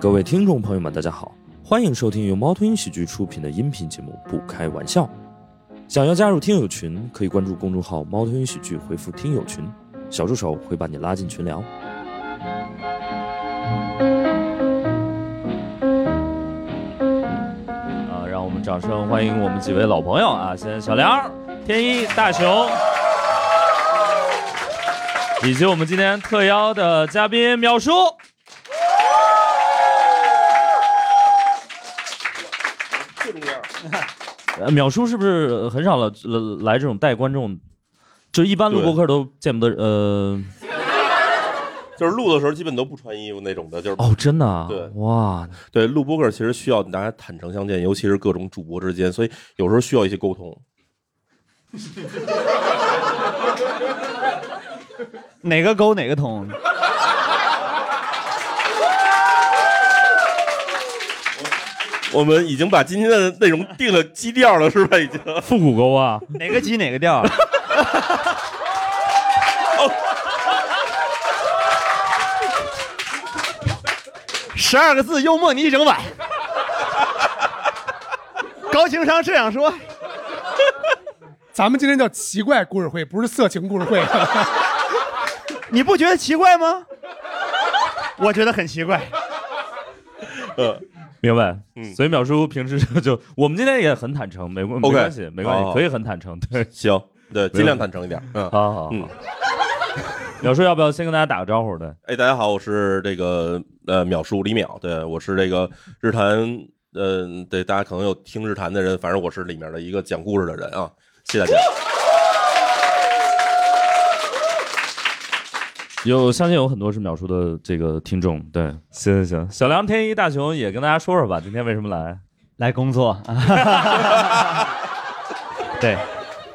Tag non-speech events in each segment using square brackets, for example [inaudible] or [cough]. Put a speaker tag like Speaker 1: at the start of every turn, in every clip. Speaker 1: 各位听众朋友们，大家好，欢迎收听由猫头鹰喜剧出品的音频节目《不开玩笑》。想要加入听友群，可以关注公众号“猫头鹰喜剧”，回复“听友群”，小助手会把你拉进群聊。啊，让我们掌声欢迎我们几位老朋友啊！现在小梁、天一、大熊，以及我们今天特邀的嘉宾淼叔。呃，淼叔是不是很少了呃来这种带观众？就一般录播客都见不得呃
Speaker 2: 就是录的时候基本都不穿衣服那种的，就是
Speaker 1: 哦，真的啊，
Speaker 2: 对
Speaker 1: 哇，
Speaker 2: 对录播客其实需要大家坦诚相见，尤其是各种主播之间，所以有时候需要一些沟通。
Speaker 3: [laughs] 哪个沟哪个通？
Speaker 2: 我们已经把今天的内容定了基调了，是吧？已经
Speaker 1: [laughs] 复古沟啊，
Speaker 3: [laughs] 哪个鸡哪个调？ [laughs] 啊十二个字，幽默你一整晚。高情商这样说，
Speaker 4: 咱们今天叫奇怪故事会，不是色情故事会。
Speaker 3: [laughs] 你不觉得奇怪吗？我觉得很奇怪。
Speaker 2: 呃，
Speaker 1: 明白。
Speaker 2: 嗯
Speaker 1: 所以淼叔平时就我们今天也很坦诚，没没
Speaker 2: OK
Speaker 1: 关系，没关系，
Speaker 2: 好
Speaker 1: 可以很坦诚。对，
Speaker 2: 行，对，尽量坦诚一点。嗯，
Speaker 1: 好好好。
Speaker 2: 嗯
Speaker 1: 淼叔要不要先跟大家打个招呼的？
Speaker 2: [laughs] 哎，大家好，我是这个呃淼叔李淼，对我是这个日坛，嗯、对大家可能有听日坛的人，反正我是里面的一个讲故事的人啊，谢谢大家。
Speaker 1: 有相信有很多是淼叔的这个听众。对，行行行，小梁、天一、大熊也跟大家说说吧，今天为什么来？
Speaker 3: 来工作，啊对，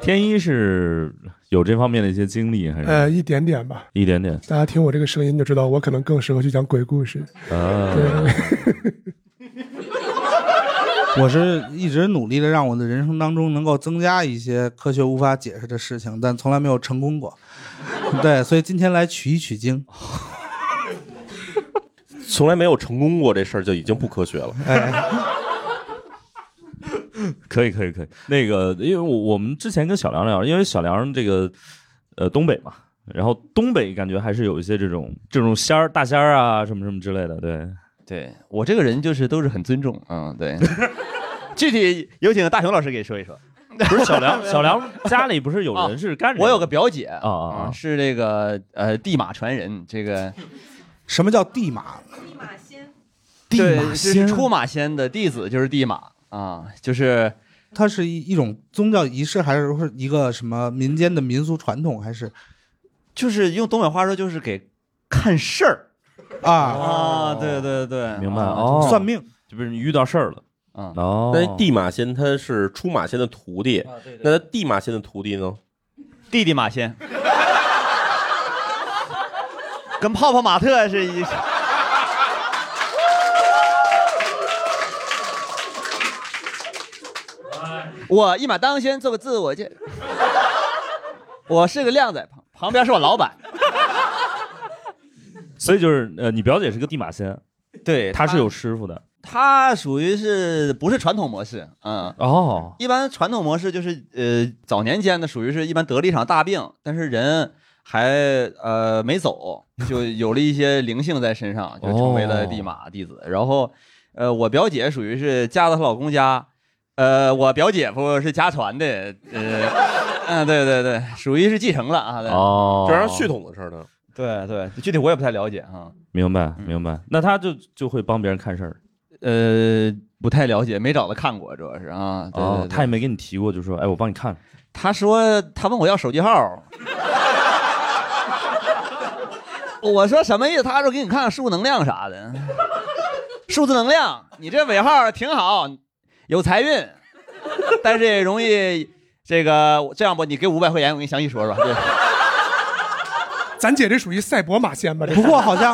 Speaker 1: 天一是有这方面的一些经历，还是
Speaker 4: 呃，一点点吧，
Speaker 1: 一点点？
Speaker 4: 大家听我这个声音就知道，我可能更适合去讲鬼故事。 [laughs]
Speaker 1: 啊，
Speaker 5: 我是一直努力的让我的人生当中能够增加一些科学无法解释的事情，但从来没有成功过。 [laughs] 对，所以今天来取一取经。[laughs]
Speaker 2: 从来没有成功过这事儿就已经不科学了。
Speaker 4: 哎
Speaker 5: 哎
Speaker 1: 可以可以可以，那个，因为我我们之前跟小梁聊，因为小梁这个呃东北嘛，然后东北感觉还是有一些这种这种仙儿大仙儿啊什么什么之类的，对，
Speaker 6: 对我这个人就是都是很尊重，嗯，对，
Speaker 3: [laughs] 具体有请大熊老师给说一说。
Speaker 1: [laughs] 不是
Speaker 6: [laughs]
Speaker 1: 小梁小梁家里不是有人是干这
Speaker 6: 哦我有个表姐啊
Speaker 1: 啊啊
Speaker 6: 是这个呃地马传人，这个
Speaker 5: 什么叫地马？
Speaker 1: 地
Speaker 6: 对
Speaker 1: 马
Speaker 6: 就是
Speaker 1: 仙
Speaker 6: 出马仙的弟子就是地马啊，就是
Speaker 5: 它是一一种宗教仪式，还是说是一个什么民间的民俗传统？还是
Speaker 6: 就是用东北话说就是给看事儿
Speaker 5: 啊，
Speaker 6: 啊，对对对，
Speaker 1: 明白
Speaker 6: 啊
Speaker 1: 哦，
Speaker 5: 算命？
Speaker 1: 就不是你遇到事儿了
Speaker 6: 嗯，
Speaker 1: 哦，
Speaker 2: 那地马仙他是出马仙的徒弟，
Speaker 6: 啊
Speaker 2: 那地马仙的徒弟呢？
Speaker 3: 弟弟马
Speaker 2: [laughs]
Speaker 3: 仙，跟泡泡玛特是一。
Speaker 6: 我一马当先做个自我介，我是个靓仔，旁旁边是我老板，
Speaker 1: 所以就是呃，你表姐是个地马仙，
Speaker 6: 对
Speaker 1: 她是有师傅的
Speaker 6: 他属于是不是传统模式，嗯。
Speaker 1: 哦，
Speaker 6: 一般传统模式就是，呃，早年间呢，属于是一般得了一场大病，但是人还呃没走，就有了一些灵性在身上，就成为了地马弟子。然后，呃，我表姐属于是嫁到她老公家，呃，我表姐夫是家传的，呃，嗯、对对对，属于是继承了啊。对、
Speaker 1: 哦，
Speaker 2: 这是血统的事儿呢。
Speaker 6: 对对，具体我也不太了解啊，
Speaker 1: 明白明白，那她就就会帮别人看事儿，
Speaker 6: 呃，不太了解，没找他看过，主要是啊。对对
Speaker 1: 哦
Speaker 6: 对，
Speaker 1: 她也没跟你提过，就说哎，我帮你看，
Speaker 6: 他说他问我要手机号，我说什么意思？他说给你看看数能量啥的，数字能量，你这尾号挺好，有财运，但是也容易这个这样不？你给五百块钱，我给你详细说说。对
Speaker 4: 咱姐这属于赛博马仙吧？这
Speaker 5: 不过好像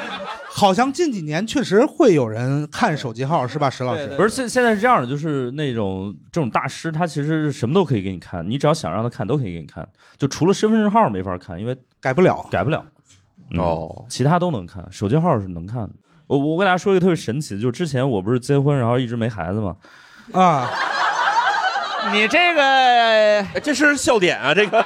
Speaker 5: [laughs] 好像近几年确实会有人看手机号，是吧，石老
Speaker 6: 对
Speaker 5: 师？
Speaker 6: 对
Speaker 1: 不是现现在是这样的，就是那种这种大师，他其实是什么都可以给你看，你只要想让他看，都可以给你看，就除了身份证号没法看，因为
Speaker 5: 改不了。
Speaker 1: 改不了。嗯，
Speaker 2: 哦，
Speaker 1: 其他都能看，手机号是能看的。我我跟大家说一个特别神奇的，就是之前我不是结婚，然后一直没孩子嘛，
Speaker 5: 啊，
Speaker 6: 你这个
Speaker 2: 哎这是笑点啊，这个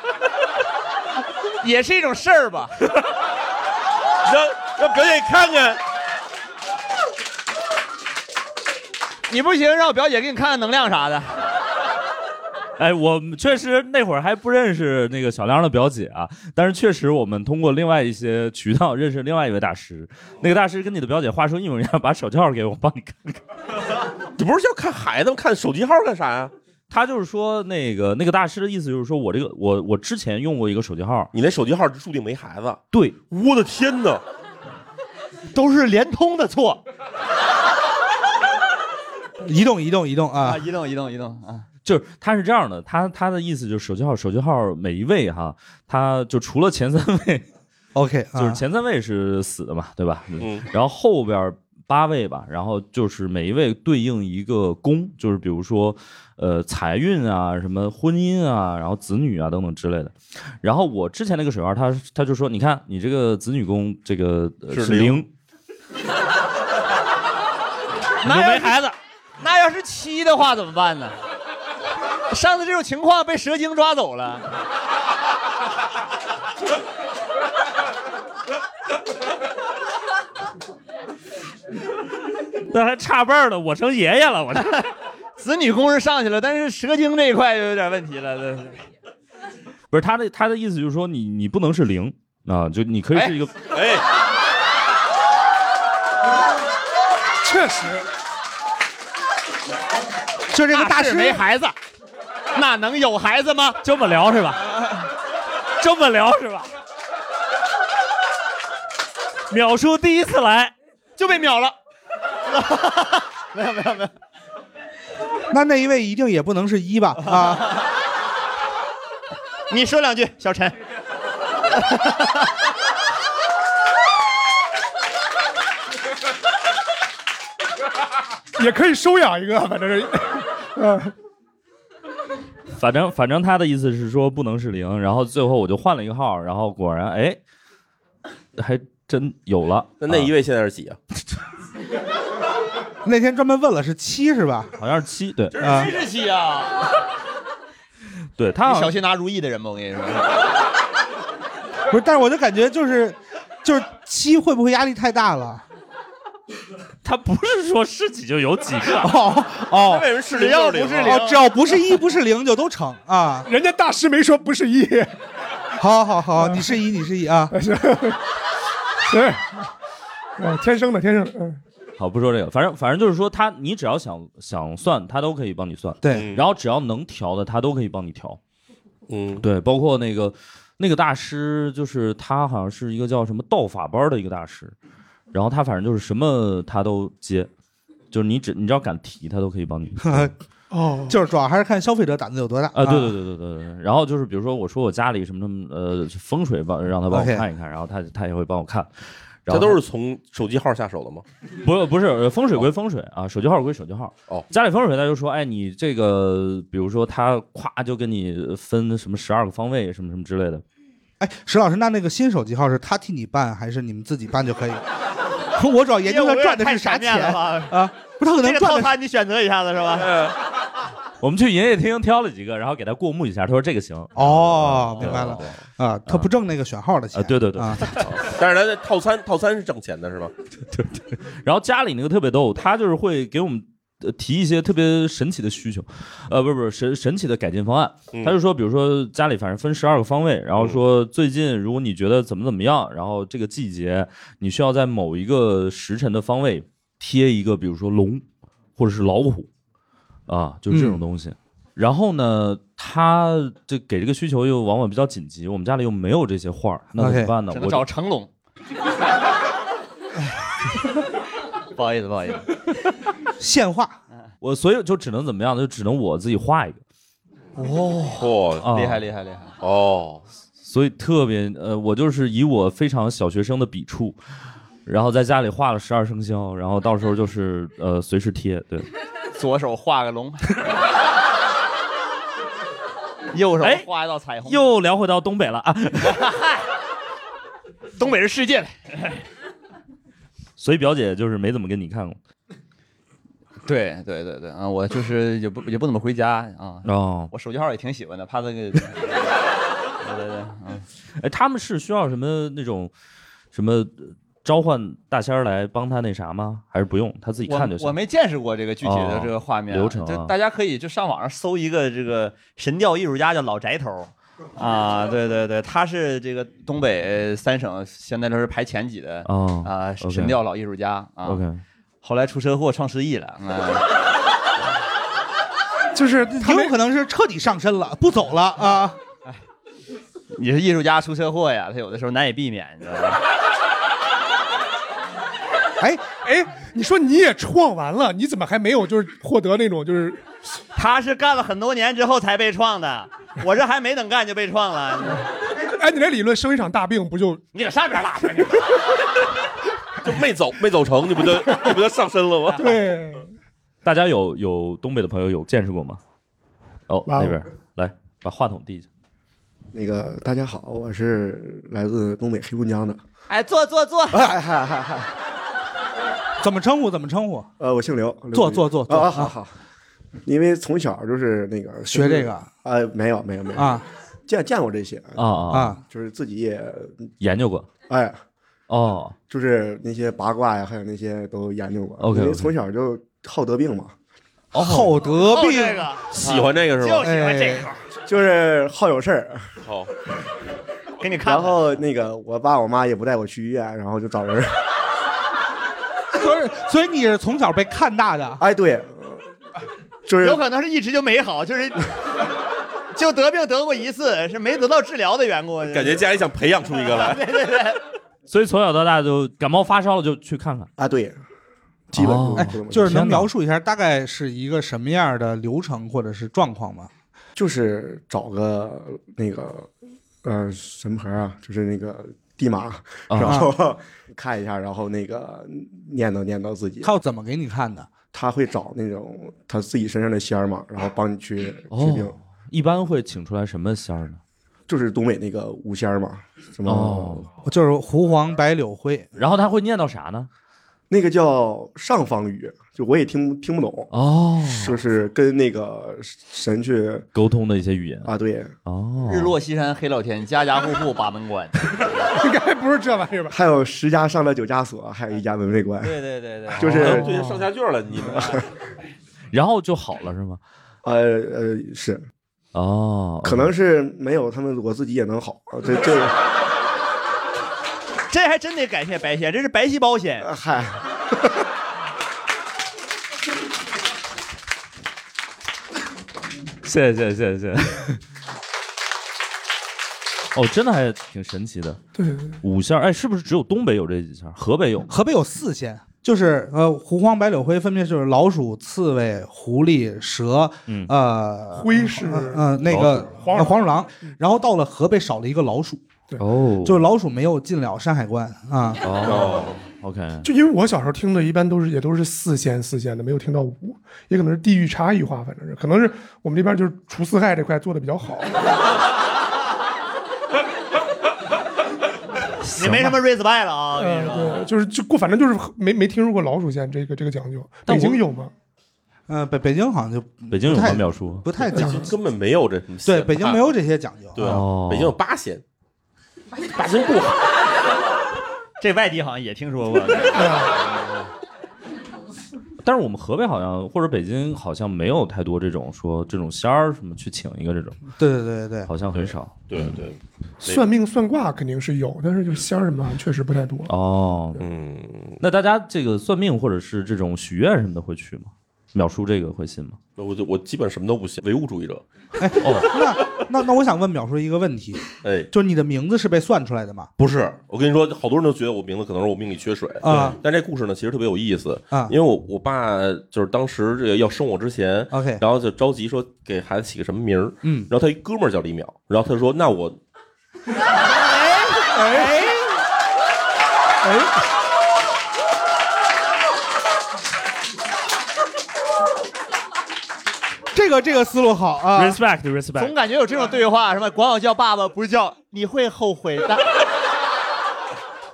Speaker 6: [laughs] 也是一种事
Speaker 2: [laughs]
Speaker 6: 儿吧？
Speaker 2: 让让表姐看看，
Speaker 6: 你不行，让我表姐给你看看能量啥的。
Speaker 1: 哎，我们确实那会儿还不认识那个小亮的表姐啊，但是确实我们通过另外一些渠道认识另外一位大师，那个大师跟你的表姐话说一模一样，把手机号给我，我帮你看看。
Speaker 2: [laughs] 你不是要看孩子吗？看手机号干啥呀、
Speaker 1: 他就是说那个那个大师的意思就是说我这个我我之前用过一个手机号，
Speaker 2: 你那手机号注定没孩子。
Speaker 1: 对，
Speaker 2: 我的天哪，
Speaker 6: 都是联通的错。
Speaker 5: 移动移动移动啊，
Speaker 7: 移动移动移动啊，
Speaker 1: 就是他是这样的，他他的意思就是手机号手机号每一位哈，他就除了前三位
Speaker 5: ，OK，
Speaker 1: 就是前三位是死的嘛，对吧？
Speaker 2: 嗯，
Speaker 1: 然后后边八位吧，然后就是每一位对应一个宫，就是比如说呃财运啊、什么婚姻啊、然后子女啊等等之类的。然后我之前那个手号，他他就说，你看你这个子女宫这个、呃
Speaker 2: 是
Speaker 1: 是
Speaker 2: 零
Speaker 1: 零，你就
Speaker 6: 那要
Speaker 1: 没
Speaker 6: 是
Speaker 1: 孩子，
Speaker 6: 那要是七的话怎么办呢？上次这种情况被蛇精抓走了，
Speaker 1: [laughs] 那还差辈儿了，我成爷爷了，我这。
Speaker 6: [laughs] 子女宫是上去了，但是蛇精这一块就有点问题了。对
Speaker 1: 不是他的他的意思就是说你你不能是零啊，就你可以是一个、
Speaker 2: 哎，
Speaker 6: 哎
Speaker 4: 确实，
Speaker 5: 就这个大
Speaker 6: 是
Speaker 5: 师
Speaker 6: 没孩子，那能有孩子吗？
Speaker 1: 这么聊是吧？这么聊是吧？淼叔第一次来，
Speaker 6: 就被秒
Speaker 1: [laughs]
Speaker 6: 了。
Speaker 5: [laughs] 那那一位一定也不能是一
Speaker 6: [laughs]
Speaker 5: 吧？啊，
Speaker 6: 你说两句，小陈。
Speaker 4: 也可以收养一个，反正是，嗯，
Speaker 1: 反正反正他的意思是说不能是零，然后最后我就换了一个号，然后果然哎，还真有了。
Speaker 2: 那那一
Speaker 1: 啊
Speaker 2: 位现在是几啊？
Speaker 5: [laughs] 那天专门问了是七 [laughs] 是吧？
Speaker 1: 好像是七，对
Speaker 5: 啊，
Speaker 6: 是七啊！
Speaker 1: 对，
Speaker 6: 你
Speaker 1: 他好
Speaker 6: 小
Speaker 1: 像
Speaker 6: 心拿如意的人吧，我跟你说。
Speaker 5: 不是，但是我就感觉就是就是七会不会压力太大了？
Speaker 1: 他不是说是几就有几个，
Speaker 5: 哦
Speaker 2: 那
Speaker 5: 哦
Speaker 2: 为什么是
Speaker 6: 只
Speaker 2: 零
Speaker 6: 要
Speaker 2: 就是
Speaker 6: 不
Speaker 2: 零
Speaker 6: 是
Speaker 2: 啊？
Speaker 5: 哦，只要不是一不是零就都成啊！
Speaker 4: 人家大师没说不是一，
Speaker 5: [laughs] 好好好，你是一你是一
Speaker 4: [laughs]
Speaker 5: 啊，
Speaker 4: 是，对，嗯，天生的天生的，嗯，
Speaker 1: 好不说这个，反正反正就是说他，你只要想想算，他都可以帮你算，
Speaker 5: 对，
Speaker 1: 然后只要能调的，他都可以帮你调。
Speaker 2: 嗯，
Speaker 1: 对，包括那个那个大师，就是他好像是一个叫什么道法班儿的一个大师，然后他反正就是什么他都接，就是你只你只要敢提，他都可
Speaker 5: [laughs]
Speaker 1: 以帮你。
Speaker 4: 哦，
Speaker 5: 就是主要还是看消费者胆子有多大
Speaker 1: 啊，对对对对对对。然后就是比如说我说我家里什么什么呃风水帮让他帮我
Speaker 5: OK
Speaker 1: 看一看，然后他他也会帮我看。然
Speaker 2: 这
Speaker 1: 后
Speaker 2: 都是从手机号下手的吗？
Speaker 1: 不不是呃风水归风水啊，手机号归手机号。
Speaker 2: 哦
Speaker 1: 家里风水他就说，哎，你这个比如说他咵就跟你分什么十二个方位什么什么之类的，
Speaker 5: 哎，石老师，那那个新手机号是他替你办还是你们自己办就可以？ [laughs] 我主要研究
Speaker 6: 哎
Speaker 5: 他赚的是啥钱
Speaker 6: 吧？
Speaker 5: 啊？不是他可
Speaker 6: 这
Speaker 5: 能
Speaker 6: 个
Speaker 5: 赚
Speaker 6: 套
Speaker 5: 的是
Speaker 6: 餐你选择一下子是吧？
Speaker 1: 呃我们去营业厅挑了几个，然后给他过目一下，他说这个行。
Speaker 5: 哦，明白
Speaker 1: 对
Speaker 5: 了啊，他不挣那个选号的钱
Speaker 1: 啊，对对
Speaker 8: [laughs]
Speaker 1: 对
Speaker 5: 啊，
Speaker 2: 但是他的套餐套餐是挣钱的是吧？
Speaker 1: [laughs] 然后家里那个特别逗，他就是会给我们呃提一些特别神奇的需求，呃，不是不是神神奇的改进方案。
Speaker 2: 嗯
Speaker 1: 他就说，比如说家里反正分十二个方位，然后说最近如果你觉得怎么怎么样，然后这个季节你需要在某一个时辰的方位贴一个，比如说龙或者是老虎啊，就是这种东西。然后呢，他这给这个需求又往往比较紧急，我们家里又没有这些画儿，那怎么
Speaker 5: OK，
Speaker 1: 办呢？
Speaker 6: 只
Speaker 1: 我
Speaker 6: 能
Speaker 1: 就
Speaker 6: 找成龙。
Speaker 7: 不好意思不好意思，
Speaker 5: 现画
Speaker 1: 我所以就只能怎么样呢？就只能我自己画一个，
Speaker 7: 哦
Speaker 2: 嚯
Speaker 1: 啊、
Speaker 7: 厉害厉害厉害，
Speaker 2: 哦，
Speaker 1: 所以特别呃，我就是以我非常小学生的笔触，然后在家里画了十二生肖，然后到时候就是呃随时贴，对，
Speaker 7: 左手画个龙， [laughs] 右手
Speaker 6: 哎
Speaker 7: 画一道彩虹，
Speaker 1: 哎
Speaker 6: [laughs]
Speaker 1: 又聊回到东北了啊，
Speaker 6: 东北是世界的，
Speaker 1: [laughs] 所以表姐就是没怎么跟你看过。
Speaker 7: 对对对对啊，我就是也不也不怎么回家啊。
Speaker 1: 哦，
Speaker 7: 我手机号也挺喜欢的，怕这
Speaker 1: [laughs]
Speaker 7: 个。对对对，嗯，
Speaker 1: 哎，他们是需要什么那种什么呃召唤大仙儿来帮他那啥吗？还是不用，他自己看就
Speaker 7: 我
Speaker 1: 行？
Speaker 7: 我没见识过这个具体的这个画面啊
Speaker 1: 哦流程啊
Speaker 7: 就大家可以就上网上搜一个这个神调艺术家叫老宅
Speaker 5: [laughs]
Speaker 7: 头。啊，对对对，他是这个东北三省现在都是排前几的
Speaker 1: 哦
Speaker 7: 啊，
Speaker 1: OK
Speaker 7: 神调老艺术家啊。
Speaker 1: OK，
Speaker 7: 后来出车祸创失忆了，啊
Speaker 5: [laughs] 就是他有可能是彻底上身了，不走了啊。
Speaker 7: 哎也是艺术家出车祸呀，他有的时候难以避免，你知道吧？
Speaker 5: [laughs] 哎，
Speaker 4: 哎，你说你也创完了，你怎么还没有就是获得那种就是
Speaker 7: 他是干了很多年之后才被创的，我这还没等干就被创了，
Speaker 4: 哎，你这理论生一场大病不就
Speaker 7: 你搁上边拉去，你
Speaker 2: 就没走没走成，
Speaker 5: [laughs]
Speaker 2: 你不就你不就上身了吗？
Speaker 4: 对？
Speaker 1: 大家有有东北的朋友有见识过吗？哦，
Speaker 8: 哇哦
Speaker 1: 那边儿来把话筒递下。
Speaker 8: 那个大家好，我是来自东北黑龙江的，
Speaker 7: 哎，坐坐坐，
Speaker 5: 哎怎么称呼？怎么称呼？
Speaker 8: 呃，我姓刘，刘
Speaker 5: 坐
Speaker 8: 子
Speaker 5: 坐坐坐
Speaker 8: 啊，好好，因为从小就是那个
Speaker 5: 学这个
Speaker 8: 啊、没有没有没有
Speaker 5: 啊，
Speaker 8: 见见过这些，
Speaker 1: 啊啊啊！
Speaker 5: 啊！
Speaker 8: 就是自己也
Speaker 1: 研究过
Speaker 8: 哎，
Speaker 1: 哦，
Speaker 8: 就是那些八卦呀，还有那些都研究过
Speaker 1: OK，OK
Speaker 8: 因为从小就好得病嘛，
Speaker 5: 好得
Speaker 6: 哦，
Speaker 5: 病
Speaker 6: 这个
Speaker 2: 喜欢这个是
Speaker 6: 就
Speaker 2: 吧？
Speaker 6: 喜欢这个，
Speaker 8: 哎就是好有事儿，
Speaker 2: 好，
Speaker 6: 给你看
Speaker 8: 然
Speaker 6: 看。
Speaker 8: 后那个我爸我妈也不带我去医院，然后就找人，
Speaker 5: [laughs] 所以所以你是
Speaker 8: [laughs]
Speaker 5: 从小被看大的，
Speaker 8: 哎，对，就是
Speaker 6: 有可能是一直就没好，就是 [laughs] 就得病得过一次，是没得到治疗的
Speaker 8: [laughs]
Speaker 6: 缘故。
Speaker 2: 感觉 [laughs] 家里想培养出一个来。
Speaker 1: 所以从小到大
Speaker 2: [laughs]
Speaker 1: 就感冒发烧了就去看看。
Speaker 8: 啊，对，基本
Speaker 1: 哦
Speaker 8: 就
Speaker 5: 哎
Speaker 8: 是这么，
Speaker 5: 就是
Speaker 1: 天
Speaker 5: 能
Speaker 1: 哪
Speaker 5: 描述一下大概是一个什么样的流程或者是状况吗？
Speaker 8: 就是找个那个呃神婆啊，就是那个地马，
Speaker 5: 啊
Speaker 8: 然后 [laughs] 看一下，然后那个念叨念叨自己，
Speaker 5: 靠怎么给你看的？
Speaker 8: 他会找那种他自己身上的仙儿嘛，然后帮你去治病，
Speaker 1: 哦，一般会请出来什么仙儿呢？
Speaker 8: 就是东北那个五仙儿嘛，什么、
Speaker 1: 哦
Speaker 5: 就是胡黄白柳灰，
Speaker 1: 然后他会念叨啥呢？
Speaker 8: 那个叫上方语，就我也听听不懂，
Speaker 1: 哦，
Speaker 8: 就是跟那个神去
Speaker 1: 沟通的一些语言。
Speaker 8: 啊，对，
Speaker 1: 哦，
Speaker 7: 日落西山黑老天，家家户户把门关。
Speaker 4: 应该不是这玩意儿吧？
Speaker 8: 还有十家上了九家锁，还有一家门卫官，
Speaker 7: 哎对对对对，
Speaker 8: 就是、
Speaker 2: 哎对，上下句了，你们
Speaker 1: 然后就好了是吗？
Speaker 8: 呃呃是。
Speaker 1: 哦，
Speaker 8: 可能是没有他们，我自己也能好。这
Speaker 1: [laughs]
Speaker 8: 这，
Speaker 7: 这还真得感谢白仙，这是白细胞仙。
Speaker 8: 嗨，
Speaker 1: 谢谢谢谢谢谢。 [laughs] 哦，真的还挺神奇的。对五仙儿，哎，是不是只有东北有这几仙儿？河北有吗？
Speaker 5: 河北有四仙，就是呃胡黄白柳灰，分别就是老鼠、刺猬、狐狸、蛇，
Speaker 1: 嗯
Speaker 5: 呃，
Speaker 4: 灰是
Speaker 5: 呃呃那个
Speaker 4: 黄鼠
Speaker 5: 呃黄鼠狼，
Speaker 8: 嗯
Speaker 5: 然后到了河北少了一个老鼠，
Speaker 1: 哦
Speaker 5: 就是老鼠没有进了山海关啊。
Speaker 1: 哦，OK，
Speaker 4: 就因为我小时候听的，一般都是也都是四仙四仙的，没有听到五，也可能是地域差异化，反正是，可能是我们这边就是除四害这块做的比较好。
Speaker 6: 你没什么 raise by 了啊，我跟你说。
Speaker 4: 嗯，对，就是就过，反正就是没没听说过老鼠仙这个这个讲究，
Speaker 1: 但
Speaker 4: 北
Speaker 1: 我
Speaker 4: 京有吗？
Speaker 5: 嗯，北北京好像就
Speaker 1: 北京有吗？
Speaker 5: 太
Speaker 1: 淼叔？
Speaker 5: 不太讲究，
Speaker 2: 根本没有这什么
Speaker 5: 对，
Speaker 2: 仙
Speaker 5: 北京没。有这些讲究。
Speaker 2: 对
Speaker 5: 啊
Speaker 2: 啊，
Speaker 1: 哦
Speaker 2: 北京有八仙，八仙不
Speaker 6: [laughs]
Speaker 2: 好。
Speaker 7: 这外地好像也听说
Speaker 4: [laughs]
Speaker 7: 过。
Speaker 1: 但是我们河北好像或者北京好像没有太多这种说这种仙儿什么去请一个这种，
Speaker 5: 对对对对对，
Speaker 1: 好像很少。
Speaker 2: 对对，
Speaker 4: 算命算卦肯定是有，但是就仙儿什么的确实不太多。
Speaker 1: 哦，
Speaker 2: 嗯，
Speaker 1: 那大家这个算命或者是这种许愿什么的会去吗？淼叔这个会信吗？
Speaker 2: 我就我基本什么都不信，唯物主义者。
Speaker 5: 那 [laughs] 那那我想问淼叔一个问题，
Speaker 2: 哎，
Speaker 5: 就是你的名字是被算出来的吗？
Speaker 2: 不是，我跟你说，好多人都觉得我名字可能是我命里缺水
Speaker 5: 啊。
Speaker 2: 但这故事呢，其实特别有意思
Speaker 5: 啊
Speaker 2: 因为我我爸就是当时这个要生我之前
Speaker 5: OK
Speaker 2: 然后就着急说给孩子起个什么名儿，
Speaker 5: 嗯，
Speaker 2: 然后他一哥们儿叫李淼，然后他说那我
Speaker 9: 哎
Speaker 5: 这个这个思路好啊。
Speaker 1: respect
Speaker 6: 总
Speaker 1: respect，
Speaker 6: 感觉有这种对话，什么管我叫爸爸，不是叫你会后悔的。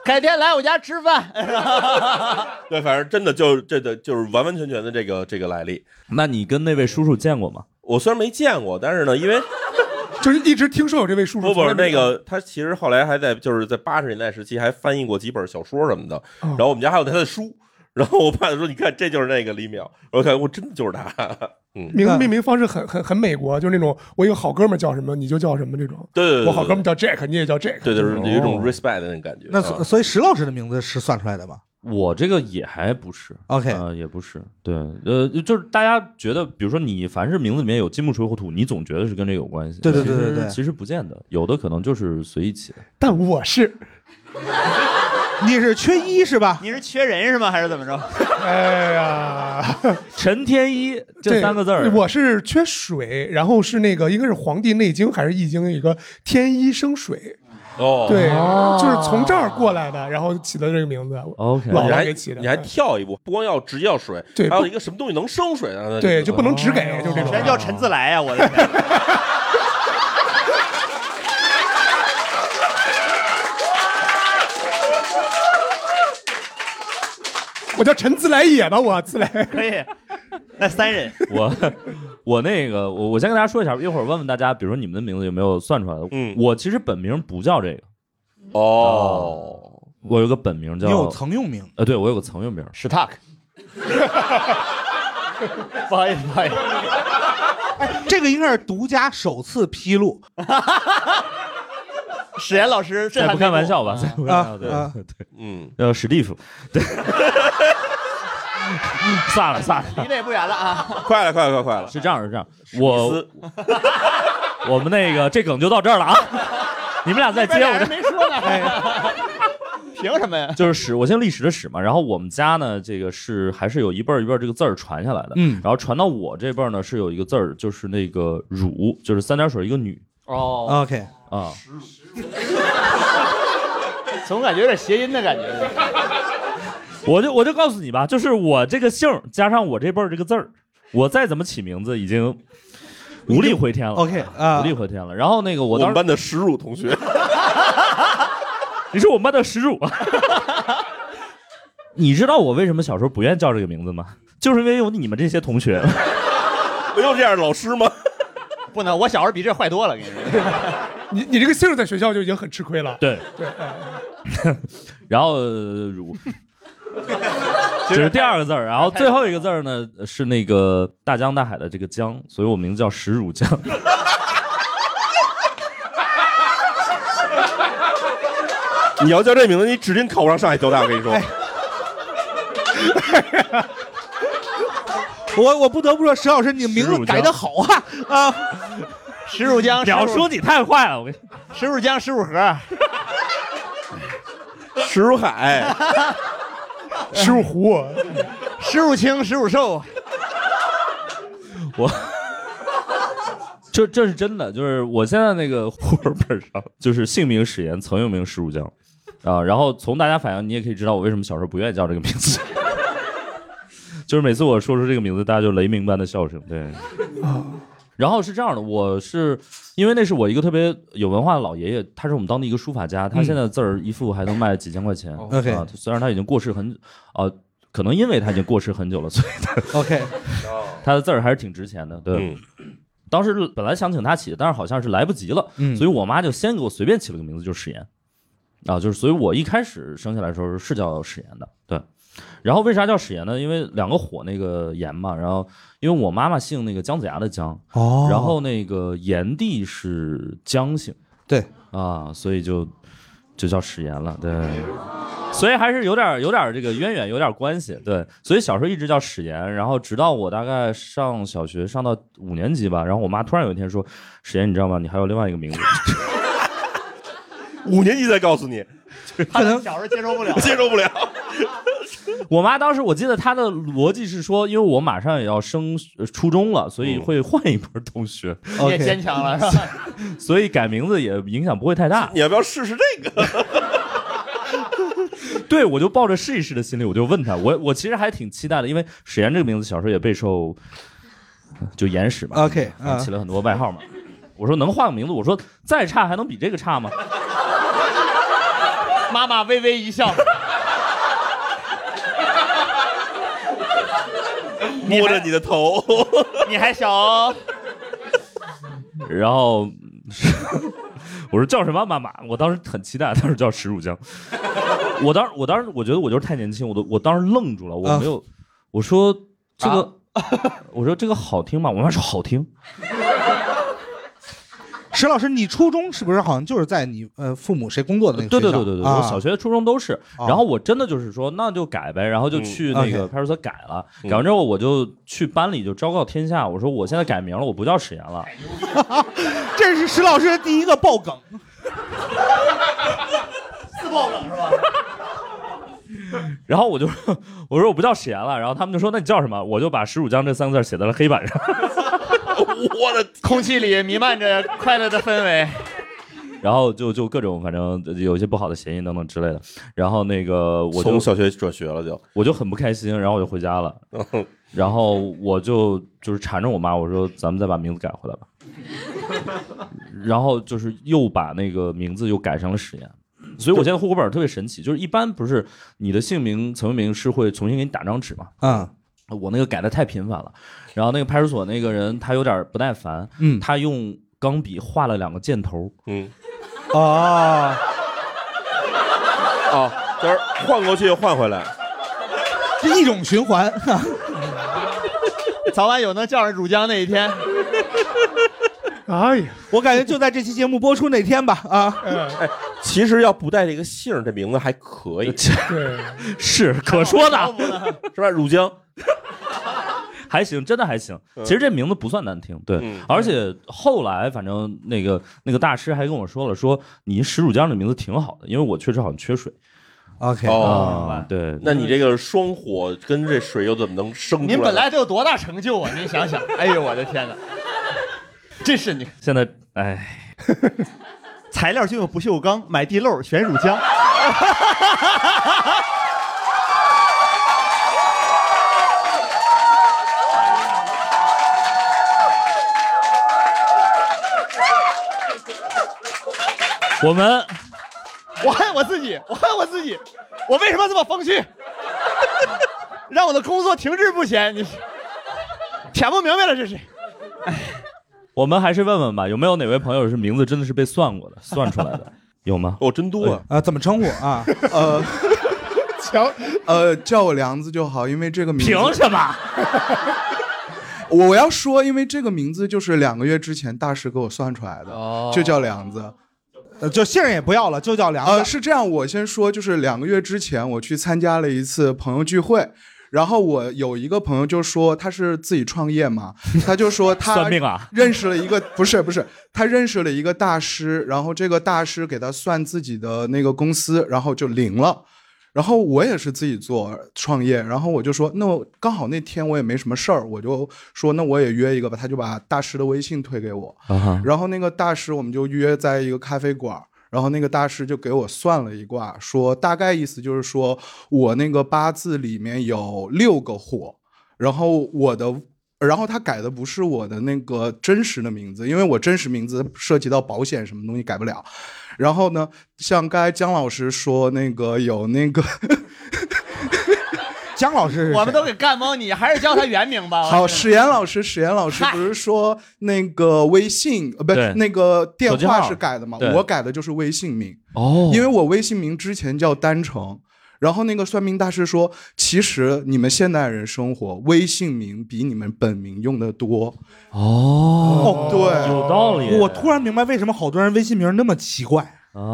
Speaker 6: 改天来我家吃饭。
Speaker 2: [laughs] 对，反正真的就这的就是完完全全的这个这个来历。
Speaker 1: 那你跟那位叔叔见过吗？
Speaker 2: 我虽然没见过，但是呢，因为
Speaker 4: [laughs] 就是一直听说有这位叔叔。
Speaker 2: 不不，
Speaker 4: 从来没
Speaker 2: 那
Speaker 4: 有
Speaker 2: 个他其实后来还在就是在八十年代时期还翻译过几本小说什么的，
Speaker 4: 哦
Speaker 2: 然后我们家还有他的书。然后我爸就说：“你看，这就是那个李淼。”我看，我真的就是他。嗯，
Speaker 4: 名命名方式很很很美国，就是那种我有个好哥们儿叫什么你就叫什么这种。
Speaker 2: 对对对
Speaker 4: 我好哥们儿叫 Jack，你也叫 Jack。
Speaker 2: 对，就是有一种
Speaker 4: 哦
Speaker 2: respect 的那种感觉。
Speaker 5: 那
Speaker 2: 啊
Speaker 5: 所所以石老师的名字是算出来的吧？
Speaker 1: 我这个也还不是
Speaker 5: OK
Speaker 1: 呃，也不是，对，呃，就是大家觉得，比如说你凡是名字里面有金木水火土，你总觉得是跟这有关系，
Speaker 5: 对对对
Speaker 1: 其实
Speaker 5: 对对
Speaker 1: 其实不见得，有的可能就是随意起的。
Speaker 4: 但我是，
Speaker 5: 你是缺一是吧？
Speaker 6: 你是缺人是吗？还是怎么着？
Speaker 4: 哎呀，
Speaker 1: 陈天一这
Speaker 4: 对
Speaker 1: 三个字儿，
Speaker 4: 我是缺水，然后是那个应该是《黄帝内经》还是《易经》有一个天一生水，
Speaker 2: 哦，
Speaker 4: 对，就是从这儿过来的，然后起的这个名字。
Speaker 1: OK，
Speaker 4: 老
Speaker 2: 你
Speaker 4: 王
Speaker 2: 还
Speaker 4: 给起的嗯
Speaker 2: 你还跳一步，不光要直接要水，
Speaker 4: 对
Speaker 2: 还有
Speaker 4: 不
Speaker 2: 一个什么东西能生水呢？那哦
Speaker 4: 对，就不能只给，就这种。
Speaker 6: 全叫陈自
Speaker 5: 啊
Speaker 6: 来呀、
Speaker 1: 哦
Speaker 6: 我的天！
Speaker 4: [laughs] 我叫陈自来也吧，我自来。
Speaker 6: 可以，那三人
Speaker 1: 我 [laughs] 我那个我我先跟大家说一下，一会儿问问大家，比如说你们的名字有没有算出来的？
Speaker 2: 嗯
Speaker 1: 我其实本名不叫这个，
Speaker 2: 哦，
Speaker 1: 我有个本名
Speaker 5: 你有
Speaker 1: 叫
Speaker 5: 曾用名，
Speaker 1: 呃，对我有个曾用名，
Speaker 6: 史塔克。不好意思，不好意思，
Speaker 5: 这个应该是独家首次披露 [laughs]
Speaker 6: 史岩老师震
Speaker 1: 再
Speaker 6: 撼
Speaker 1: 哎不开玩笑吧，再不开玩笑，
Speaker 5: 啊
Speaker 1: 对
Speaker 5: 啊！
Speaker 2: 嗯，
Speaker 1: 呃，史蒂夫，对， [laughs] 算了算了。
Speaker 6: 离得也不远了啊。
Speaker 2: 快了，快了，快了快了！
Speaker 1: 是这样，是这样，我
Speaker 2: 斯
Speaker 1: 我们那个这梗就到这儿
Speaker 2: [laughs]
Speaker 1: 了啊！你们俩再接我
Speaker 6: 俩
Speaker 1: 这
Speaker 6: 人没说呢，凭什么呀？
Speaker 1: 就是史，我姓历史的史嘛。然后我们家呢，这个是还是有一辈儿一辈儿这个字儿传下来的。
Speaker 5: 嗯
Speaker 1: 然后传到我这辈儿呢，是有一个字儿，就是那个汝，就是三点水一个女
Speaker 6: 哦，
Speaker 5: ，OK，
Speaker 1: 啊。
Speaker 6: [laughs] 总感觉有点谐音的感
Speaker 2: [laughs]
Speaker 6: 觉。
Speaker 1: 我就我就告诉你吧，就是我这个姓儿加上我这辈儿这个字儿，我再怎么起名字已经无力回天了。
Speaker 5: OK，啊
Speaker 1: 无力回天了。然后那个
Speaker 2: 我
Speaker 1: 我当
Speaker 2: 们
Speaker 1: 时
Speaker 2: 班的石乳同学，
Speaker 1: [laughs] 你是我们班的始祖。 [laughs] 你知道我为什么小时候不愿意叫这个名字吗？就是因为有你们这些同学。 [laughs]
Speaker 2: 没有这样的老师吗？
Speaker 6: [laughs] 不能，我小时候比这坏多了，跟你说。
Speaker 4: 你你这个姓儿在学校就已经很吃亏了。
Speaker 1: 对
Speaker 4: 对，哎
Speaker 1: 然后呃
Speaker 2: [laughs]
Speaker 1: 乳，这是第二个字儿，然后最后一个字儿呢是那个大江大海的这个江，所以我名字叫石乳江。
Speaker 2: 你要叫这名字，你指定考不上上海交大。
Speaker 4: [laughs]
Speaker 2: 我跟你说，
Speaker 4: 哎
Speaker 5: 我我不得不说，石老师，你名
Speaker 1: 石
Speaker 5: 字
Speaker 1: 汝江
Speaker 5: 改得好啊啊！
Speaker 6: 石乳江，
Speaker 1: 淼叔你太坏了，我跟你
Speaker 6: 石乳江，石乳河，
Speaker 2: 石如
Speaker 4: 哎
Speaker 6: [laughs]
Speaker 2: 海，
Speaker 1: [laughs]
Speaker 4: 石入湖，
Speaker 6: 石乳清，石乳瘦，
Speaker 1: 我。这这是真的，就是我现在那个 [laughs] 户口本上，就是姓名史岩，曾用名石汝江，啊，然后从大家反应，你也可以知道我为什么小时候不愿意叫这个名字， [laughs] 就是每次我说出这个名字，大家就雷鸣般的笑声，对，
Speaker 4: 哦
Speaker 1: 然后是这样的，我是因为那是我一个特别有文化的老爷爷，他是我们当地一个书法家，他现在字儿一幅还能卖几千块钱。
Speaker 5: 嗯 OK
Speaker 1: 啊，虽然他已经过世很，啊、可能因为他已经过世很久了，所以
Speaker 5: [laughs] OK，
Speaker 1: 他的字儿还是挺值钱的。对，
Speaker 2: 嗯，
Speaker 1: 当时本来想请他起，但是好像是来不及了，
Speaker 5: 嗯
Speaker 1: 所以我妈就先给我随便起了个名字，就是史岩，啊，就是所以我一开始生下来的时候是叫史岩的，对。然后为啥叫史岩呢？因为两个火那个岩嘛，然后因为我妈妈姓那个姜子牙的姜，
Speaker 5: 哦
Speaker 1: 然后那个炎帝是姜姓，
Speaker 5: 对
Speaker 1: 啊，所以就就叫史炎了，对。所以还是有点有点这个渊源，有点关系，对。所以小时候一直叫史炎，然后直到我大概上小学上到五年级吧，然后我妈突然有一天说：“史炎，你知道吗？你还有另外一个名字。”
Speaker 2: 五年级才告诉你，
Speaker 6: 他们小时候接受不了。
Speaker 2: 接受不了。
Speaker 6: [laughs]
Speaker 1: 我妈当时我记得她的逻辑是说，因为我马上也要升呃初中了，所以会换一波同学，
Speaker 2: 嗯
Speaker 6: 你也坚
Speaker 5: OK，
Speaker 6: 强了是吧？
Speaker 1: [laughs] 所以改名字也影响不会太大。
Speaker 2: 你要不要试试这个？
Speaker 1: [laughs] 对，我就抱着试一试的心理，我就问他，我我其实还挺期待的，因为史岩这个名字小时候也备受，呃就岩史嘛
Speaker 5: OK，
Speaker 1: 啊
Speaker 5: 啊
Speaker 1: 起了很多外号嘛。我说能换个名字，我说再差还能比这个差吗？
Speaker 6: [laughs] 妈妈微微一笑，
Speaker 2: 摸着你的头，
Speaker 6: 你还小哦，
Speaker 1: 然后我说叫什么妈妈？我当时很期待，当时叫石乳浆。我当时，我当时，我觉得我就是太年轻，我都我当时愣住了，我没
Speaker 5: 啊
Speaker 1: 有，我说这个，我说这个好听吗？我妈说好听。
Speaker 5: 石老师，你初中是不是好像就是在你呃父母谁工作的那个
Speaker 1: 对对
Speaker 5: 学校
Speaker 1: 对对对，
Speaker 5: 啊
Speaker 1: 我小学、初中都是。
Speaker 5: 啊
Speaker 1: 然后我真的就是说，那就改呗，然后就去那
Speaker 5: 嗯
Speaker 1: 个
Speaker 5: ，OK
Speaker 1: 派出所改了。改完之后，我就去班里就昭告天下，我说我现在改名了，我不叫史岩了。
Speaker 5: [laughs] 这是石老师的第一个爆梗，
Speaker 6: 自爆梗是吧？
Speaker 1: 然后我就我说我不叫史岩了，然后他们就说那你叫什么？我就把石乳浆这三个字写在了黑板上。
Speaker 2: 我的
Speaker 6: [laughs] 空气里弥漫着快乐的氛 [laughs] 围。
Speaker 1: 然后就就各种反正有一些不好的谐音等等之类的。然后那个我就
Speaker 2: 从小学转学了就，
Speaker 1: 我就很不开心，然后我就回家了。然后我就就是缠着我妈，我说咱们再把名字改回来吧。然后就是又把那个名字又改成了史岩。所以我现在户口本特别神奇，就是一般不是你的姓名、曾用名是会重新给你打张纸嘛？
Speaker 5: 嗯，
Speaker 1: 我那个改的太频繁了，然后那个派出所那个人他有点不耐烦，
Speaker 5: 嗯
Speaker 1: 他用钢笔画了两个箭头，
Speaker 2: 嗯，
Speaker 5: 啊，
Speaker 2: 哦，就是换过去又换回来，
Speaker 5: [laughs] 这一种循环。
Speaker 6: [laughs] 早晚有能叫上乳浆那一天。
Speaker 4: 哎呀，嗯
Speaker 5: 我感觉就在这期节目播出那天吧，啊，
Speaker 2: 哎其实要不带这个姓儿，这名字还可以，是
Speaker 4: 对，
Speaker 1: 是可说
Speaker 2: [laughs]
Speaker 1: 的，
Speaker 2: 吧？乳浆，
Speaker 1: [laughs] 还行，真的还行。其实这名字不算难听，对。
Speaker 2: 嗯
Speaker 1: 而且后来，反正那个那个大师还跟我说了，说你石乳浆这名字挺好的，因为我确实好像缺水
Speaker 5: OK，
Speaker 2: 哦
Speaker 1: 啊。对，
Speaker 2: 那你这个双火跟这水又怎么能生出来呢？
Speaker 6: 您本来得有多大成就啊？您 [laughs] 想想，哎呦我的天哪，真是你
Speaker 1: 现在哎，
Speaker 6: 材料就用不锈钢，买地漏选乳浆。
Speaker 1: 我们
Speaker 6: [laughs] 我恨我自己，我恨我自己，我为什么这么风 [laughs] 趣？让我的工作停滞不前，你 [laughs] 舔不明白了这是？
Speaker 1: 我们还是问问吧，有没有哪位朋友是名字真的是被算过的，算出来
Speaker 2: [laughs]
Speaker 1: 的？有吗？
Speaker 2: 哦，真多啊！
Speaker 5: 啊，怎么称呼啊？
Speaker 10: 呃
Speaker 4: 强，
Speaker 10: 呃，叫我梁子就好，因为这个名字，
Speaker 1: 凭什么？
Speaker 10: 我要说，因为这个名字就是两个月之前大师给我算出来的，
Speaker 4: 哦
Speaker 1: 哦
Speaker 10: 就叫梁子。
Speaker 5: 呃就姓儿也不要了，就叫梁
Speaker 10: 呃，
Speaker 5: 子。
Speaker 10: 是这样，我先说，就是两个月之前我去参加了一次朋友聚会，然后我有一个朋友就说他是自己创业
Speaker 1: [laughs]
Speaker 10: 嘛，他就说他
Speaker 1: 算命啊
Speaker 10: 认识了一个 [laughs] 不是不是，他认识了一个大师，然后这个大师给他算自己的那个公司，然后就灵了。然后我也是自己做创业，然后我就说，那我刚好那天我也没什么事儿，我就说那我也约一个吧，他就把大师的微信推给我，
Speaker 1: [laughs] 啊哈，
Speaker 10: 然后那个大师我们就约在一个咖啡馆儿，然后那个大师就给我算了一卦，说大概意思就是说我那个八字里面有六个火，然后我的。然后他改的不是我的那个真实的名字，因为我真实名字涉及到保险什么东西改不了。然后呢，像刚才姜老师说那个有那个 [laughs]
Speaker 5: 姜老师是谁，
Speaker 6: 我们都给干懵你，还是叫他原名吧。
Speaker 10: 好，史岩老师，史岩老师不是说那个微信呃不
Speaker 1: 对
Speaker 10: 是那个电
Speaker 1: 手机
Speaker 10: 话
Speaker 1: 号
Speaker 10: 是改的吗
Speaker 1: 对？
Speaker 10: 我改的就是微信名。
Speaker 1: 哦
Speaker 10: 因为我微信名之前叫丹城，然后那个算命大师说，其实你们现代人生活微信名比你们本名用的多。
Speaker 1: 哦，
Speaker 10: 对，
Speaker 1: 有道理。
Speaker 5: 我突然明白为什么好多人微信名那么奇怪。
Speaker 1: 哦，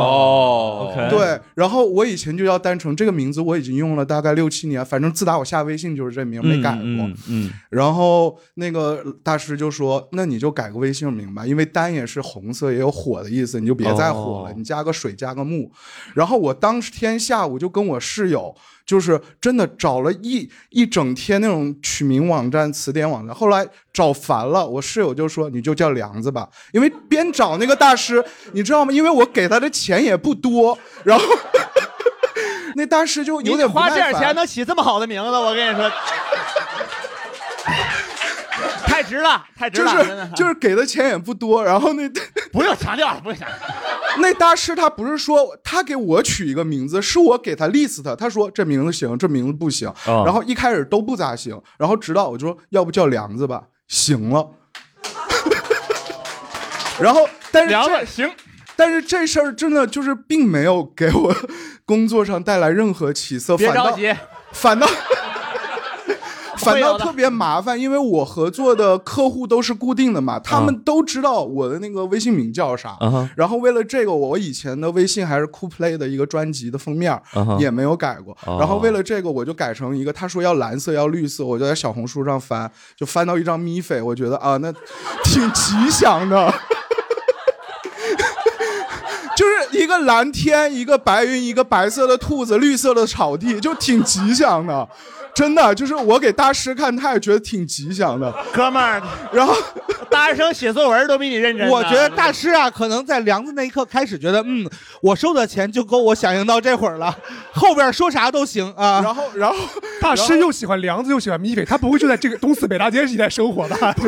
Speaker 2: 哦
Speaker 1: OK
Speaker 10: 对。然后我以前就叫丹城，这个名字我已经用了大概六七年，反正自打我下微信就是这名，没改过。
Speaker 1: 嗯嗯，嗯
Speaker 10: 然后那个大师就说：“那你就改个微信名吧，因为丹也是红色，也有火的意思，你就别再火了，
Speaker 1: 哦
Speaker 10: 你加个水，加个木。”然后我当天下午就跟我室友，就是真的找了一一整天那种取名网站、词典网站，后来找烦了，我室友就说：“你就叫梁子吧。”因为边找那个大师，你知道吗？因 [laughs] 为我给他的钱也不多，然后 [laughs] 那大师就有
Speaker 6: 你
Speaker 10: 点
Speaker 6: 得
Speaker 10: 不
Speaker 6: 花
Speaker 10: 耐
Speaker 6: 这点
Speaker 10: 烦
Speaker 6: 钱能起这么好的名字，我跟你说，太值了，太值
Speaker 10: 就
Speaker 6: 了，
Speaker 10: 是就是给的钱也不多，然后那。
Speaker 6: [laughs] 不用强调了，不用强调。
Speaker 10: 那大师他不是说他给我取一个名字，是我给他 list，他说这名字行，这名字不行。
Speaker 6: 嗯
Speaker 1: 啊
Speaker 10: 然后一开始都不咋行，然后直到我就说要不叫梁子吧，行了。 [laughs] 然后但是梁子
Speaker 11: 行，
Speaker 10: 但是这事儿真的就是并没有给我工作上带来任何起色，
Speaker 11: 别
Speaker 10: 反倒
Speaker 11: 着急， [laughs]
Speaker 10: 反倒。反
Speaker 11: 会
Speaker 10: 倒
Speaker 11: 有的
Speaker 10: 特别麻烦，因为我合作的客户都是固定的
Speaker 11: 嗯
Speaker 10: 嘛，他们都知道我的那个微信名叫啥。
Speaker 1: 啊哈
Speaker 10: 然后为了这个，我以前的微信还是 Cool Play 的一个专辑的封面儿
Speaker 11: 嗯
Speaker 1: 啊哈
Speaker 10: 也没有改过。
Speaker 1: 哦
Speaker 10: 然后为了这个，我就改成一个他说要蓝色要绿色，我就在小红书上翻，就翻到一张咪菲，我觉得啊，那挺吉祥的。 [laughs] 就是一个蓝天，一个白云，一个白色的兔子，绿色的草地，就挺吉祥的，真的。就是我给大师看，他也觉得挺吉祥的，
Speaker 11: 哥们儿。
Speaker 10: 然后
Speaker 11: 大学生写作文都比你认真呢。
Speaker 5: 我觉得大师啊，可能在梁子那一刻开始觉得，嗯，我收的钱就够我响应到这会儿了，后边说啥都行啊。
Speaker 10: 然后，然后
Speaker 4: 大师又喜欢梁子，又喜欢米菲，他不会就在这个东四北大街一带生活吧？ [laughs]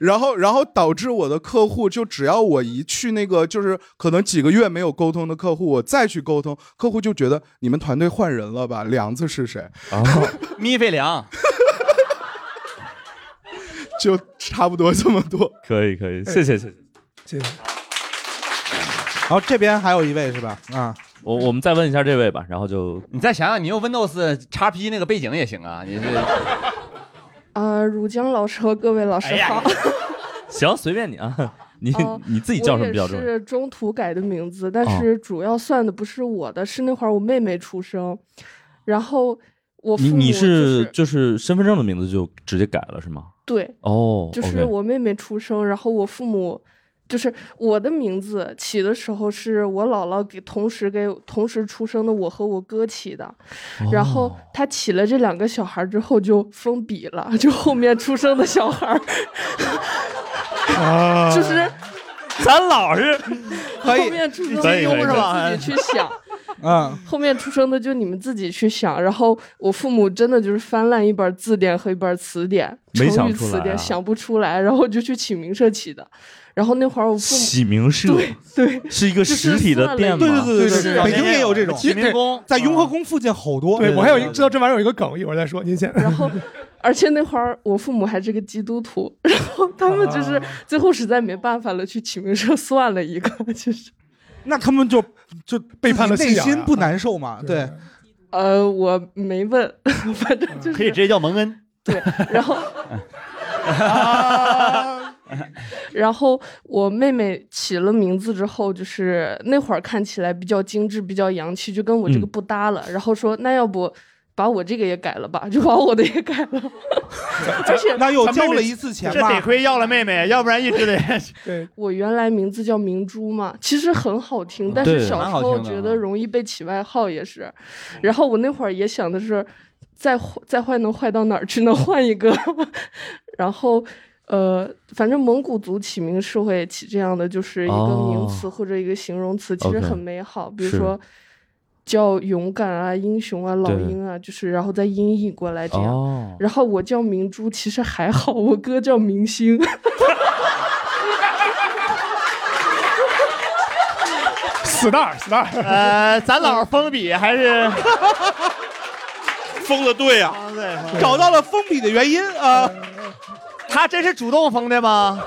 Speaker 10: 然后，然后导致我的客户就只要我一去那个，就是可能几个月没有沟通的客户，我再去沟通，客户就觉得你们团队换人了吧？梁子是谁？
Speaker 7: 咪菲梁，
Speaker 10: 就差不多这么多。
Speaker 1: 哎可以可以，谢谢谢谢。
Speaker 4: 谢谢。
Speaker 5: 然后这边还有一位是吧？啊，
Speaker 1: 我我们再问一下这位吧，然
Speaker 6: [laughs]
Speaker 1: 后就
Speaker 7: 你再想想，你用 Windows XP 那个背景也行啊，你这
Speaker 12: 呃，汝江老师和各位老师好。
Speaker 1: 行，随便你啊，哎你
Speaker 12: 哦
Speaker 1: [laughs] 你自己叫什么比较
Speaker 12: 我
Speaker 1: 重
Speaker 12: 也
Speaker 1: 要？
Speaker 12: 是中途改的名字，但
Speaker 1: 哦
Speaker 12: 是主要算的不是我的，是那会儿我妹妹出生，然后我
Speaker 1: 你
Speaker 12: 父
Speaker 1: 你
Speaker 12: 母就是
Speaker 1: 是就是身份证的名字就直接改了是吗？
Speaker 12: 对，
Speaker 1: 哦，
Speaker 12: 就是我妹妹出生，然后我父母。就是我的名字起的时候，是我姥姥给同时给同时出生的我和我哥起的，
Speaker 1: 哦
Speaker 12: 然后她起了这两个小孩之后就封笔了，就后面出生的小
Speaker 5: [laughs]
Speaker 12: 孩儿，
Speaker 11: 啊
Speaker 12: 就是
Speaker 1: 咱老是
Speaker 12: 后面出生的
Speaker 11: 可以可以
Speaker 12: 你们自己去想，
Speaker 5: 啊，
Speaker 12: 后面出生的就你们自己去想。然后我父母真的就是翻烂一本字典和一本词典，
Speaker 1: 没想
Speaker 12: 成语
Speaker 1: 出来
Speaker 12: 词典
Speaker 1: 啊
Speaker 12: 想不出来，然后就去启明社起的。然后那会儿我父母
Speaker 1: [laughs] 启明社
Speaker 12: 对
Speaker 1: 是一个实体的店吗？
Speaker 5: 对对对对对，北京也有这种
Speaker 4: 启明
Speaker 5: 宫，在雍
Speaker 1: 嗯
Speaker 5: 和宫附近好多。
Speaker 4: 对我还有一个知道这玩意儿有一个梗，一会儿再说。您先， [laughs] 然
Speaker 12: 后而且那会儿我父母还是个基督徒， [laughs] 然后他们就是最后实在没办法了，去启明社算了一个，就是。
Speaker 5: 那他们就就
Speaker 4: 背叛了
Speaker 5: 内
Speaker 4: 信仰啊
Speaker 5: 心
Speaker 4: 呀
Speaker 5: 不难受吗？对，
Speaker 12: 呃， [laughs] 我没问， [laughs] 反正就是
Speaker 5: 可以直接
Speaker 7: 叫蒙恩。
Speaker 12: [laughs] 对，然后然后我妹妹起了名字之后，就是那会儿看起来比较精致、比较洋气，就跟我这个
Speaker 13: 嗯
Speaker 12: 不搭了。然后说那要不把我这个也改了吧，就把我的也改了。而且
Speaker 5: 那又交了一次钱
Speaker 12: 吧
Speaker 11: 这得亏要了妹妹，要不然一直得。
Speaker 6: [laughs]
Speaker 4: 对，
Speaker 12: 我原来名字叫明珠嘛，其实很好听，但是
Speaker 11: 对
Speaker 12: 小
Speaker 11: 蛮
Speaker 12: 时
Speaker 11: 好
Speaker 12: 候
Speaker 11: 听的
Speaker 12: 觉得容易被起外号也是。然后我那会儿也想的是，再坏再坏能坏到哪儿去呢？换一个。 [laughs] 然后，呃，反正蒙古族起名是会起这样的，就是一个名词
Speaker 13: 哦
Speaker 12: 或者一个形容词，其实
Speaker 13: OK
Speaker 12: 很美好。比如
Speaker 13: 是
Speaker 12: 说。叫勇敢啊、英雄啊、老
Speaker 13: 对
Speaker 12: 鹰啊，就是然后再音译过来这样。
Speaker 13: 哦
Speaker 12: 然后我叫明珠，其实还好，我哥叫明星。 [laughs]
Speaker 4: star star，
Speaker 11: 呃，咱
Speaker 12: 嗯
Speaker 11: 老是封笔还是
Speaker 2: 封的对呀、
Speaker 11: 对
Speaker 5: 啊找到了封笔的原因啊。
Speaker 11: 他这是主动封的吗？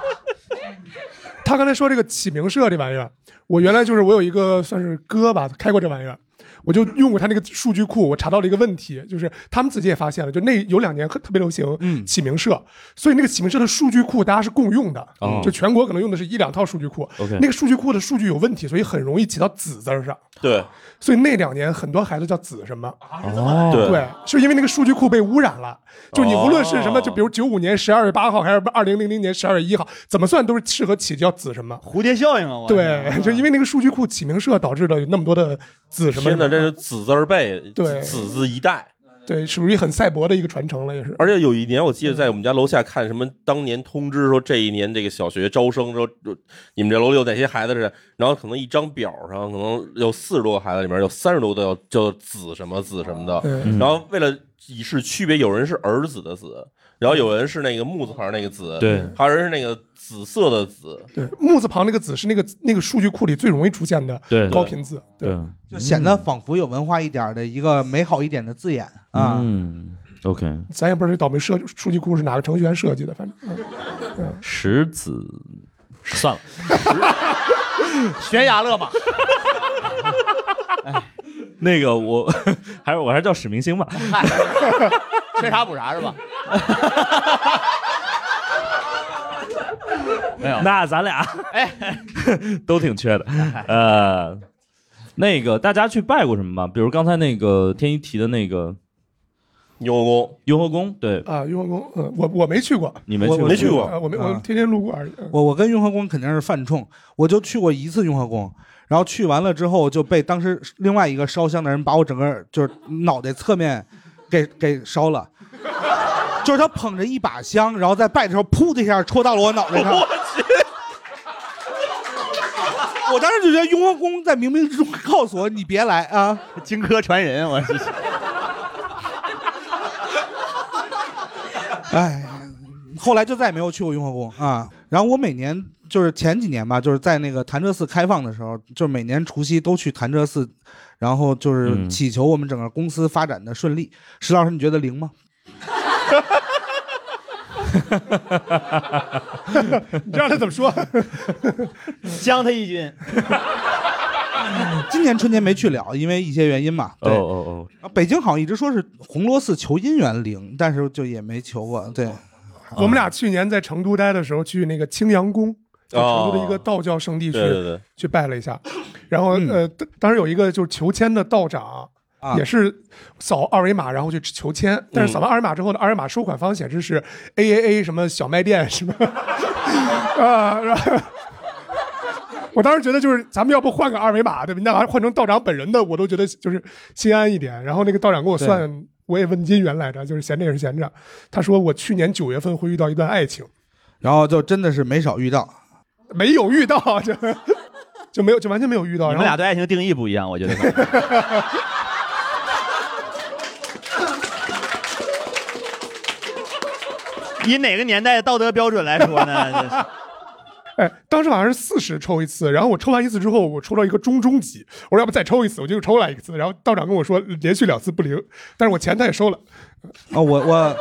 Speaker 4: [laughs] 他刚才说这个启明社这玩意儿，我原来就是我有一个算是哥吧，开过这玩意儿，我就用过他那个数据库，我查到了一个问题，就是他们自己也发现了，就那有两年很特别流行
Speaker 1: 嗯
Speaker 4: 启明社，所以那个启明社的数据库大家是共用的，
Speaker 1: 哦
Speaker 4: 就全国可能用的是一两套数据库
Speaker 1: OK
Speaker 4: 那个数据库的数据有问题，所以很容易起到子字儿上，
Speaker 5: [laughs]
Speaker 2: 对，
Speaker 4: 所以那两年很多孩子叫子什么。
Speaker 11: 啊
Speaker 1: 哦
Speaker 4: 对，是因为那个数据库被污染了。就你无论是
Speaker 11: 哦
Speaker 4: 什么，就比如九五年十二月八号还是二零零零年十二月一号，怎么算都是适合起叫子什么
Speaker 11: 蝴蝶效应啊！我
Speaker 4: 对，就因为那个数据库起名社导致了有那么多的子什么
Speaker 2: 天哪，这是子字儿辈，
Speaker 4: 对
Speaker 2: 子字一代。
Speaker 4: 对，属于很赛博的一个传承了，也是。
Speaker 2: 而且有一年，我记得在我们家楼下看什么，当年通知说这一年这个小学招生说，就你们这楼里有哪些孩子是，然后可能一张表上可能有四十多个孩子，里面有三十多个叫叫子什么子什么的
Speaker 1: 嗯，
Speaker 2: 然后为了以示区别，有人是儿子的子，然后有人是那个木字旁那个子，
Speaker 4: 对
Speaker 2: 还有人是那个紫色的紫，
Speaker 4: 对，木字旁那个子是那个那个数据库里最容易出现的
Speaker 1: 对
Speaker 4: 高频字， [laughs] 对，
Speaker 5: 就显得仿佛有文化一点儿的一个美好一点的字眼啊。
Speaker 1: 嗯，OK，
Speaker 4: 咱也不知道这倒霉设数据库是哪个程序员设计的，反正，嗯嗯
Speaker 1: 石子，算了，
Speaker 6: [laughs] 悬崖勒马。
Speaker 1: 那个我 [laughs] 还是我还是叫史明星吧。
Speaker 6: 嗨，缺啥补啥 [laughs]
Speaker 1: [laughs]
Speaker 6: 是吧？
Speaker 1: 没有，哎那咱俩 [laughs] 都挺缺的。呃，那个大家去拜过什么吗？比如刚才那个天一提的那个
Speaker 2: 雍和宫，
Speaker 1: 雍和宫，对，
Speaker 4: 啊，雍和宫，嗯，我我没去过，
Speaker 1: 你没去过我没去过
Speaker 4: 啊我没，我
Speaker 5: 啊
Speaker 4: 天天路过而已。嗯
Speaker 5: 我我跟雍和宫肯定是犯冲，我就去过一次雍和宫，然后去完了之后就被当时另外一个烧香的人把我整个就是脑袋侧面给给烧了，就是他捧着一把香，然后在拜的时候噗的一下戳到了我脑袋上。我当时就觉得雍和宫在冥冥之中告诉我你别来啊，
Speaker 6: 荆轲传人，我是。
Speaker 5: 哎，后来就再也没有去过雍和宫啊。然后我每年就是前几年吧，就是在那个潭柘寺开放的时候，就是每年除夕都去潭柘寺，然后
Speaker 6: 嗯
Speaker 5: 就是祈求我们整个公司发展的顺利。石老师，你觉得灵吗？
Speaker 4: [laughs] 你让他怎么说？
Speaker 6: 将他一军。
Speaker 5: [laughs] 今年春节没去了，因为一些原因嘛。对，
Speaker 1: 哦
Speaker 5: 啊北京好像一直说是红螺寺求姻缘灵，但是就也没求过。对，
Speaker 4: 我们俩去年在成都待的时候，去那个青羊宫，就成都的一个道教圣地去、
Speaker 5: 哦对对对
Speaker 4: 去拜了一下，然后、呃，当当时有一个就是求签的道长。
Speaker 5: 啊嗯
Speaker 4: 也是扫二维码，然后去求签。但是扫完二维码之后呢，二维码收款方显示是 A A A 什么小卖店什么 [laughs] 啊。然后我当时觉得就是咱们要不换个二维码，对吧？那玩意儿换成道长本人的，我都觉得就是心安一点。然后那个道长给我算，我也问金元来着，就是闲着也是闲着，他说我去年九月份会遇到一段爱情，
Speaker 5: 然后就真的是没少遇到。
Speaker 4: 没有遇到，就 [laughs] 就没有就完全没有遇到。
Speaker 6: 你
Speaker 4: 然
Speaker 6: 们
Speaker 4: 后
Speaker 6: 俩对爱情定义不一样，我觉得。 [laughs] 以哪个年代的道德标准来说 [laughs] 呢？
Speaker 4: 哎，当时好像是四十抽一次，然后我抽完一次之后，我抽到一个中中级，我说要不再抽一次，我就又抽了一次。然后道长跟我说连续两次不灵，但是我钱他也收了。
Speaker 5: 啊，我
Speaker 4: [laughs]
Speaker 5: 我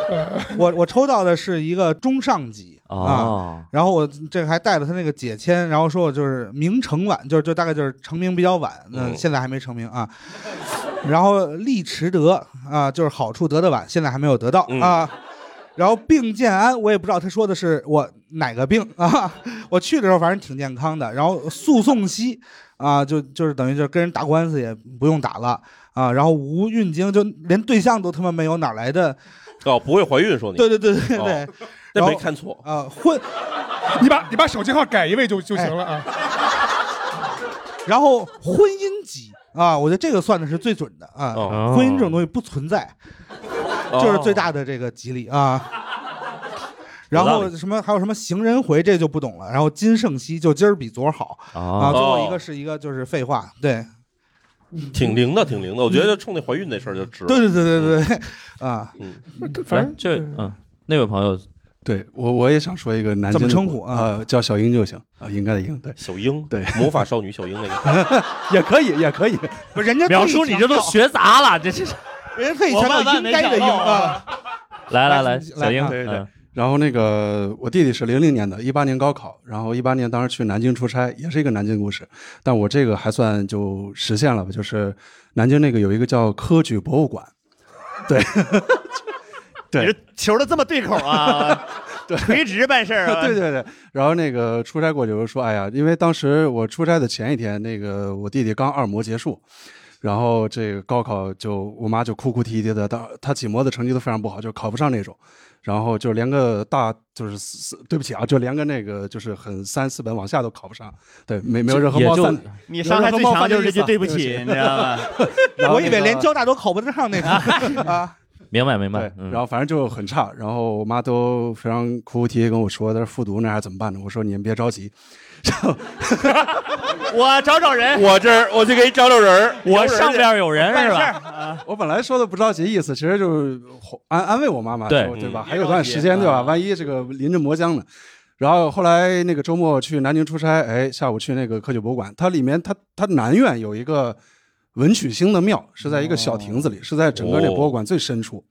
Speaker 5: 我我抽到的是一个中上级
Speaker 1: 哦
Speaker 5: 啊，然后我这个还带了他那个解签，然后说我就是明成晚，就是就大概就是成名比较晚，嗯，
Speaker 1: 嗯
Speaker 5: 现在还没成名啊。然后利迟得啊，就是好处得的晚，现在还没有得到
Speaker 1: 嗯
Speaker 5: 啊。然后病健安，我也不知道他说的是我哪个病啊。我去的时候反正挺健康的。然后诉讼息啊，就就是等于就是跟人打官司也不用打了啊。然后无运经，就连对象都他妈没有，哪来的？
Speaker 2: 哦，不会怀孕说你，
Speaker 5: 对对对对
Speaker 2: 哦
Speaker 5: 对，
Speaker 2: 那
Speaker 5: 然后
Speaker 2: 没看错
Speaker 5: 啊，混，
Speaker 4: 你把你把手机号改一位就就行了啊。
Speaker 5: 然后婚姻级啊，我觉得这个算的是最准的啊。
Speaker 4: 哦
Speaker 5: 婚姻这种东西不存在，
Speaker 4: 哦
Speaker 5: 就是最大的这个吉利
Speaker 3: 哦
Speaker 5: 啊。然
Speaker 1: 有道
Speaker 5: 后
Speaker 1: 理
Speaker 5: 什么还有什么行人回这就不懂了。然后金圣熙就今儿比昨儿好啊。最后一个是一个就是废话，对
Speaker 2: 挺灵的，挺灵的。我觉得冲那怀孕那事儿就值了。嗯
Speaker 5: 对对对对对啊。
Speaker 1: 反正这嗯，那位朋友，
Speaker 13: 对我我也想说一个南京
Speaker 5: 怎么
Speaker 13: 的
Speaker 5: 称呼
Speaker 13: 啊、呃叫小英就行啊、应该的英，对，
Speaker 2: 小英，
Speaker 13: 对，
Speaker 2: [laughs] 魔法少女小英那个
Speaker 13: [laughs] 也可以，也可以，
Speaker 5: 不是人家
Speaker 1: 描述你这都学杂了，
Speaker 6: [laughs]
Speaker 1: 这这是。
Speaker 5: 人家特意
Speaker 6: 我
Speaker 5: 强
Speaker 6: 万
Speaker 5: 调
Speaker 6: 万
Speaker 5: 应
Speaker 6: 没
Speaker 5: 该的
Speaker 6: 想
Speaker 5: 应
Speaker 6: 到
Speaker 5: 啊
Speaker 6: 啊。
Speaker 1: [laughs] 来来来，
Speaker 13: 来
Speaker 1: 小英，
Speaker 13: 对对
Speaker 1: 嗯。
Speaker 13: 然后那个我弟弟是零零年的，一八年高考，然后一八年当时去南京出差，也是一个南京故事，但我这个还算就实现了吧，就是南京那个有一个叫科举博物馆，对， [laughs] 对，
Speaker 6: 求 [laughs] 的这么对口 [laughs] 啊，垂直办事儿啊。
Speaker 13: [laughs] 对对对。然后那个出差过去，我就说，哎呀，因为当时我出差的前一天，那个我弟弟刚二模结束，然后这个高考就我妈就哭哭啼啼的，当他几模的成绩都非常不好，就考不上那种。然后就连个大就是四对不起啊，就连个那个就是很三四本往下都考不上，对，没没有任何
Speaker 1: 也
Speaker 13: 冒
Speaker 1: 就
Speaker 13: 犯，
Speaker 6: 你伤害最强就是这句
Speaker 13: 对
Speaker 6: 对不起，你知道吗？
Speaker 13: 然后
Speaker 5: [laughs] 我以
Speaker 13: 那
Speaker 5: 为
Speaker 13: 个
Speaker 5: 连交大都考不上那种啊。
Speaker 6: [laughs]
Speaker 1: 明白明白
Speaker 13: 对。
Speaker 1: 嗯
Speaker 13: 然后反正就很差，然后我妈都非常哭哭啼啼跟我说，她说复读那还怎么办呢？我说你们别着急， [laughs]
Speaker 6: 我找找人，
Speaker 2: 我这儿我去给你找找人，
Speaker 13: 我
Speaker 6: 上边有人是吧？啊
Speaker 13: 我本来说的不着急意思，其实就是安安慰我妈妈，
Speaker 1: 对
Speaker 13: 说对吧？
Speaker 1: 嗯
Speaker 13: 还有段时间对吧？万一这个临阵磨枪呢？然后后来那个周末去南宁出差，哎，下午去那个科举博物馆，它里面它它南苑有一个文曲星的庙，是在一个小亭子里，是在整个那博物馆最深处。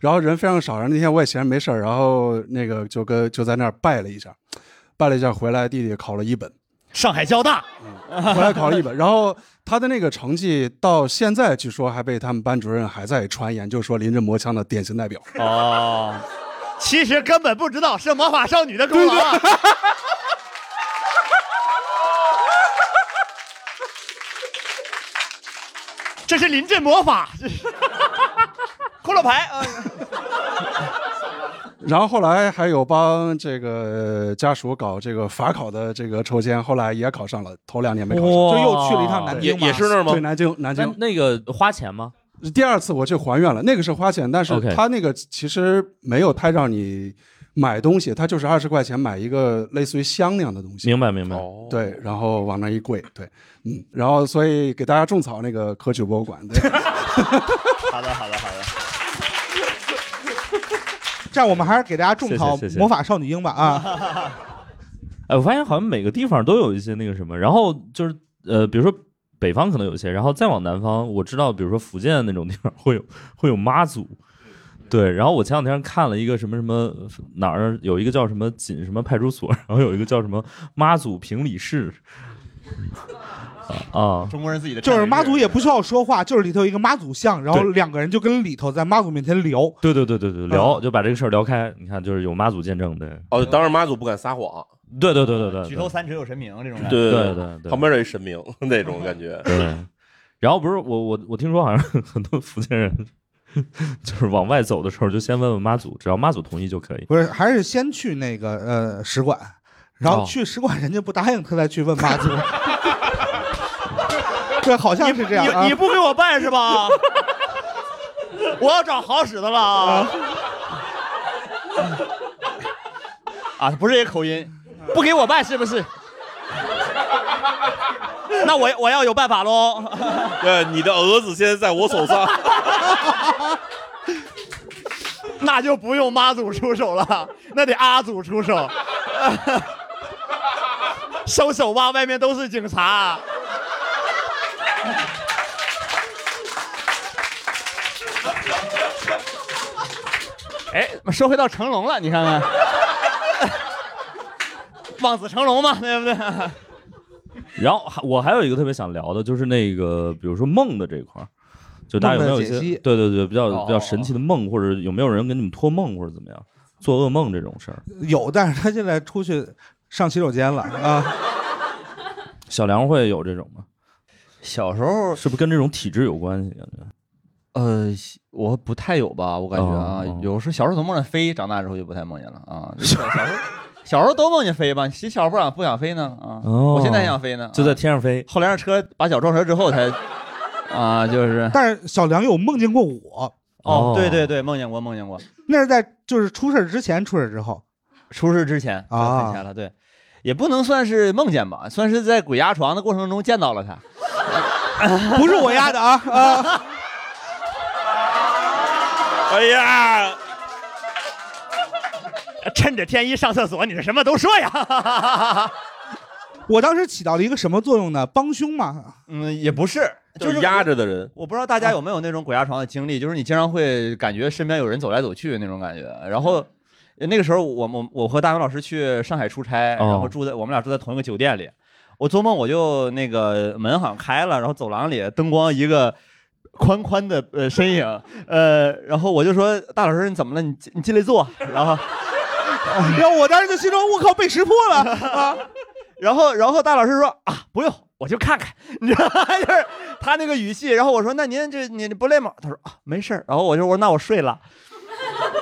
Speaker 13: 然后人非常少，然后那天我也闲着没事儿，然后那个就跟就在那儿拜了一下，拜了一下回来，弟弟考了一本，
Speaker 6: 上海交大，
Speaker 13: 回来考了一本，然后他的那个成绩到现在，据说还被他们班主任还在传言，就说临阵磨枪的典型代表。
Speaker 6: [laughs] 哦，其实根本不知道是魔法少女的功劳啊！ [laughs] 这是临阵魔法， [laughs] 这是骷髅牌。哎呀
Speaker 13: 然后后来还有帮这个家属搞这个法考的这个抽签，后来也考上了，头两年没考上，
Speaker 1: 哇也也是那儿吗
Speaker 13: 对，南京，南京。
Speaker 1: 那那个花钱吗？
Speaker 13: 第二次我去还愿了，那个是花钱，但是
Speaker 1: OK
Speaker 13: 他那个其实没有太让你买东西，他就是二十块钱买一个类似于香那样的东西。
Speaker 1: 明白明白。
Speaker 13: 对，然后往那一跪，对，嗯，然后所以给大家种草那个科举博物
Speaker 1: [laughs]
Speaker 13: 馆，对，
Speaker 6: [laughs] 好的，好的，好的。
Speaker 5: 这样我们还是给大家种草
Speaker 1: 谢谢谢谢
Speaker 5: 魔法少女樱吧啊！
Speaker 1: 哎，我发现好像每个地方都有一些那个什么，然后就是呃，比如说北方可能有一些，然后再往南方，我知道，比如说福建那种地方会有会有妈祖，对。然后我前两天看了一个什么什么哪儿有一个叫什么锦什么派出所，然后有一个叫什么妈祖评理室，啊，
Speaker 6: [laughs] 中国人自己的
Speaker 5: 就是妈祖也不需要说话，就是里头有一个妈祖像，然后两个人就跟里头在妈祖面前聊。
Speaker 1: 对对对对对，聊、就把这个事儿聊开，你看就是有妈祖见证，对，
Speaker 2: 嗯哦，当然妈祖不敢撒谎，
Speaker 1: 对对对对对，
Speaker 2: 举头
Speaker 1: 对
Speaker 6: 举头三尺有神明这种感觉。
Speaker 1: 对
Speaker 2: 对
Speaker 1: 哎对对
Speaker 2: 旁边有一神明 [laughs] 那种感觉。
Speaker 1: 对，然后不是我我我听说好像很多福建人 [laughs] 就是往外走的时候就先问问妈祖，只要妈祖同意就可以。
Speaker 5: 不是，还是先去那个呃使馆，然后
Speaker 1: 哦
Speaker 5: 去使馆人家不答应，他再去问妈祖。 [laughs] 对，好像是这样啊。
Speaker 6: 你你不给我办是吧？我要找好使的了啊！啊，不是也口音，不给我办是不是？那我我要有办法喽。
Speaker 2: [laughs] 对，你的儿子现在在我手上。
Speaker 6: [laughs] 那就不用妈祖出手了，那得阿祖出手。 [laughs] 收手吧，外面都是警察。啊哎，说回到成龙了，你看看，望子成龙嘛，对不对？
Speaker 1: 然后还我还有一个特别想聊的，就是那个比如说梦的这一块儿，就大家有没有
Speaker 5: 梦
Speaker 1: 一
Speaker 5: 的解
Speaker 1: 些
Speaker 5: 析
Speaker 1: 对对对比较
Speaker 5: 哦
Speaker 1: 比较神奇的梦，或者有没有人给你们托梦或者怎么样，做噩梦这种事儿？
Speaker 5: [laughs] 有，但是他现在出去上洗手间了啊。
Speaker 1: 小梁会有这种吗？
Speaker 7: 小时候
Speaker 1: 是不是跟这种体质有关系？感觉
Speaker 7: 呃，我不太有吧，我感觉啊，
Speaker 1: 哦
Speaker 7: 有时候小时候总梦见飞，长大之后就不太梦见了啊。小时候小时候都梦见飞吧，谁小时候不想不想飞呢啊？
Speaker 1: 哦
Speaker 7: 我现在也想飞呢，啊
Speaker 1: 就在天上飞。
Speaker 7: 后来让车把脚撞折之后才啊，就是
Speaker 5: 但是小梁有梦见过我，
Speaker 7: 哦
Speaker 5: 哦，
Speaker 7: 对对对，梦见过梦见过，
Speaker 5: 那是在就是出事之前，出事之后。
Speaker 7: 出事之前啊，之前了，对，也不能算是梦见吧，算是在鬼压床的过程中见到了他。
Speaker 5: [laughs] 不是我压的啊啊！
Speaker 2: 哎呀，
Speaker 6: 趁着天一上厕所，你这什么都说
Speaker 2: [laughs]
Speaker 6: 呀。
Speaker 5: 我当时起到了一个什么作用呢？帮凶嘛。
Speaker 7: 嗯，也不是，就是
Speaker 2: 压着的人。啊
Speaker 7: 我不知道大家有没有那种鬼压床的经历，就是你经常会感觉身边有人走来走去那种感觉。然后呃那个时候我，我我和大明老师去上海出差，
Speaker 1: 哦
Speaker 7: 然后住在我们俩住在同一个酒店里。我做梦我就那个门好像开了，然后走廊里灯光一个宽宽的呃身影，呃，然后我就说大老师你怎么了？你进你进来坐。然后。 [laughs]
Speaker 5: 然后我当时就心中我靠被识破了啊！
Speaker 7: [laughs] 然后然后大老师说啊不用，我就看看，你知道吗？ [laughs] 就是他那个语气。然后我说那您这你不累吗？他说啊没事儿。然后我就说那我睡了。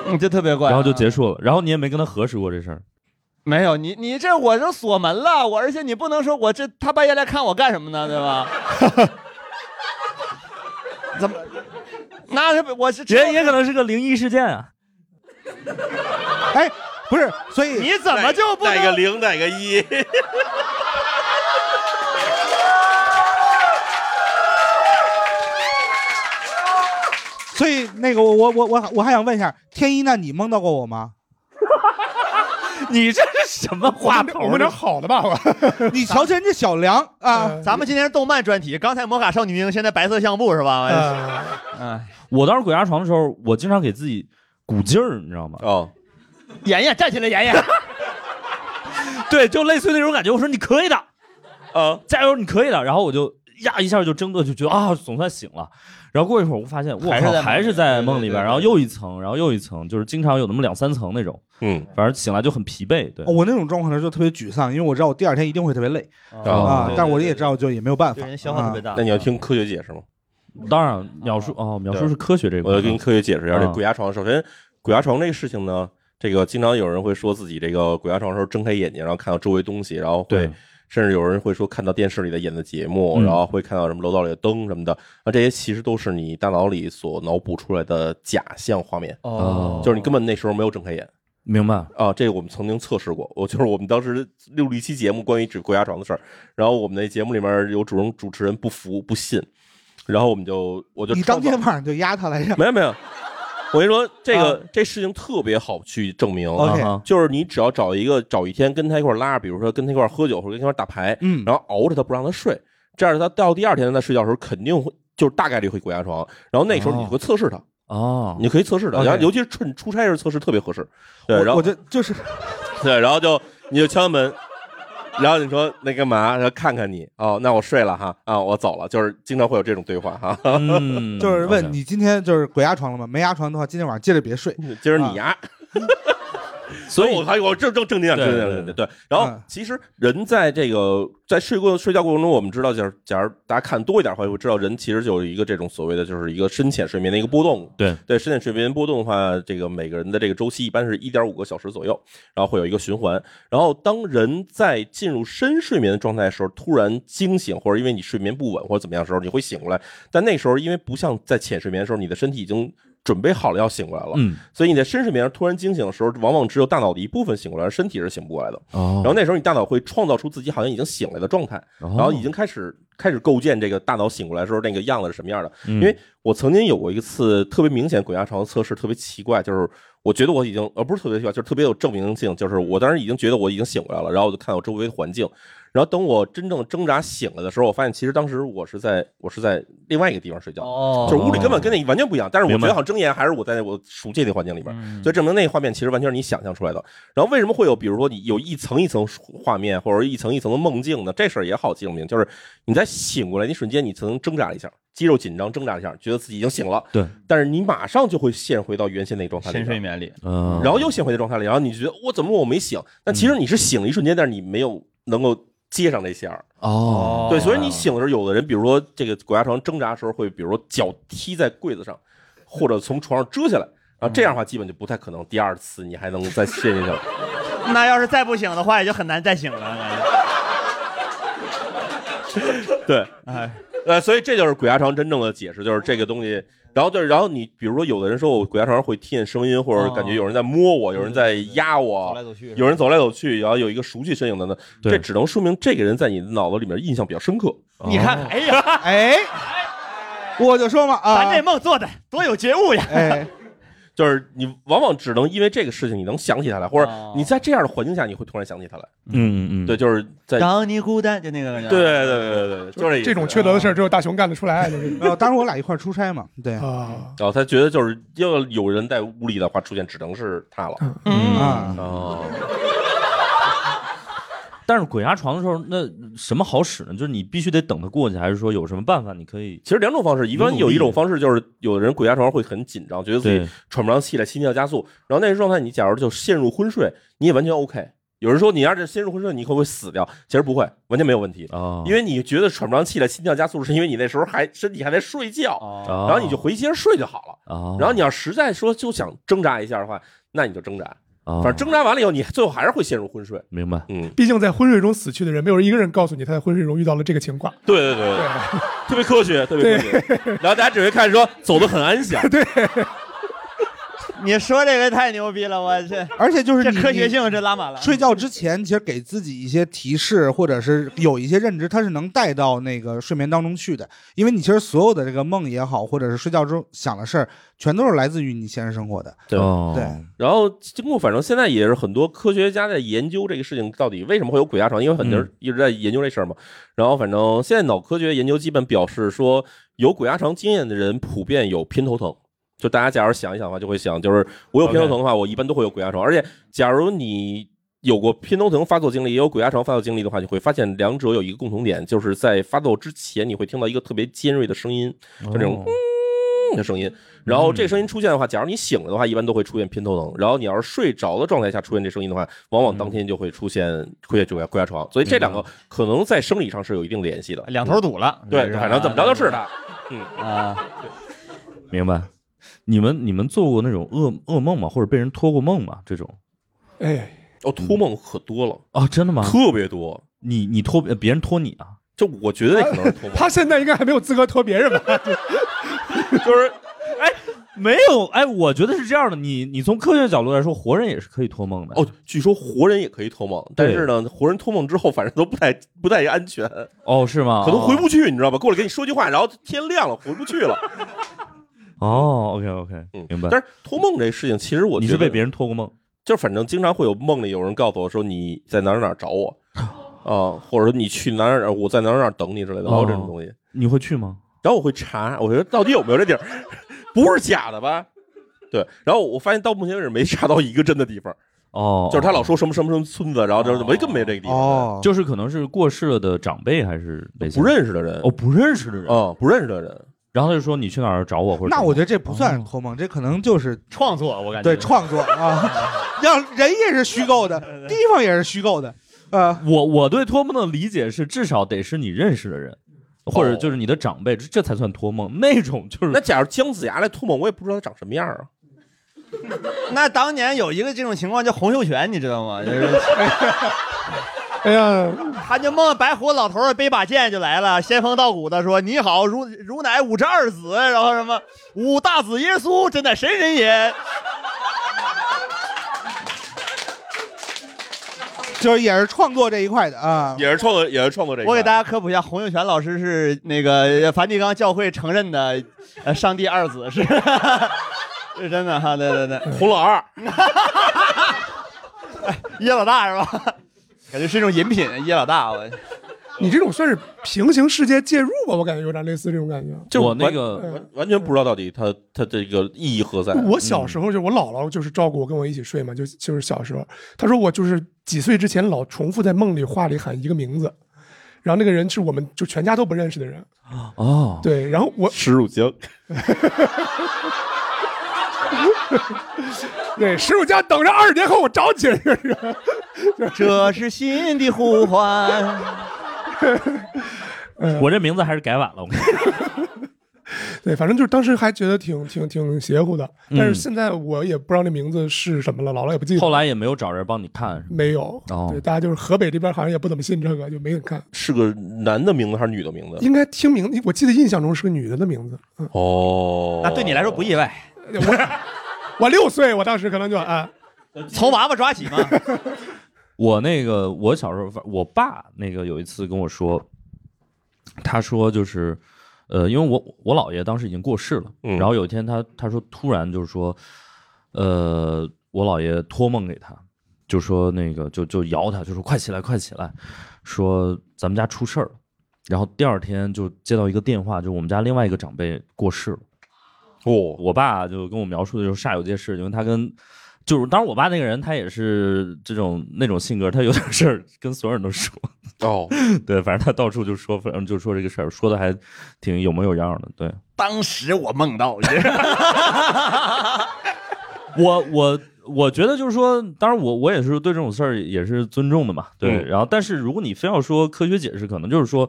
Speaker 7: 嗯，就特别
Speaker 6: 啊
Speaker 7: 怪、
Speaker 1: 然后就结束了，然后你也没跟他核实过这事儿。
Speaker 7: 没有你你这我就锁门了，我而且你不能说我这他半夜 [laughs] 来看我干什么呢？对吧？怎么？
Speaker 6: 那是我是
Speaker 1: 人也可能是个灵异事件啊。
Speaker 5: 哎，不是，所以
Speaker 6: 你怎么就不
Speaker 2: 哪
Speaker 6: 能
Speaker 2: 个零哪个一？ [laughs]
Speaker 5: 所以那个我我我我我还想问一下，天一，那你梦到过我吗？
Speaker 1: [laughs] 你这是什么话头？
Speaker 5: 我们点好的吧， [laughs] 你瞧瞧人家小梁啊，
Speaker 6: 咱们今天是动漫专题，刚才魔卡少女樱，现在白色相簿是吧？
Speaker 1: 哎，我当时鬼压床的时候，我经常给自己鼓劲儿，你知道吗？
Speaker 2: 哦，
Speaker 6: 妍妍站起来，妍妍，
Speaker 1: 对，就类似于那种感觉。我说你可以的，
Speaker 2: 呃，
Speaker 1: 加油，你可以的。然后我就呀一下就挣脱，就觉得啊，总算醒了。然后过一会儿，我发现我
Speaker 2: 还是在
Speaker 1: 靠，
Speaker 2: 梦
Speaker 1: 还是在梦里边，
Speaker 2: 对对对
Speaker 1: 然后又一层，然后又一层，就是经常有那么两三层那种。
Speaker 2: 嗯，
Speaker 1: 反正醒来就很疲惫。对，
Speaker 5: 哦我那种状况的时候就特别沮丧，因为我知道我第二天一定会特别累
Speaker 1: 哦
Speaker 5: 啊，但我也知道就也没有办法，啊
Speaker 2: 那你要听科学解释吗？
Speaker 1: 当然，描述哦，描述是科学这个
Speaker 2: 我要给你科学解释一下
Speaker 1: 啊
Speaker 2: 这鬼压床。首先，鬼压床这个事情呢，这个经常有人会说自己这个鬼压床的时候睁开眼睛，然后看到周围东西，然后会
Speaker 1: 对
Speaker 2: 甚至有人会说看到电视里的演的节目，
Speaker 1: 嗯
Speaker 2: 然后会看到什么楼道里的灯什么的。那这些其实都是你大脑里所脑补出来的假象画面，
Speaker 1: 哦
Speaker 2: 就是你根本那时候没有睁开眼。
Speaker 1: 明白。
Speaker 2: 啊，这个我们曾经测试过，我就是我们当时录了一期节目关于指鬼压床的事儿，然后我们那节目里面有主人主持人不服不信，然后我们就我就
Speaker 5: 你当
Speaker 2: 创造
Speaker 5: 天晚上就压他来着，
Speaker 2: [laughs] 没有没有，我跟你说，这个、
Speaker 5: 啊
Speaker 2: 这事情特别好去证明
Speaker 5: OK 啊哈
Speaker 2: 就是你只要找一个找一天跟他一块儿拉，比如说跟他一块儿喝酒或者跟他一块儿打牌，
Speaker 5: 嗯
Speaker 2: 然后熬着他不让他睡，这样他到第二天他睡觉的时候肯定会就是大概率会鬼压床，然后那时候你会测试他，
Speaker 1: 哦，
Speaker 2: 你可以测试他，
Speaker 5: OK
Speaker 2: 然后尤其是趁出差时候测试特别合适，对，
Speaker 5: 我
Speaker 2: 然后
Speaker 5: 我就就是
Speaker 2: [laughs] 对，然后就你就敲门，然后你说那干嘛？然后看看你哦，那我睡了哈啊，我走了，就是经常会有这种对话哈。 [laughs]
Speaker 5: [laughs]
Speaker 4: 嗯
Speaker 5: 就是问你今天就是鬼压床了吗？没压床的话，今天晚上接着别睡，
Speaker 2: 嗯今儿你压。所以我还我正正正经讲，
Speaker 5: 对
Speaker 2: 正
Speaker 5: 对
Speaker 2: 经讲，对对。然后其实人在这个在睡过睡觉过程中，我们知道，就是假如大家看多一点的话，会知道人其实就有一个这种所谓的就是一个深浅睡眠的一个波动。
Speaker 1: 对
Speaker 2: 对，深浅睡眠波动的话，这个每个人的这个周期一般是一点五个小时左右，然后会有一个循环。然后当人在进入深睡眠的状态的时候，突然惊醒，或者因为你睡眠不稳或者怎么样的时候，你会醒过来。但那时候因为不像在浅睡眠的时候，你的身体已经准备好了要醒过来了，
Speaker 1: 嗯
Speaker 2: 所以你在深睡眠上突然惊醒的时候，往往只有大脑的一部分醒过来，而身体是醒不过来的。
Speaker 1: 哦
Speaker 2: 然后那时候你大脑会创造出自己好像已经醒来的状态，
Speaker 1: 哦
Speaker 2: 然后已经开始开始构建这个大脑醒过来的时候那个样子是什么样的。
Speaker 1: 嗯
Speaker 2: 因为我曾经有过一次特别明显鬼压床的测试，特别奇怪，就是我觉得我已经呃不是特别奇怪，就是特别有证明性，就是我当时已经觉得我已经醒过来了，然后我就看我周围的环境。然后等我真正挣扎醒了的时候，我发现其实当时我是在我是在另外一个地方睡觉，
Speaker 1: 哦
Speaker 2: 就是屋里根本跟那完全不一样。但是我觉
Speaker 1: 明白
Speaker 2: 得好像睁眼还是我在我熟悉的环境里边，
Speaker 7: 嗯
Speaker 2: 所以证明那个画面其实完全是你想象出来的。然后为什么会有比如说你有一层一层画面或者一层一层的梦境呢？这事儿也好证明，就是你在醒过来那瞬间，你曾经挣扎了一下，肌肉紧张挣扎了一下，觉得自己已经醒了，
Speaker 1: 对，
Speaker 2: 但是你马上就会陷回到原先那个状态里边，
Speaker 7: 深睡眠里，
Speaker 1: 嗯
Speaker 2: 然后又陷回那状态里，然后你觉得哦我怎么我没醒？但其实
Speaker 7: 嗯
Speaker 2: 你是醒了一瞬间，但是你没有能够接上这线儿。
Speaker 1: 哦
Speaker 2: 对，所以你醒的时候，有的人比如说这个鬼压床挣扎的时候，会比如说脚踢在柜子上，或者从床上遮下来，然后这样的话基本就不太可能第二次你还能再陷进去了。
Speaker 6: 那要是再不醒的话，也就很难再醒了。
Speaker 2: 对，
Speaker 6: 哎，
Speaker 2: 呃，所以这就是鬼压床真正的解释，就是这个东西。然后就是，然后你比如说，有的人说我鬼压床会听见声音，或者感觉有人在摸我， [laughs] 有人在
Speaker 6: 嗯
Speaker 2: 压我，有人走来走去，然后有一个熟悉身影的呢，这只能说明这个人在你脑子里面印象比较深刻。
Speaker 6: 你看
Speaker 2: 哦
Speaker 6: 看，哎呀，
Speaker 5: 哎，我就说嘛啊，
Speaker 6: 咱这梦做的多有觉悟呀！
Speaker 5: 哎，
Speaker 2: [laughs] 就是你往往只能因为这个事情你能想起他来，或者
Speaker 7: 哦
Speaker 2: 你在这样的环境下你会突然想起他来。
Speaker 1: 嗯嗯
Speaker 2: 对，就是在
Speaker 7: 当你孤单，就那个感觉。
Speaker 2: 对对对对对，就是这意思啊
Speaker 4: 这种缺德的事儿，只有大熊干得出来。
Speaker 5: [laughs]
Speaker 4: 啊就是
Speaker 5: 然后哦当时我俩一块儿出差嘛，对
Speaker 4: 啊，
Speaker 2: 然后哦他觉得就是要有人在屋里的话出现，只能是他了。
Speaker 1: 嗯
Speaker 5: 啊
Speaker 2: 哦，
Speaker 7: 嗯
Speaker 1: [laughs] 但是鬼压床的时候，那嗯什么好使呢？就是你必须得等它过去，还是说有什么办法你可以？
Speaker 2: 其实两种方式，一般有一种方式就是有的人鬼压床会很紧张，觉得自
Speaker 1: 对
Speaker 2: 己喘不上气来，心跳加速，然后那个状态你假如就陷入昏睡，你也完全 OK。有人说你要是陷入昏睡，你会不会死掉？其实不会，完全没有问题
Speaker 1: 啊
Speaker 2: 因为你觉得喘不上气来，心跳加速，是因为你那时候还身体还在睡觉，
Speaker 1: 哦
Speaker 2: 然后你就回接着睡就好了。
Speaker 1: 啊，
Speaker 2: 然后你要实在说就想挣扎一下的话，那你就挣扎。
Speaker 14: 啊
Speaker 2: 反正挣扎完了以后，你最后还是会陷入昏睡。
Speaker 14: 明白，
Speaker 2: 嗯，
Speaker 4: 毕竟在昏睡中死去的人，没有一个人告诉你他在昏睡中遇到了这个情况。
Speaker 2: 对对对对，特别科学，特别科学。然后大家只会看说走得很安详，
Speaker 4: 对，
Speaker 6: 你 [laughs] 说这个太牛逼了，我这
Speaker 5: 而且就是
Speaker 6: 这
Speaker 5: 你
Speaker 6: 科学
Speaker 5: 你
Speaker 6: 性这拉满了。
Speaker 5: 睡觉之前，其实给自己一些提示，或者是有一些认知，它是能带到那个睡眠当中去的。因为你其实所有的这个梦也好，或者是睡觉之后想的事儿，全都是来自于你现实生活的。
Speaker 2: 对
Speaker 1: 哦
Speaker 5: 对，
Speaker 2: 哦然后经过，反正现在也是很多科学家在研究这个事情到底为什么会有鬼压床，因为很多人
Speaker 14: 嗯
Speaker 2: 一直在研究这事儿嘛。然后反正现在脑科学研究基本表示说，有鬼压床经验的人普遍有偏头疼。就大家假如想一想的话，就会想，就是我有偏头疼的话，我一般都会有鬼压床。而且假如你有过偏头疼发作经历，也有鬼压床发作经历的话，你会发现两者有一个共同点，就是在发作之前你会听到一个特别尖锐的声音，就这种。的声音，然后
Speaker 6: 嗯
Speaker 2: 这声音出现的话，假如你醒了的话，一般都会出现偏头疼。然后你要是睡着的状态下出现这声音的话，往往
Speaker 6: 嗯
Speaker 2: 当天就会出现会就会跪下啊床。所以这两个可能在生理上是有一定联系的。
Speaker 6: 哎
Speaker 2: 嗯
Speaker 6: 两头堵了
Speaker 2: 对，
Speaker 6: 是吧
Speaker 2: 反正怎么着都是的。嗯
Speaker 6: 啊，
Speaker 1: 明白。你们你们做过那种噩噩梦吗？或者被人托过梦吗？这种
Speaker 4: 哎，
Speaker 2: 我哦托梦可多了，
Speaker 1: 啊，真的吗？
Speaker 2: 特别多。
Speaker 1: 你你托别别人托你啊？
Speaker 2: 就我觉得可能是
Speaker 1: [laughs]
Speaker 2: 托
Speaker 4: 他现在应该还没有资格托别人吧？ [laughs]
Speaker 2: 就是
Speaker 1: 没有，哎，我觉得是这样的。你你从科学角度来说，活人也是可以托梦的。
Speaker 2: 哦，据说活人也可以托梦，但是呢，活人托梦之后，反正都不太不太安全，
Speaker 6: 啊
Speaker 1: 哦，是吗？
Speaker 2: 可能回不去，你知道吧？过来跟你说句话，然后天亮了，回不去了。
Speaker 1: 哦，OK OK，明
Speaker 2: 嗯
Speaker 1: 白。
Speaker 2: 但是托梦这事情，其实我
Speaker 1: 你
Speaker 2: 觉
Speaker 1: 是
Speaker 2: 得
Speaker 1: 被别人托过梦，
Speaker 2: 就反正经常会有梦里有人告诉我说你在哪儿哪儿找我
Speaker 1: [laughs]
Speaker 2: 啊，或者说你去哪儿哪儿，我在哪儿哪儿等你之类的，然
Speaker 1: 哦
Speaker 2: 后这种东西。
Speaker 1: 你会去吗？
Speaker 2: 然后我会查，我说到底有没有这地儿， [laughs] 不是假的吧？对，然后我发现到目前为止没查到一个真的地方，
Speaker 1: 哦，
Speaker 2: 就是他老说什么什么什么村子，然后就是没根本没这个地方，
Speaker 5: 哦
Speaker 1: 就是可能是过世了的长辈还是
Speaker 2: 不认识的人，
Speaker 1: 哦，不认识的人，
Speaker 2: 哦，不认识的人。
Speaker 1: 然后他就说你去哪儿找我，或者
Speaker 5: 那
Speaker 1: 什么
Speaker 5: 我觉得这不算是哦托梦，这可能就是
Speaker 6: 创作，我感
Speaker 5: 对创作啊，要人也是虚
Speaker 6: [laughs]
Speaker 5: 构的，地方也是虚构的。
Speaker 2: 啊
Speaker 5: 呃，
Speaker 1: 我我对托梦的理解是，至少得是你认识的人，或者就是你的长辈，这这才算托梦。那种就是
Speaker 2: 哦那假如姜子牙来托梦，我也不知道他长什么样啊。
Speaker 6: [laughs] 那当年有一个这种情况叫洪秀全，你知道吗？就是 [laughs]
Speaker 4: 哎呀，
Speaker 6: 他就梦白胡子老头儿背把剑就来了，仙风道骨的说：“你好，如如乃五之二子，然后什么五大子耶稣，真乃神人也。
Speaker 5: 就是也是创作这一块的
Speaker 4: 哦
Speaker 5: 啊，
Speaker 2: 也是创作，也是创作这”
Speaker 6: 我给大家科普一下，洪秀全老师是那个呃梵蒂冈教会承认的呃上帝二子，是 [laughs] 是真的哈，对对对，
Speaker 2: 洪老二，
Speaker 6: 耶老大是吧？感觉是一种饮品，耶老大，我
Speaker 4: 你这种算是平行世界介入吧？我感觉有点类似这种感觉。
Speaker 2: 就完完完全不知道到底他他这个意义何在。
Speaker 4: 嗯我小时候就我姥姥就是照顾我，跟我一起睡嘛，就就是小时候，她说我就是几岁之前老重复在梦里话里喊一个名字，然后那个人是我们就全家都不认识的人，
Speaker 1: 哦，
Speaker 4: 对，然后我
Speaker 2: 石汝江，
Speaker 4: [laughs] 对，石汝江等着二十年后我找你这个人，
Speaker 6: 这是心的呼唤。
Speaker 1: 我这名字还是改晚
Speaker 2: [laughs]
Speaker 1: 了。我跟你说，
Speaker 4: 对，反正就是当时还觉得挺挺挺邪乎的，但是
Speaker 1: 嗯
Speaker 4: 现在我也不知道那名字是什么了，姥姥也不记得，
Speaker 1: 后来也没有找人帮你看。
Speaker 4: 没有，
Speaker 1: 哦
Speaker 4: 对，大家就是河北这边好像也不怎么信这个，就没敢看，
Speaker 2: 是个男的名字还是女的名字？
Speaker 4: 应该听名，我记得印象中是个女的的名字，嗯，
Speaker 2: 哦，
Speaker 6: 那对你来说不意外，
Speaker 4: 我六岁，我当时可能就啊，
Speaker 6: 从娃娃抓起嘛，
Speaker 1: 我那个我小时候，反我爸那个有一次跟我说，他说就是，呃，因为我我姥爷当时已经过世了，然后有一天他他说突然就是说，呃，我姥爷托梦给他，就说那个就就摇他，就说快起来快起来，说咱们家出事儿了。然后第二天就接到一个电话，就我们家另外一个长辈过世了。
Speaker 2: 哦，
Speaker 1: 我爸就跟我描述的就是煞有介事，因为他跟就是当然我爸那个人他也是这种那种性格，他有点事儿跟所有人都说。
Speaker 2: 哦，
Speaker 1: [laughs] 对，反正他到处就说，反正就说这个事儿，说的还挺有模有样的。对，
Speaker 6: 当时我梦到你， [laughs]
Speaker 1: 我我我觉得就是说，当然我我也是对这种事儿也是尊重的嘛，对。
Speaker 2: 嗯
Speaker 1: 然后，但是如果你非要说科学解释，可能就是说，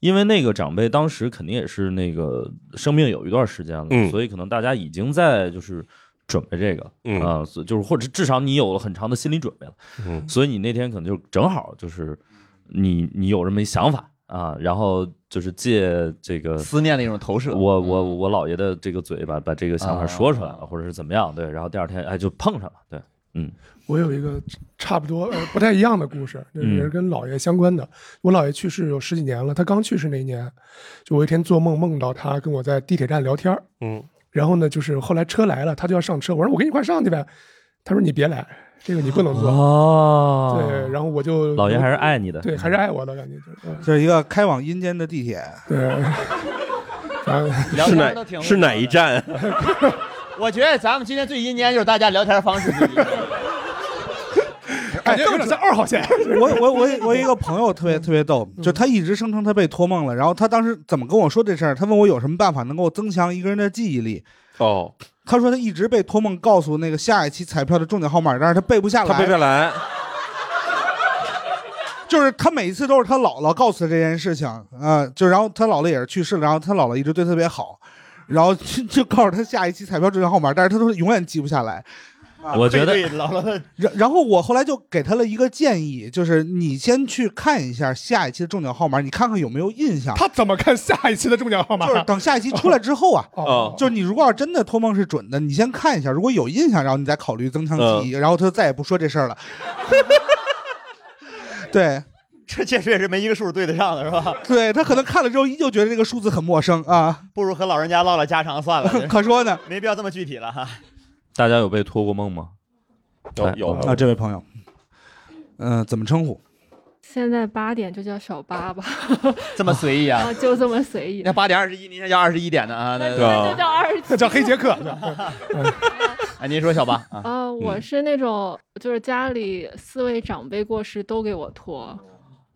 Speaker 1: 因为那个长辈当时肯定也是那个生病有一段时间了，
Speaker 2: 嗯
Speaker 1: 所以可能大家已经在就是。准备这个，嗯啊，所以就是或者至少你有了很长的心理准备了，
Speaker 2: 嗯，
Speaker 1: 所以你那天可能就正好就是你你有这么一想法啊，然后就是借这个
Speaker 7: 思念的一种投射，嗯啊
Speaker 1: 我我我姥爷的这个嘴把把这个想法说出来了，或者是怎么样，对，然后第二天哎就碰上了，对，嗯，
Speaker 4: [laughs] 我有一个差不多、呃、不太一样的故事，就
Speaker 1: 嗯
Speaker 4: 是也是跟姥爷相关的。我姥爷去世有十几年了，他刚去世那一年，就我一天做梦梦到他跟我在地铁站聊天儿
Speaker 2: 嗯，
Speaker 4: 然后呢，就是后来车来了，他就要上车，我说我跟你一块上去呗，他说你别来，这个你不能做。
Speaker 1: 哦
Speaker 4: 对，然后我就
Speaker 1: 姥爷还是爱你的
Speaker 4: 对，还是爱我的感觉，就是嗯
Speaker 5: 就是一个开往阴间的地铁。
Speaker 6: [laughs]
Speaker 4: 对，反正
Speaker 7: 聊天儿都挺啊是哪
Speaker 2: 一站？
Speaker 7: 我觉得咱们今天最阴间就是大家聊天方式之一。
Speaker 4: 感觉有点在二号线。
Speaker 5: 我我我我有一个朋友特别特别逗，就他一直声称他被托梦了，然后他当时怎么跟我说这事儿？他问我有什么办法能够增强一个人的记忆力。
Speaker 2: 哦，
Speaker 5: 他说他一直被托梦告诉那个下一期彩票的中奖号码，但是他背不下来。
Speaker 2: 他背不下来。
Speaker 5: 就是他每一次都是他姥姥告诉他这件事情，啊、就然后他姥姥也是去世了，然后他姥姥一直对他特别好，然后就 [laughs] 就告诉他下一期彩票中奖号码，但是他都是永远记不下来。啊
Speaker 1: 我觉得对
Speaker 7: 姥姥的
Speaker 5: 然然后我后来就给他了一个建议，就是你先去看一下下一期的中奖号码，你看看有没有印象。
Speaker 4: 他怎么看下一期的中奖号码？
Speaker 5: 就是等下一期出来之后啊，
Speaker 2: 哦
Speaker 5: 就是你如果要真的托梦是准的，你先看一下，如果有印象，然后你再考虑增强记
Speaker 1: 哦
Speaker 5: 忆，然后他就再也不说这事儿了。 [laughs] 对，
Speaker 7: 这确实也是没一个数对得上的，是吧？
Speaker 5: 对他可能看了之后依旧觉得这个数字很陌生啊。。
Speaker 7: 不如和老人家唠唠家常算了
Speaker 5: [laughs] 可说呢，
Speaker 7: 没必要这么具体了哈。
Speaker 1: 大家有被托过梦吗？哎
Speaker 2: 有有
Speaker 5: 啊，这位朋友，嗯、
Speaker 2: 呃
Speaker 5: 怎么称呼？
Speaker 9: 现在八点就叫小八吧，
Speaker 7: 这么随意
Speaker 9: 然
Speaker 7: 啊
Speaker 9: 后？就这么随意。
Speaker 7: 那八点二十一， [laughs] 您要二十一点的啊？那
Speaker 9: 哦那就叫二十七。
Speaker 4: 杰
Speaker 7: [laughs]
Speaker 4: 克。
Speaker 7: 啊，您说小八
Speaker 9: [laughs]
Speaker 7: 啊？
Speaker 5: 嗯
Speaker 9: 啊，我是那种就是家里四位长辈过世都给我托，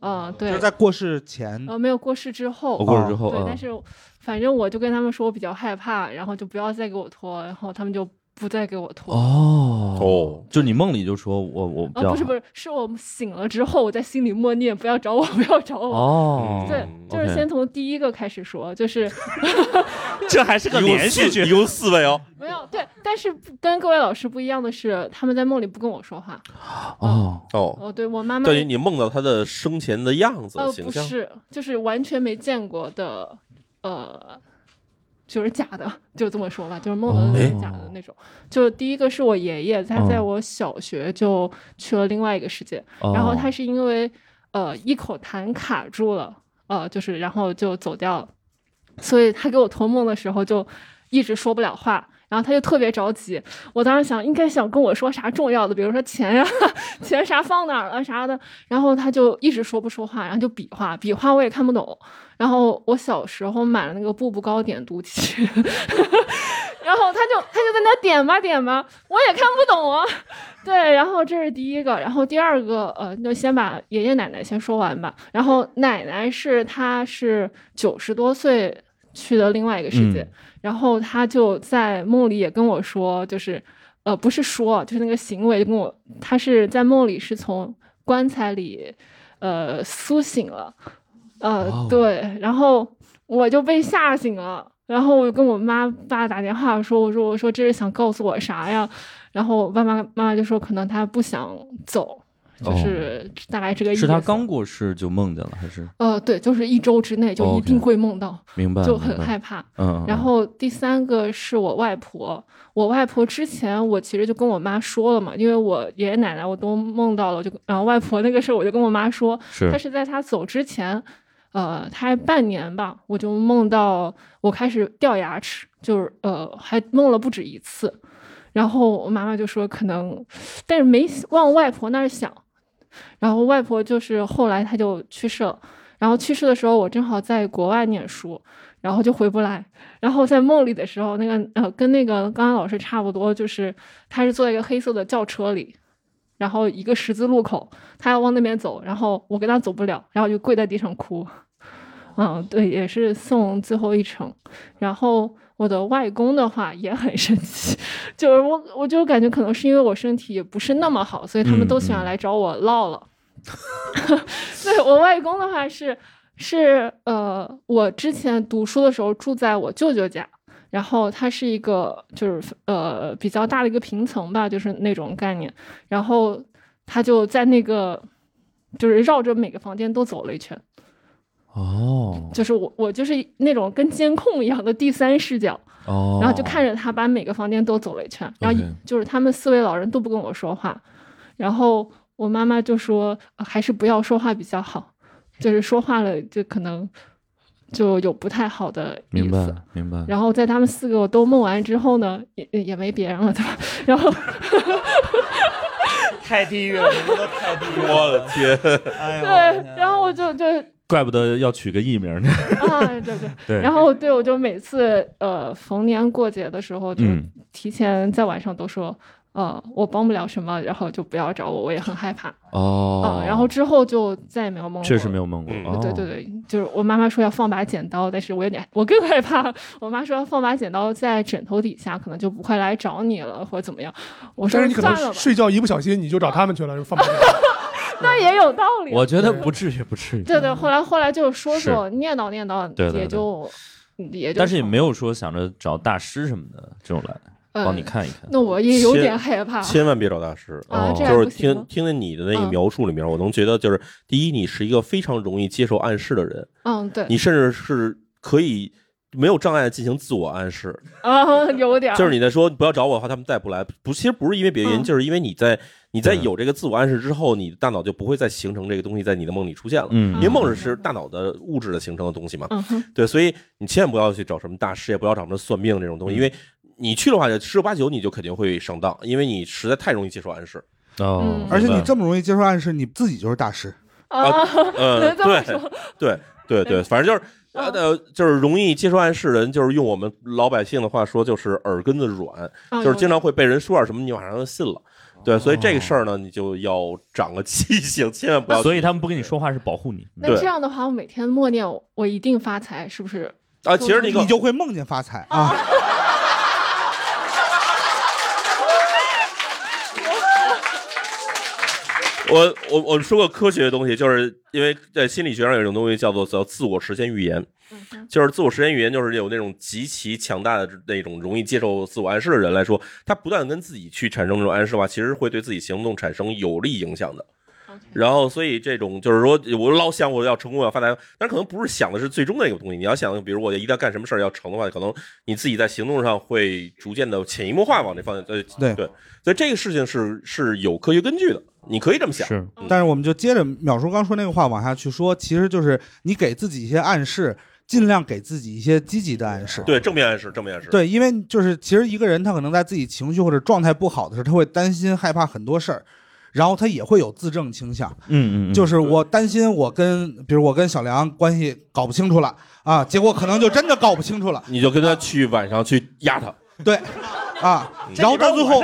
Speaker 9: 嗯，对，
Speaker 5: 就是在过世前。
Speaker 9: 呃，没有过世之后，
Speaker 5: 哦过世之后
Speaker 9: 对，
Speaker 5: 嗯
Speaker 9: 但是反正我就跟他们说我比较害怕，然后就不要再给我拖，然后他们就不再给我拖。
Speaker 1: 哦哦，就你梦里就说我我比
Speaker 9: 啊、
Speaker 1: 较
Speaker 9: 不是不是，是我醒了之后，我在心里默念不要找我，不 [laughs] 要找我。
Speaker 1: 哦
Speaker 9: 对，
Speaker 2: 嗯
Speaker 9: 就是先从第一个开始说，就是
Speaker 2: 这还是
Speaker 9: 个连续剧
Speaker 2: 一共四位哦。
Speaker 9: 没有对，但是跟各位老师不一样的是，他们在梦里不跟我说话。
Speaker 2: 哦哦，
Speaker 9: 哦，对我妈妈
Speaker 2: 等于你梦到他的生前的样子
Speaker 9: 呃
Speaker 2: 形
Speaker 9: 不
Speaker 2: 象。
Speaker 9: 是，就是完全没见过的，呃，就是假的， [laughs] 就这么说吧，就是梦到的是假的那种。就第一个是我爷爷，他在
Speaker 12: 哦
Speaker 9: 我小学就去了另外一个世界，
Speaker 12: 哦
Speaker 9: 然后他是因为呃一口痰卡住了，呃，就是然后就走掉了，所以他给我托梦的时候就一直说不了话。然后他就特别着急，我当时想应该想跟我说啥重要的，比如说钱呀、 [laughs] 钱啥放哪儿了啥的，然后他就一直说不说话，然后就比划，比划我也看不懂。然后我小时候买了那个步步高点读器， [laughs] 然后他就他就在那点吧点吧，我也看不懂啊。对，然后这是第一个，然后第二个，呃，就先把爷爷奶奶先说完吧。然后奶奶是她是九十多岁去的另外一个世界，
Speaker 12: 嗯
Speaker 9: 然后她就在梦里也跟我说，就是呃，不是说，就是那个行为就跟我，她是在梦里是从棺材里呃苏醒了，呃，
Speaker 12: 哇哦
Speaker 9: 对，然后我就被吓醒了，然后我就跟我妈爸打电话说，我说我说这是想告诉我啥呀？然后我爸妈妈妈就说可能他不想走，就
Speaker 1: 哦
Speaker 9: 是大概这个意思。
Speaker 1: 是他刚过世就梦见了还是？哦
Speaker 9: 呃，对，就是一周之内就一
Speaker 1: OK
Speaker 9: 定会梦到，
Speaker 1: 明白
Speaker 9: 就
Speaker 1: 明
Speaker 9: 很
Speaker 1: 白
Speaker 9: 害怕。
Speaker 1: 嗯嗯
Speaker 9: 然
Speaker 1: 嗯
Speaker 9: 后第三个是我外婆，我外婆之前我其实就跟我妈说了嘛，因为我爷爷奶奶我都梦到了，我就然后外婆那个事儿我就跟我妈说，
Speaker 12: 是
Speaker 9: 但是在她走之前，呃，她还半年吧，我就梦到我开始掉牙齿，就是呃，还梦了不止一次。然后我妈妈就说可能，但是没往外婆那儿想，然后外婆就是后来她就去世了，然后去世的时候我正好在国外念书，然后就回不来。然后在梦里的时候，那个呃跟那个刚刚老师差不多，就是他是坐在一个黑色的轿车里，然后一个十字路口，他要往那边走，然后我跟他走不了，然后就跪在地上哭。嗯，对，也是送最后一程。然后我的外公的话也很生气， [laughs] 就是我，我就感觉可能是因为我身体也不是那么好，所以他们都喜欢来找我唠了。 [laughs] 对我外公的话是是呃，我之前读书的时候住在我舅舅家，然后它是一个就是呃比较大的一个平层吧，就是那种概念。然后他就在那个就是绕着每个房间都走了一圈，
Speaker 14: 哦
Speaker 9: 就是我我就是那种跟监控一样的第三视角，
Speaker 14: 哦，
Speaker 9: 然后就看着他把每个房间都走了一圈，然后
Speaker 14: OK
Speaker 9: 就是他们四位老人都不跟我说话，然后我妈妈就说呃还是不要说话比较好，就是说话了就可能就有不太好的意
Speaker 1: 明白
Speaker 9: 思。
Speaker 1: 明
Speaker 14: 嗯
Speaker 1: 白。
Speaker 9: 然后在他们四个我都梦完之后呢，也也也没别人了，对吧？然后
Speaker 6: 太地狱了，你们都太地狱了。
Speaker 2: [laughs] 我的天！哎
Speaker 1: 哎
Speaker 9: 对，然后我就就
Speaker 1: 怪不得要取个艺名呢。
Speaker 9: [laughs] 啊，对对
Speaker 1: [laughs] 对
Speaker 9: 然后对我就每次呃逢年过节的时候，就
Speaker 1: 嗯
Speaker 9: 提前在晚上都说，呃，我帮不了什么，然后就不要找我，我也很害怕。
Speaker 1: 哦
Speaker 9: 啊，然后之后就再也没有梦过。
Speaker 1: 确实没有梦
Speaker 2: 嗯
Speaker 1: 过。哦
Speaker 9: 对对对，就是我妈妈说要放把剪刀，但是我有点，我更害怕。我妈说要放把剪刀在枕头底下，可能就不会来找你了，或者怎么样。我说
Speaker 4: [laughs] 但是你可
Speaker 9: 算
Speaker 4: 能
Speaker 9: 了吧，
Speaker 4: 睡觉一不小心你就找他们去了，就放不下
Speaker 9: 那也有道理。啊
Speaker 1: 我觉得不至于，不至于。
Speaker 9: 对对，后来后来就说说
Speaker 1: 是
Speaker 9: 念叨念叨，
Speaker 1: 对对对
Speaker 9: 也就也就
Speaker 1: 但是也没有说想着找大师什么的这种来
Speaker 9: 呃
Speaker 1: 帮你看一看。
Speaker 9: 那我也有点害怕
Speaker 2: 千万别找大师哦
Speaker 9: 啊这样
Speaker 2: 就是
Speaker 9: 不行
Speaker 2: 听
Speaker 9: 吗
Speaker 2: 听见你的那个
Speaker 9: 嗯
Speaker 2: 描述里面，我能觉得就是第一，你是一个非常容易接受暗示的人，
Speaker 9: 嗯，对，
Speaker 2: 你甚至是可以没有障碍地进行自我暗示，
Speaker 9: 啊， [laughs] 有点儿嗯
Speaker 2: 就是你在说不要找我的话，他们再不来，不，其实不是因为别的原因，就是因为你在你在
Speaker 1: 嗯
Speaker 2: 有这个自我暗示之后，你的大脑就不会再形成这个东西在你的梦里出现了，
Speaker 1: 嗯
Speaker 2: 因为梦是大脑的物质的形成的东西嘛，
Speaker 9: 嗯哼
Speaker 2: 对，所以你千万不要去找什么大师，也不要找什么算命这种东
Speaker 1: 嗯
Speaker 2: 西，因为你去的话，十有八九你就肯定会上当，因为你实在太容易接受暗示。
Speaker 9: 嗯
Speaker 2: 嗯
Speaker 1: 哦
Speaker 5: 而且你这么容易接受暗示，你自己就是大师。
Speaker 9: 啊，
Speaker 2: 呃，
Speaker 9: 能这么
Speaker 2: [laughs] 对
Speaker 9: 说，
Speaker 2: 对对对，反正就是呃呃，就是容易接受暗示的人，就是用我们老百姓的话说，就是耳根子软，
Speaker 9: 啊
Speaker 2: 就是经常会被人说点什么，你马上就信了。对，所以这个事儿呢，你就要长个记性，千万不要去。
Speaker 1: 所以他们不跟你说话是保护你。
Speaker 9: 那这样的话，我每天默念我我一定发财，是不是？
Speaker 2: 啊，其实那个
Speaker 5: 你就会梦见发财啊。
Speaker 2: 我我我说过科学的东西，就是因为在心理学上有一种东西叫做叫自我实现预言，就是自我实现预言，就是有那种极其强大的那种容易接受自我暗示的人来说，他不断跟自己去产生这种暗示的话，其实会对自己行动产生有利影响的。然后，所以这种就是说，我老想我要成功，我要发财，但是可能不是想的是最终的那个东西。你要想，比如我一定要干什么事儿要成的话，可能你自己在行动上会逐渐的潜移默化往这方向。呃，
Speaker 5: 对
Speaker 2: 对，所以这个事情是是有科学根据的，你可以这么想。
Speaker 1: 是
Speaker 5: 但是我们就接着淼叔刚说那个话往下去说，其实就是你给自己一些暗示，尽量给自己一些积极的暗示。
Speaker 2: 对，正面暗示，正面暗示。
Speaker 5: 对，因为就是其实一个人他可能在自己情绪或者状态不好的时候，他会担心害怕很多事儿，然后他也会有自证倾向。
Speaker 1: 嗯嗯嗯，
Speaker 5: 就是我担心我跟比如我跟小梁关系搞不清楚了啊，结果可能就真的搞不清楚了。
Speaker 2: 你就跟他去晚上去压他。
Speaker 5: 对，啊，然后到最后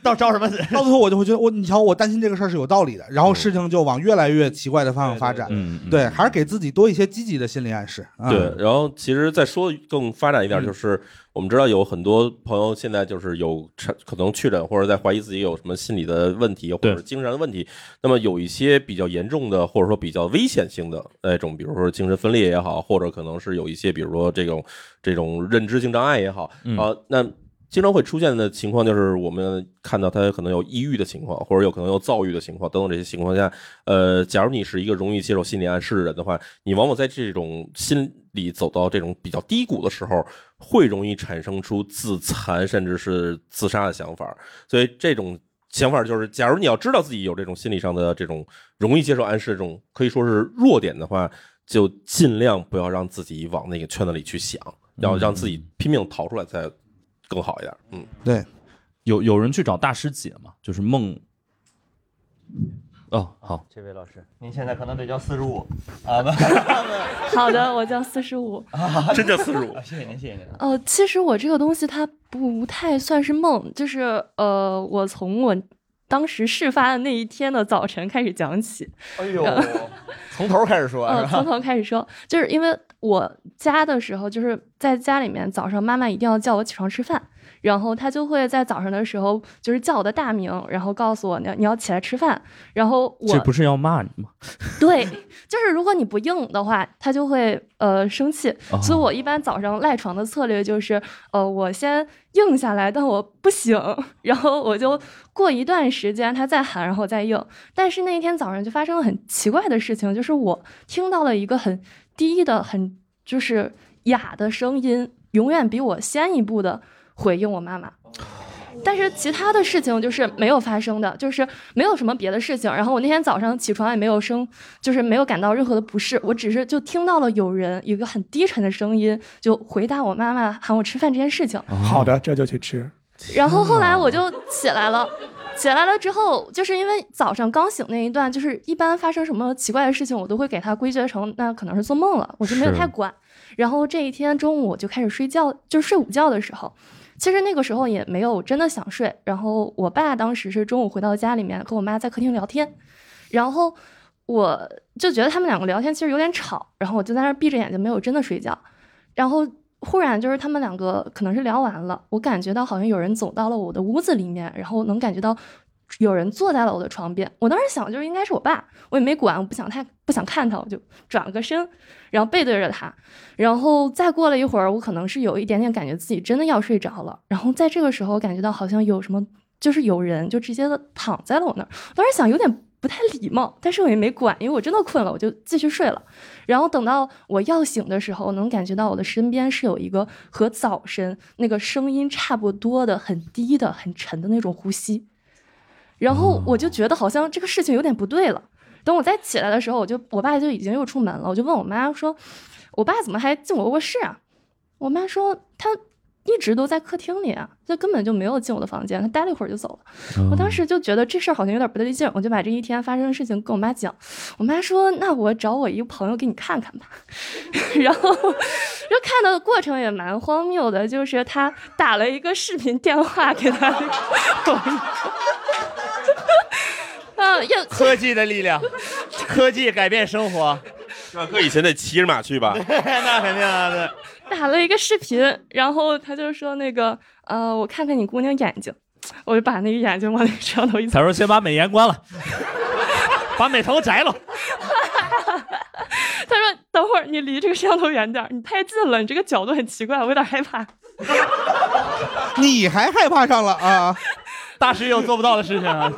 Speaker 6: 到招什么？
Speaker 5: 到最后我就会觉得我你瞧我担心这个事儿是有道理的，然后事情就往越来越奇怪的方向发展。
Speaker 1: 嗯，
Speaker 5: 对，还是给自己多一些积极的心理暗示。啊、
Speaker 2: 对，然后其实再说更发展一点，
Speaker 5: 嗯
Speaker 2: 就是我们知道有很多朋友现在就是有产可能确诊或者在怀疑自己有什么心理的问题或者是精神上的问题。那么有一些比较严重的或者说比较危险性的那种，比如说精神分裂也好，或者可能是有一些比如说这种这种认知性障碍也好
Speaker 1: 嗯
Speaker 2: 啊，那。经常会出现的情况就是，我们看到他可能有抑郁的情况，或者有可能有躁郁的情况等等这些情况下，呃，假如你是一个容易接受心理暗示的人的话，你往往在这种心理走到这种比较低谷的时候，会容易产生出自残甚至是自杀的想法。所以这种想法就是，假如你要知道自己有这种心理上的这种容易接受暗示这种可以说是弱点的话，就尽量不要让自己往那个圈子里去想，要让自己拼命逃出来才更好一点。嗯，
Speaker 5: 对，
Speaker 1: 有有人去找大师姐嘛，就是梦。哦，好，
Speaker 7: 这位老师，
Speaker 6: 您现在可能得叫四十五，
Speaker 7: [laughs] 啊，
Speaker 15: [laughs] 好的，我叫四十五。
Speaker 2: 真叫四十
Speaker 6: [laughs]
Speaker 2: 五，
Speaker 7: 谢谢您，谢谢您。
Speaker 15: 呃，其实我这个东西它不太算是梦，就是呃，我从我当时事发的那一天的早晨开始讲起。
Speaker 6: 哎呦 [laughs] 啊
Speaker 15: 呃，
Speaker 6: 从头开始说，
Speaker 15: 嗯，
Speaker 6: 是吧
Speaker 15: 从头开始说，就是因为我家的时候，就是在家里面，早上妈妈一定要叫我起床吃饭，然后他就会在早上的时候就是叫我的大名，然后告诉我你要你要起来吃饭。然后我
Speaker 1: 这不是要骂你 [laughs] 吗？
Speaker 15: 对，就是如果你不应的话，他就会呃生气。
Speaker 1: 哦
Speaker 15: 所以我一般早上赖床的策略就是，呃，我先应下来，但我不醒，然后我就过一段时间他再喊，然后我再应。但是那一天早上就发生了很奇怪的事情，就是我听到了一个很低的、很就是哑的声音，永远比我先一步的回应我妈妈。但是其他的事情就是没有发生的，就是没有什么别的事情。然后我那天早上起床也没有生，就是没有感到任何的不适，我只是就听到了有人一个很低沉的声音就回答我妈妈喊我吃饭这件事情。
Speaker 4: 好的，这就去吃。
Speaker 15: 然后后来我就起来了，起来了之后，就是因为早上刚醒那一段，就是一般发生什么奇怪的事情，我都会给它归结成那可能是做梦了，我就没有
Speaker 12: 是
Speaker 15: 太管。然后这一天中午我就开始睡觉，就是睡午觉的时候，其实那个时候也没有真的想睡。然后我爸当时是中午回到家里面，和我妈在客厅聊天，然后我就觉得他们两个聊天其实有点吵，然后我就在那儿闭着眼睛没有真的睡觉。然后忽然就是他们两个可能是聊完了，我感觉到好像有人走到了我的屋子里面，然后能感觉到有人坐在了我的床边。我当时想就是应该是我爸，我也没管，我不想太不想看他，我就转了个身，然后背对着他。然后再过了一会儿，我可能是有一点点感觉自己真的要睡着了。然后在这个时候，感觉到好像有什么，就是有人就直接的躺在了我那儿。我当时想有点。不太礼貌，但是我也没管，因为我真的困了，我就继续睡了。然后等到我要醒的时候，我能感觉到我的身边是有一个和早晨那个声音差不多的、很低的、很沉的那种呼吸。然后我就觉得好像这个事情有点不对了。等我再起来的时候，我就我爸就已经又出门了，我就问我妈说：“我爸怎么还进我卧室啊？”我妈说：“他一直都在客厅里啊，他根本就没有进我的房间，他待了一会儿就走了。”我当时就觉得这事儿好像有点不对劲儿，我就把这一天发生的事情跟我妈讲。我妈说：“那我找我一个朋友给你看看吧。”然后就看到的过程也蛮荒谬的，就是他打了一个视频电话给他。啊，
Speaker 7: [laughs]
Speaker 15: 要
Speaker 6: 科技的力量，科技改变生活，
Speaker 2: 那哥以前得骑着马去 [laughs] 吧？
Speaker 6: [laughs] 那肯定啊，对。
Speaker 15: 打了一个视频，然后他就说那个呃，我看看你姑娘眼睛，我就把那个眼睛往那个摄像头一
Speaker 1: 彩说先把美颜关了，把美瞳摘了。
Speaker 15: [laughs] 他说：“等会儿你离这个摄像头远点儿，你太近了，你这个角度很奇怪，我有点害怕。
Speaker 5: 你还害怕上了
Speaker 7: [laughs]
Speaker 5: 啊？
Speaker 6: 大师有做不到的事情啊！”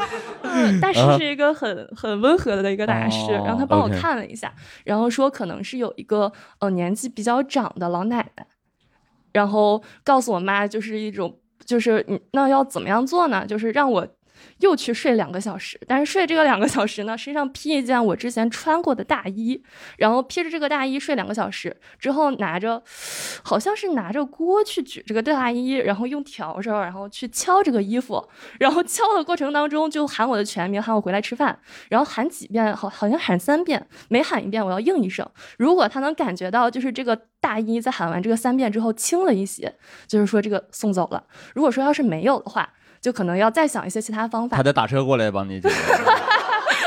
Speaker 15: 嗯，大师是一个很很温和的一个大师，
Speaker 6: 哦
Speaker 15: 然后他帮我
Speaker 6: OK
Speaker 15: 看了一下，然后说可能是有一个呃年纪比较长的老奶奶，然后告诉我妈就是一种就是你那要怎么样做呢？就是让我。又去睡两个小时，但是睡这个两个小时呢，身上披一件我之前穿过的大衣，然后披着这个大衣睡两个小时，之后拿着，好像是拿着锅去举这个大衣，然后用笤帚，然后去敲这个衣服，然后敲的过程当中就喊我的全名，喊我回来吃饭，然后喊几遍，好好像喊三遍，每喊一遍我要应一声，如果他能感觉到就是这个大衣在喊完这个三遍之后轻了一些，就是说这个送走了，如果说要是没有的话。就可能要再想一些其他方法
Speaker 7: 他。得打车过来帮你解决。
Speaker 2: [laughs]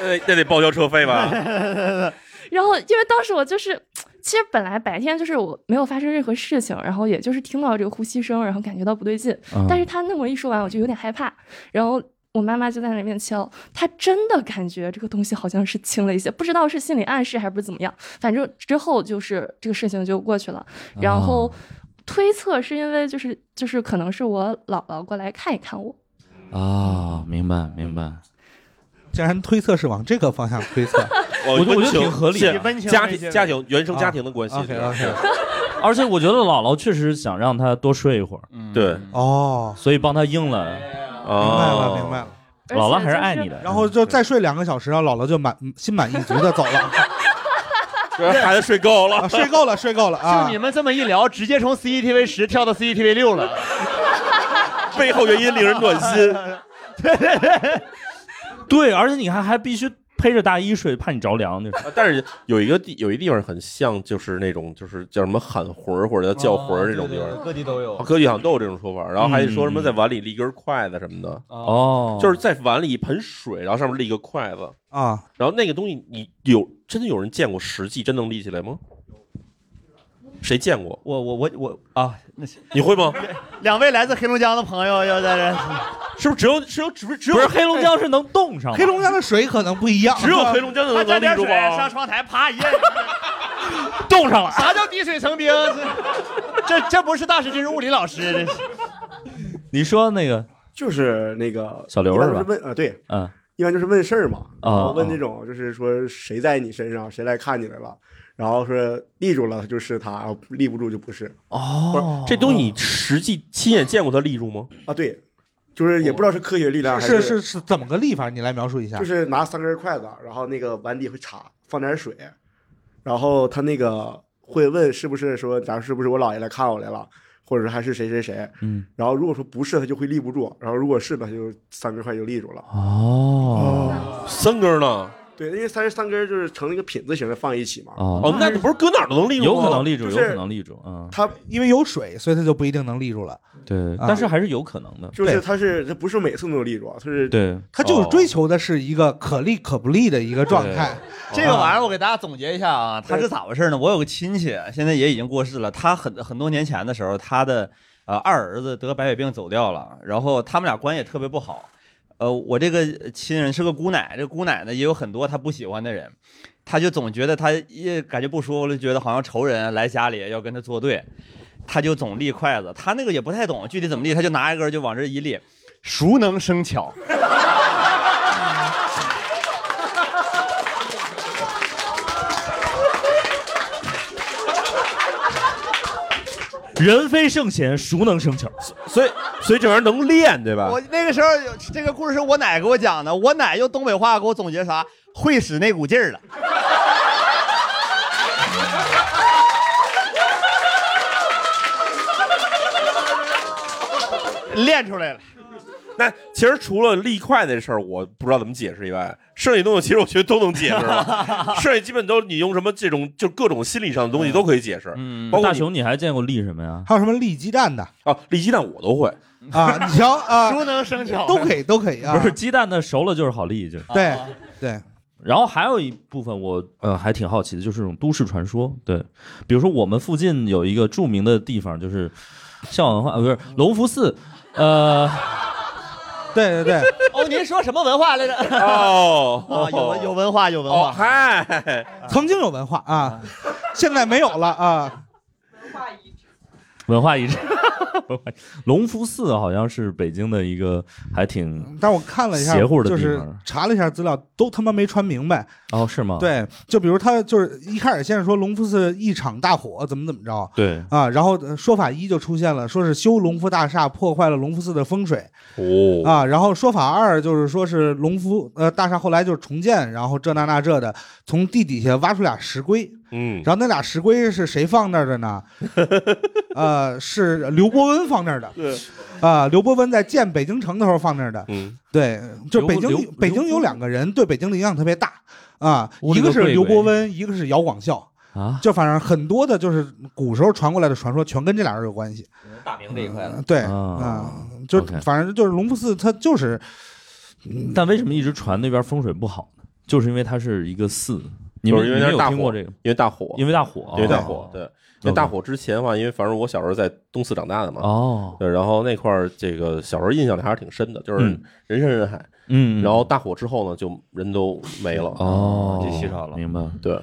Speaker 2: 那那得报销车
Speaker 6: [laughs]
Speaker 2: 费吧？
Speaker 15: [laughs] 然后因为当时我就是，其实本来白天就是我没有发生任何事情，然后也就是听到这个呼吸声，然后感觉到不对劲。
Speaker 12: 嗯
Speaker 15: 但是他那么一说完，我就有点害怕。然后我妈妈就在那边敲，她真的感觉这个东西好像是轻了一些，不知道是心理暗示还是不是怎么样。反正之后就是这个事情就过去了。然后推测是因为就是就是可能是我姥姥过来看一看我。
Speaker 1: 啊，明白明白。，
Speaker 5: 竟然推测是往这个方向推测
Speaker 1: [laughs] 我觉得我觉得挺合理的，
Speaker 2: 家庭家庭原
Speaker 5: 啊
Speaker 2: 生家庭的关系。
Speaker 5: OK OK，
Speaker 1: 而且我觉得姥姥确实想让他多睡一会儿，
Speaker 2: 对，
Speaker 5: 哦，
Speaker 1: 所以帮他应
Speaker 2: 哎
Speaker 1: 了。
Speaker 5: 明白
Speaker 2: 哦
Speaker 5: 了明白了。
Speaker 1: 姥姥还是爱你的。
Speaker 5: 然后就再睡两个小时，然后姥姥就满心满意足的走了。
Speaker 2: 孩子睡够了
Speaker 5: 啊睡够了，睡够了啊！
Speaker 6: 就你们这么一聊，直接从
Speaker 2: E
Speaker 6: CCTV 十跳到 CCTV 六了，
Speaker 2: [laughs] 背后原因令人暖心。
Speaker 6: 对对对，
Speaker 1: 对，而且你看还必须披着大衣睡，怕你着凉那种。
Speaker 2: 啊但是有一个地有一地方很像，就是那种就是叫什么喊魂儿或者叫叫魂儿这种地方，
Speaker 7: 各地都有
Speaker 2: 啊各地好像都有这种说法。然后还说什么
Speaker 1: 嗯
Speaker 2: 在碗里立根筷子什么的，
Speaker 1: 哦
Speaker 2: 就是在碗里一盆水，然后上面立个筷子
Speaker 5: 啊。
Speaker 2: 然后那个东西你有真的有人见过实际真能立起来吗？谁见过？
Speaker 7: 我我我我啊，那
Speaker 2: 你会吗？
Speaker 6: [laughs] 两位来自黑龙江的朋友要在这，
Speaker 2: [laughs] 是不是只有只有只不只有
Speaker 6: 不是
Speaker 1: 黑龙江是能冻上
Speaker 5: 黑龙江的水可能不一样，
Speaker 2: 只有黑龙江的
Speaker 6: 他
Speaker 2: 能
Speaker 6: 沾
Speaker 2: 能
Speaker 6: 点
Speaker 2: 立
Speaker 6: 水
Speaker 2: 住吗
Speaker 6: 上？窗台啪一摁，
Speaker 1: 冻上了。
Speaker 6: 啥叫滴水成冰？ [laughs] 这这这不是大师，这是物理老师。这是
Speaker 1: 你说那个
Speaker 8: 就是那个
Speaker 1: 小刘
Speaker 8: 一般
Speaker 1: 是
Speaker 8: 都
Speaker 1: 吧
Speaker 8: 是？问啊，对，
Speaker 1: 嗯，
Speaker 8: 一般就是问事儿嘛，
Speaker 1: 啊
Speaker 8: 然后问
Speaker 1: 啊
Speaker 8: 那种就是说谁在你身上，谁来看你来了，然后说立住了就是他，然后立不住就不是。
Speaker 2: 哦，这东西你实际亲眼见过它立住吗？
Speaker 8: 啊，对，就是也不知道是科学力量还
Speaker 5: 是
Speaker 8: 是
Speaker 5: 是是怎么个立法？你来描述一下。
Speaker 8: 就是拿三根筷子，然后那个碗底会插放点水，然后他那个会问是不是说，假如是不是我姥爷来看我来了，或者还是谁谁谁，
Speaker 1: 嗯，
Speaker 8: 然后如果说不是，他就会立不住，然后如果是呢，他就三根筷就立住了。
Speaker 1: 哦，
Speaker 2: 三根呢？
Speaker 8: 对，因为三十三根就是成那个品字形的放一起嘛。
Speaker 1: 哦
Speaker 2: 哦，那不是搁哪儿都能立住吗？
Speaker 1: 有可能立住，
Speaker 8: 就
Speaker 1: 有
Speaker 8: 是
Speaker 1: 可能立住，嗯，
Speaker 8: 它
Speaker 5: 因为有水，所以它就不一定能立住了。
Speaker 1: 对，
Speaker 5: 啊
Speaker 1: 但是还是有可能的，哦
Speaker 8: 就是它是它不是每次都能立住，它是
Speaker 1: 对，
Speaker 5: 它就是追求的是一个可立可不立的一个状态。
Speaker 7: [laughs] 这个玩意儿，我给大家总结一下啊，它是咋回事呢？我有个亲戚，现在也已经过世了。他很很多年前的时候，他的呃二儿子得白血病走掉了，然后他们俩关系也特别不好。呃，我这个亲人是个姑奶，这个姑奶呢也有很多她不喜欢的人，她就总觉得她也感觉不舒服了，觉得好像仇人来家里要跟她作对，她就总立筷子。她那个也不太懂具体怎么立，她就拿一根就往这一立，熟能生巧。
Speaker 1: 人非圣贤，孰能生巧？
Speaker 2: 所以所以这玩意儿能练对吧
Speaker 6: 我那个时候有这个故事是我奶给我讲的，我奶用东北话给我总结啥，会使那股劲儿了。练出来了。
Speaker 2: 那其实除了立筷那事儿，我不知道怎么解释以外，剩下东西其实我觉得都能解释了。剩下基本都你用什么这种就各种心理上的东西都可以解释，嗯包括
Speaker 1: 大熊，你还见过立什么呀？
Speaker 5: 还有什么立鸡蛋的
Speaker 1: 哦
Speaker 2: 啊，立鸡蛋我都会
Speaker 1: [laughs]
Speaker 5: 啊？你瞧啊，
Speaker 6: 熟能生巧
Speaker 5: 都可以，都可以啊。
Speaker 1: 不是鸡蛋的熟了就是好立，就是
Speaker 5: 对对，
Speaker 1: 然后还有一部分我呃还挺好奇的，就是这种都市传说。对，比如说我们附近有一个著名的地方，就是孝文化呃不是隆福寺，呃，
Speaker 5: [laughs] 对对对，
Speaker 6: 哦，您说什么文化来着？
Speaker 2: 哦
Speaker 6: 哦，有有文化，有文化。
Speaker 2: 嗨，
Speaker 5: 哦哎曾经有文化啊，现在没有了啊。
Speaker 1: 文化遗址。 [laughs] 文化遗址隆福寺好像是北京的一个还挺，
Speaker 5: 但我看了一下，
Speaker 1: 邪乎的
Speaker 5: 就
Speaker 1: 地
Speaker 5: 是
Speaker 1: 方。
Speaker 5: 查了一下资料，都他妈没穿明白。
Speaker 1: 哦，是吗？
Speaker 5: 对，就比如他就是一开始先是说隆福寺一场大火，怎么怎么着，
Speaker 1: 对，
Speaker 5: 啊，然后呃说法一就出现了，说是修隆福大厦破坏了隆福寺的风水
Speaker 2: 哦
Speaker 5: 啊，然后说法二就是说是隆福呃大厦后来就是重建，然后这那那这的，从地底下挖出俩石龟，
Speaker 2: 嗯，
Speaker 5: 然后那俩石龟是谁放那儿的
Speaker 1: [laughs]
Speaker 5: 呢？呃，是刘伯温放那儿的，啊，刘伯温在建北京城的时候放那儿的，
Speaker 2: 嗯，
Speaker 5: 对，就
Speaker 1: 刘
Speaker 5: 北
Speaker 1: 刘
Speaker 5: 京北京有两个人对北京的影响特别大啊，
Speaker 1: 屋
Speaker 5: 一
Speaker 1: 里
Speaker 5: 个
Speaker 1: 个
Speaker 5: 是
Speaker 1: 贵
Speaker 5: 刘伯
Speaker 1: 鬼
Speaker 5: 温，一个是姚广孝。
Speaker 1: 啊，
Speaker 5: 就反正很多的，就是古时候传过来的传说，全跟这俩人有关系。呃
Speaker 7: 大明这一块了
Speaker 5: 对
Speaker 1: 啊
Speaker 5: 啊，就反正就是隆福寺，它就是嗯
Speaker 1: 但为什么一直传那边风水不好呢？就是因为它是一个寺，你们
Speaker 2: 就是因为
Speaker 1: 你
Speaker 2: 那
Speaker 1: 们
Speaker 2: 是
Speaker 1: 有
Speaker 2: 大
Speaker 1: 听
Speaker 2: 火
Speaker 1: 过这个？
Speaker 2: 因为大火，
Speaker 1: 因为大火
Speaker 2: 因为大
Speaker 1: 哦
Speaker 2: 火，对。因为大火之前的话，因为反正我小时候在东四长大的嘛，
Speaker 1: 哦，
Speaker 2: 对，然后那块儿这个小时候印象里还是挺深的，就是
Speaker 1: 嗯
Speaker 2: 人山人海，
Speaker 1: 嗯嗯
Speaker 2: 然后大火之后呢，就人都没了，
Speaker 1: 哦，
Speaker 2: 就稀少了，
Speaker 1: 明白？
Speaker 2: 对，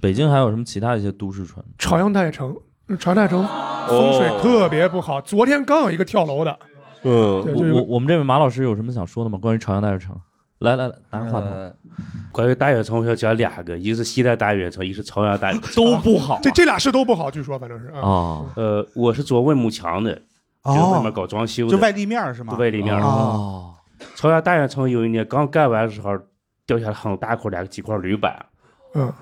Speaker 1: 北京还有什么其他一些都市传？
Speaker 4: 朝阳大悦城，嗯朝阳大悦城风水
Speaker 5: 哦
Speaker 4: 特别不好。昨天刚有一个跳楼的，
Speaker 2: 嗯
Speaker 4: 对就
Speaker 1: 我
Speaker 4: 有
Speaker 1: 我我们这位马老师有什么想说的吗？关于朝阳大悦城？来来来，拿着话筒。
Speaker 3: 呃关于大悦城，我想讲两个，一个是西单大悦城，一个是朝阳大悦城，都不好
Speaker 4: 这这俩事都不好，据说反正是啊。
Speaker 1: 啊。
Speaker 3: 呃，我是做外幕墙的，就是外面搞装修的，
Speaker 5: 哦就外立面儿是吗？
Speaker 3: 对外立面儿。
Speaker 5: 哦，
Speaker 3: 朝阳大悦城有一年刚干完的时候，掉下来很大块两几块铝板，
Speaker 4: 嗯，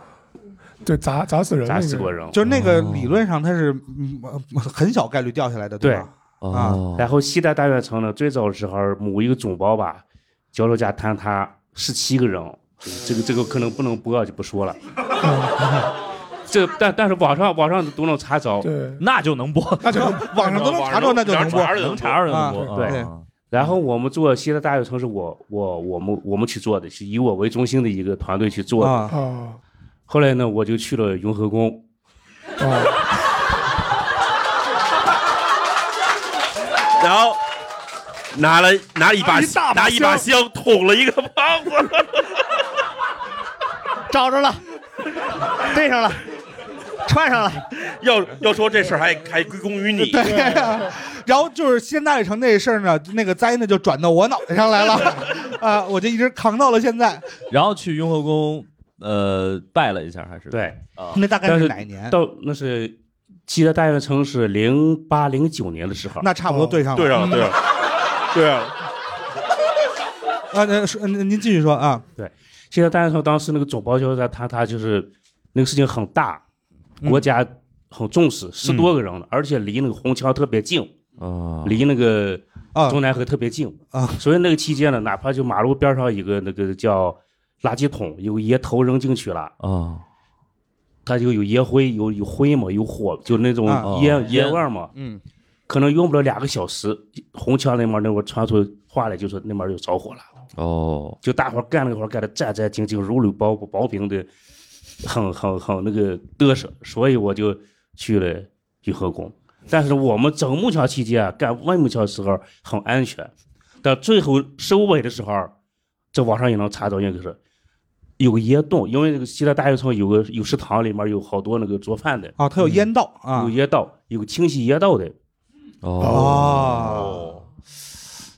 Speaker 4: 对，砸砸死人那
Speaker 3: 砸
Speaker 4: 个，
Speaker 3: 死过人。
Speaker 5: 就是那个
Speaker 1: 哦
Speaker 5: 理论上它是嗯呃很小概率掉下来的，
Speaker 3: 对啊
Speaker 5: 吧？哦
Speaker 3: 然后西单大悦城呢，最早的时候某一个总包吧，脚手架坍塌，十七个人，这个这个可能不能播，就不说了。这个但但是网上网上都能查着，
Speaker 4: 对，
Speaker 1: 那就能播，
Speaker 4: 那就
Speaker 5: 网上都能查着，那就能播，
Speaker 1: 能查着就能播。
Speaker 3: 对。
Speaker 1: 啊
Speaker 3: 然后我们做西单大悦城是我我我们我们去做的，是以我为中心的一个团队去做的。
Speaker 4: 啊
Speaker 3: 后来呢，我就去了雍和宫。
Speaker 2: 然后拿了拿一把
Speaker 6: 拿一大把
Speaker 2: 拿一把香捅了一
Speaker 6: [laughs]
Speaker 2: 个
Speaker 6: 啊
Speaker 2: 胖子，
Speaker 6: 找着了，对上
Speaker 2: [laughs]
Speaker 6: 了，
Speaker 2: 穿上了。要要说这事儿还还归功于你，
Speaker 5: 对、然后就是西安大悦城那事儿呢，那个灾呢就转到我脑袋上来 [laughs] 了，啊，我就一直扛到了现在。
Speaker 1: 然后去雍和宫，呃，拜了一下，还是对啊
Speaker 5: 那大概
Speaker 3: 但
Speaker 5: 是
Speaker 3: 是
Speaker 5: 哪一年
Speaker 3: 到那是记得大悦城是零八零九年的时候，
Speaker 5: 那差不多对上了哦对上了对上了，
Speaker 2: [laughs] 对啊。
Speaker 5: [laughs] 啊，那说您您继续说啊。
Speaker 3: 对，现在大家说当时那个总包销在他他就是那个事情很大，
Speaker 5: 嗯
Speaker 3: 国家很重视，十多个人呢，而且离那个虹桥特别近，
Speaker 1: 啊，
Speaker 3: 离那个中南河特别近
Speaker 5: 哦啊，
Speaker 3: 所以那个期间呢，哪怕就马路边上一个那个叫垃圾桶，有个野头扔进去了
Speaker 5: 哦
Speaker 1: 啊。
Speaker 3: 它就有烟灰，有有灰嘛，有火，就那种
Speaker 1: 啊
Speaker 3: 烟、
Speaker 5: 哦
Speaker 1: 啊
Speaker 3: 烟
Speaker 1: 烟
Speaker 3: 味儿嘛。
Speaker 1: 嗯，
Speaker 3: 可能用不了两个小时，虹桥那边儿那我传出话来，就是那边儿就着火了。
Speaker 1: 哦，
Speaker 3: 就大伙儿干那活儿干的战战兢兢，如履薄薄冰的，很 [laughs] 很很那个嘚瑟，所以我就去了雍和宫。但是我们整木桥期间啊，干万木桥的时候很安全，但最后收尾的时候，这网上也能查到，应该是有个烟洞，因为那个西大大悦城有个有食堂，里面有好多那个做饭的
Speaker 5: 啊，它有烟道啊
Speaker 3: 有烟道，有个清洗烟道的。
Speaker 5: 哦，